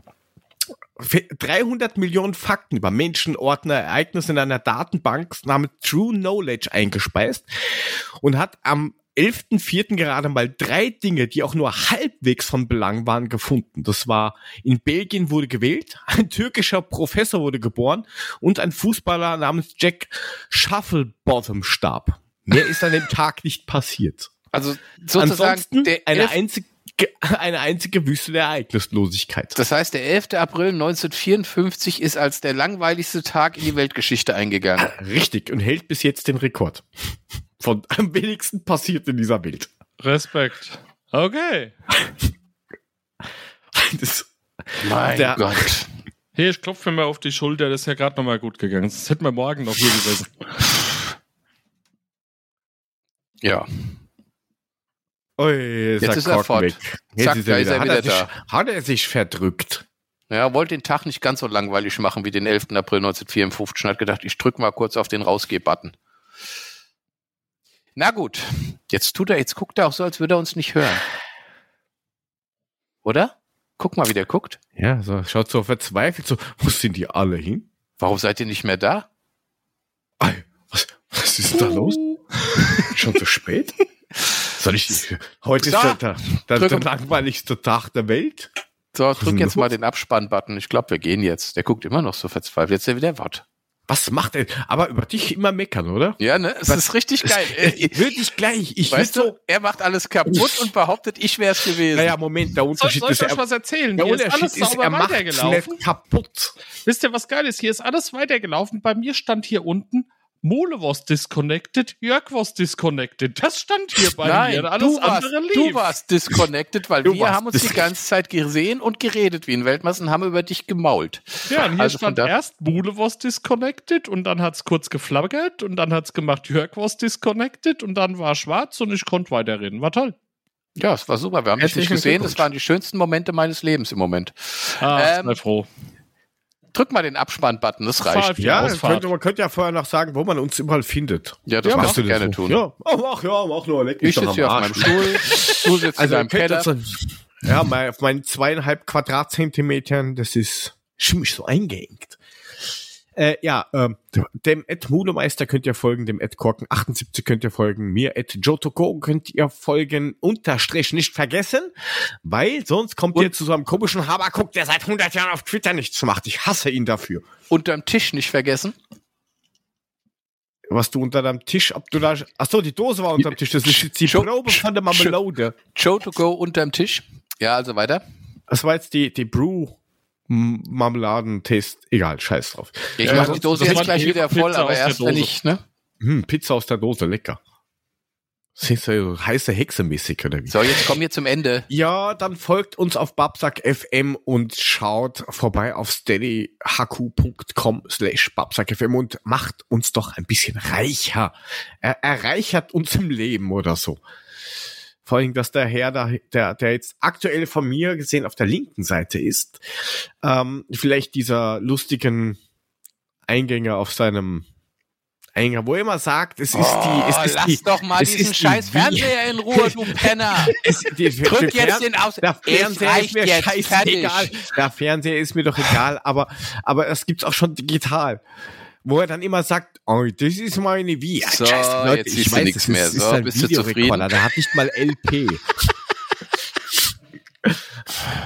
Speaker 3: 300 Millionen Fakten über Menschen, Ordner, Ereignisse in einer Datenbank namens True Knowledge eingespeist und hat am 11.04. gerade mal drei Dinge, die auch nur halbwegs von Belang waren, gefunden. Das war, in Belgien wurde gewählt, ein türkischer Professor wurde geboren und ein Fußballer namens Jack Shufflebottom starb. Mehr ist an dem Tag nicht passiert.
Speaker 2: Also sozusagen
Speaker 3: Ansonsten
Speaker 2: der
Speaker 3: eine,
Speaker 2: 11.
Speaker 3: einzige, eine einzige Wüste der Ereignislosigkeit.
Speaker 2: Das heißt, der 11. April 1954 ist als der langweiligste Tag in die Weltgeschichte eingegangen.
Speaker 3: Richtig, und hält bis jetzt den Rekord. Von am wenigsten passiert in dieser Welt.
Speaker 1: Respekt. Okay.
Speaker 3: Das,
Speaker 2: Mein
Speaker 3: Der-
Speaker 2: Gott.
Speaker 1: Hey, ich klopfe mir mal auf die Schulter, das ist ja gerade nochmal gut gegangen. Das hätten wir morgen noch hier gewesen.
Speaker 2: Ja.
Speaker 3: Ui, jetzt
Speaker 2: Jetzt ist er fort.
Speaker 3: Jetzt
Speaker 2: Zack,
Speaker 3: ist er
Speaker 2: da
Speaker 3: wieder,
Speaker 2: ist er
Speaker 3: hat, er
Speaker 2: wieder
Speaker 3: sich, hat er sich verdrückt.
Speaker 2: Ja, wollte den Tag nicht ganz so langweilig machen wie den 11. April 1954 und hat gedacht, ich drücke mal kurz auf den Rausgeh-Button. Na gut. Jetzt tut er, jetzt guckt er auch so, als würde er uns nicht hören. Oder? Guck mal, wie der guckt.
Speaker 3: Ja, so, schaut so verzweifelt so, wo sind die alle hin?
Speaker 2: Warum seid ihr nicht mehr da?
Speaker 3: Ei, was, was ist da los? Schon zu spät? *laughs* Soll ich die, heute
Speaker 2: Da!
Speaker 3: ist der, der, der,
Speaker 2: Drück
Speaker 3: der
Speaker 2: auf-
Speaker 3: langweiligste Tag der Welt?
Speaker 2: So,
Speaker 3: ist denn
Speaker 2: drück jetzt mal
Speaker 3: los?
Speaker 2: den Abspann-Button. Ich glaube, wir gehen jetzt. Der guckt immer noch so verzweifelt. Jetzt ist er wieder wott.
Speaker 3: Was macht er? Aber über dich immer meckern, oder?
Speaker 2: Ja, ne? Es
Speaker 3: Was-
Speaker 2: ist richtig *laughs* geil. Äh,
Speaker 3: Würde ich gleich, ich würde
Speaker 2: Weißt
Speaker 3: so.
Speaker 2: du, er macht alles kaputt und behauptet, ich wäre es gewesen.
Speaker 3: Naja, Moment, der
Speaker 1: Soll,
Speaker 3: Unterschied
Speaker 1: soll ich
Speaker 3: ist,
Speaker 1: euch
Speaker 3: er,
Speaker 1: was erzählen?
Speaker 3: der
Speaker 1: Hier ist
Speaker 3: Unterschied
Speaker 1: alles
Speaker 3: ist,
Speaker 1: sauber
Speaker 3: er macht es
Speaker 1: weitergelaufen.
Speaker 3: nicht kaputt.
Speaker 1: Wisst ihr, was geil ist? Hier ist alles weitergelaufen. Bei mir stand hier unten, Mole was disconnected, Jörg was disconnected. Das stand hier bei
Speaker 2: Nein,
Speaker 1: mir.
Speaker 2: du, warst,
Speaker 1: andere lief.
Speaker 2: du warst disconnected, weil
Speaker 3: *laughs* Du
Speaker 2: wir
Speaker 3: warst
Speaker 2: haben uns die
Speaker 3: disconnected.
Speaker 2: ganze Zeit gesehen und geredet wie ein Weltmassen, und haben über dich gemault.
Speaker 1: Ja, und hier
Speaker 2: Also von
Speaker 1: stand
Speaker 2: da-
Speaker 1: erst Mule was disconnected und dann hat's kurz geflaggert und dann hat's gemacht, Jörg was disconnected und dann war schwarz und ich konnte weiterreden. War toll.
Speaker 2: Ja, es war super. Wir haben dich nicht
Speaker 3: Herzlichen
Speaker 2: gesehen.
Speaker 3: Glückwunsch.
Speaker 2: Das waren die schönsten Momente meines Lebens im Moment.
Speaker 1: Ah,
Speaker 2: Ähm,
Speaker 1: sei froh.
Speaker 2: Drück mal den Abspann-Button, das
Speaker 1: Fahr auf
Speaker 2: reicht.
Speaker 1: die
Speaker 3: Ja,
Speaker 1: Ausfahrt.
Speaker 3: könnte, man könnte ja vorher noch sagen, wo man uns überall findet.
Speaker 2: Ja, das
Speaker 3: Ja,
Speaker 2: kannst
Speaker 3: machst
Speaker 2: du
Speaker 3: das
Speaker 2: gerne
Speaker 3: so?
Speaker 2: tun.
Speaker 3: Ja, ach, mach, ja, mach nur, leck mich
Speaker 2: Ich
Speaker 3: doch
Speaker 2: sitze
Speaker 3: am
Speaker 2: hier auf
Speaker 3: Arsch.
Speaker 2: meinem Stuhl, du
Speaker 3: *laughs*
Speaker 2: sitzt
Speaker 3: Also,
Speaker 2: in deinem
Speaker 3: ihr könnt
Speaker 2: Keller.
Speaker 3: uns dann- ja, mal auf meinen zweieinhalb Quadratzentimetern, das ist ziemlich so eingeengt. Äh, ja, ähm, dem Ed Mulemeister könnt ihr folgen, dem Ed Korken78 könnt ihr folgen, mir Ed Jotoko könnt ihr folgen, unterstrich nicht vergessen, weil sonst kommt ihr zu so einem komischen Habakuk, der seit 100 Jahren auf Twitter nichts macht. Ich hasse ihn dafür.
Speaker 2: Unterm Tisch nicht vergessen.
Speaker 3: Was du unter deinem Tisch, ob du da, ach so, die Dose war unter dem Tisch, das ist jetzt die
Speaker 2: Scho-
Speaker 3: Probe von der
Speaker 2: Scho-
Speaker 3: Marmelade.
Speaker 2: Joe to go unterm Tisch. Ja, also weiter.
Speaker 3: Das war jetzt die, die Brew. M- Marmeladentest, egal, scheiß drauf.
Speaker 2: Ich
Speaker 1: Ja,
Speaker 2: mache die
Speaker 1: sonst-
Speaker 2: Dose
Speaker 1: sonst
Speaker 2: jetzt
Speaker 1: macht
Speaker 2: gleich
Speaker 1: die
Speaker 2: wieder voll,
Speaker 1: Pizza
Speaker 2: aber
Speaker 1: aus der
Speaker 2: erst wenn
Speaker 1: Dose.
Speaker 2: ich, ne?
Speaker 3: Hm, Pizza aus der Dose, lecker. Das ist so heiße Hexe mäßig, oder wie?
Speaker 2: So, jetzt kommen wir zum Ende.
Speaker 3: Ja, dann folgt uns auf Babsack FM und schaut vorbei auf steadyhq.com slash Babsack FM und macht uns doch ein bisschen reicher. Er erreichert uns im Leben oder so. Vor allem, dass der Herr, da, der, der jetzt aktuell von mir gesehen auf der linken Seite ist, ähm, vielleicht dieser lustigen Eingänge auf seinem Eingang, wo er immer sagt, es ist die, es
Speaker 2: Oh,
Speaker 3: ist
Speaker 2: lass
Speaker 3: die,
Speaker 2: doch mal
Speaker 3: es
Speaker 2: diesen
Speaker 3: ist die
Speaker 2: scheiß
Speaker 3: Wii.
Speaker 2: Fernseher in Ruhe, du Penner.
Speaker 3: Es- die-
Speaker 2: Drück
Speaker 3: der
Speaker 2: jetzt
Speaker 3: Fern-
Speaker 2: den aus.
Speaker 3: Der Fernseher ist mir scheißegal.
Speaker 2: fertig.
Speaker 3: Der Fernseher ist mir doch egal, aber, aber das gibt's auch schon digital. Wo er dann immer sagt, oh, das ist meine Wii.
Speaker 2: So, jetzt siehst du nichts
Speaker 3: es
Speaker 2: mehr.
Speaker 3: ist
Speaker 2: So,
Speaker 3: ein
Speaker 2: bist du
Speaker 3: Videorekorder,
Speaker 2: zufrieden?
Speaker 3: Der hat nicht mal LP.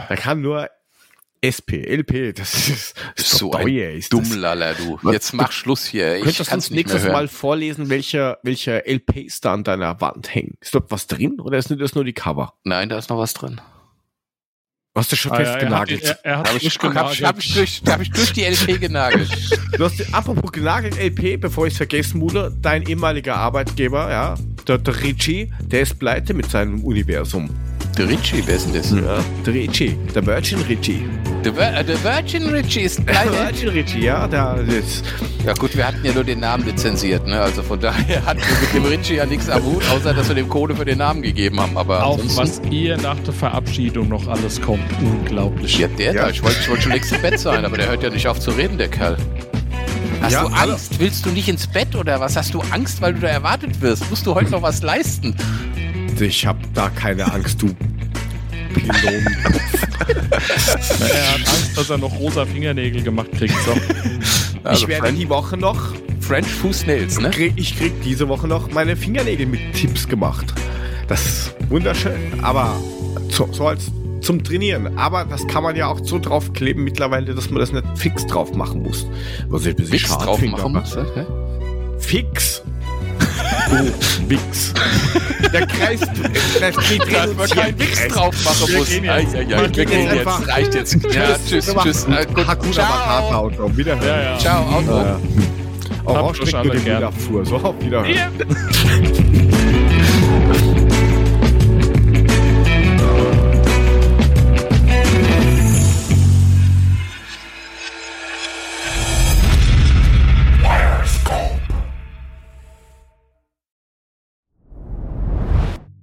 Speaker 3: der kann nur SP, LP. Das ist, ist doch
Speaker 2: So ein
Speaker 3: teuer, ist das.
Speaker 2: Dummlaller, du. Jetzt mach Schluss hier. Ich
Speaker 3: Könntest du
Speaker 2: kann's
Speaker 3: uns
Speaker 2: nicht mehr
Speaker 3: nächstes
Speaker 2: hören.
Speaker 3: Mal vorlesen, welche, welche LPs da an deiner Wand hängen? Ist dort was drin oder ist das nur die Cover?
Speaker 2: Nein, da ist noch was drin.
Speaker 3: Hast du schon
Speaker 1: Ah, ja, er hat
Speaker 3: festgenagelt?
Speaker 1: die- er- er hat
Speaker 2: Hab
Speaker 1: mich
Speaker 2: ich, hab, ich- hab, ich
Speaker 1: genagelt.
Speaker 2: durch, hab ich durch die LP genagelt.
Speaker 3: Du hast, apropos genagelt, LP, bevor ich es vergessen wurde, dein ehemaliger Arbeitgeber, ja, der, der Richie, der ist pleite mit seinem Universum.
Speaker 2: Der Richie, wer ist denn das?
Speaker 3: Ja. Der Richie, der Virgin Richie.
Speaker 2: Der, Vir äh, der Virgin Richie ist
Speaker 3: Der
Speaker 2: leider.
Speaker 3: Virgin Richie, ja, der ist.
Speaker 2: *laughs* Ja gut, wir hatten ja nur den Namen lizenziert, ne? Also von daher hatten wir mit dem Richie ja nichts am Hut, außer dass wir dem Kohle für den Namen gegeben haben. Aber
Speaker 1: Auch
Speaker 2: ansonsten-
Speaker 1: was ihr nach der Verabschiedung noch alles kommt, unglaublich.
Speaker 2: Ja, der
Speaker 3: Ja.
Speaker 2: da. Ich wollte ich wollte schon längst im Bett sein, aber der hört ja nicht auf zu reden, der Kerl. Hast
Speaker 3: Ja,
Speaker 2: du
Speaker 3: hallo.
Speaker 2: Angst? Willst du nicht ins Bett oder was? Hast du Angst, weil du da erwartet wirst? Musst du heute noch was leisten?
Speaker 3: Ich hab da keine Angst, du Pilon.
Speaker 1: Er hat Angst, dass er noch rosa Fingernägel gemacht kriegt.
Speaker 2: *laughs*
Speaker 1: So.
Speaker 2: Also
Speaker 3: ich werde die Woche noch,
Speaker 2: French Fußnails, ne?
Speaker 3: krieg, ich krieg diese Woche noch meine Fingernägel mit Tipps gemacht. Das ist wunderschön, aber zu, so als zum Trainieren. Aber das kann man ja auch so draufkleben mittlerweile, dass man das nicht fix drauf machen muss. Was ich ein bisschen
Speaker 2: Wix
Speaker 3: schade
Speaker 2: drauf
Speaker 3: finde,
Speaker 2: machen
Speaker 3: aber-
Speaker 2: musst, ne? *laughs*
Speaker 3: Fix. Oh, Wix. Der
Speaker 2: *laughs*
Speaker 3: Kreis, der steht
Speaker 2: Dass man keinen Wix drauf machen muss.
Speaker 1: gehen
Speaker 2: Ja,
Speaker 1: jetzt.
Speaker 2: ja, ja, wir
Speaker 3: gehen
Speaker 2: gehen
Speaker 3: jetzt
Speaker 2: jetzt.
Speaker 3: einfach.
Speaker 2: Reicht
Speaker 3: *laughs*
Speaker 2: jetzt. Ja, tschüss, tschüss. Äh, gut.
Speaker 3: Hakuna Matata
Speaker 2: Ciao.
Speaker 3: und auf Wiederhören.
Speaker 1: Ja, ja.
Speaker 2: Ciao, Auto.
Speaker 3: Ja. Orange
Speaker 1: Habt
Speaker 3: trinkt
Speaker 1: ihr
Speaker 3: nur
Speaker 1: alle
Speaker 3: Oh, den
Speaker 1: gern.
Speaker 3: Wiederfuhr. So, auf Wiederhören.
Speaker 1: Ja.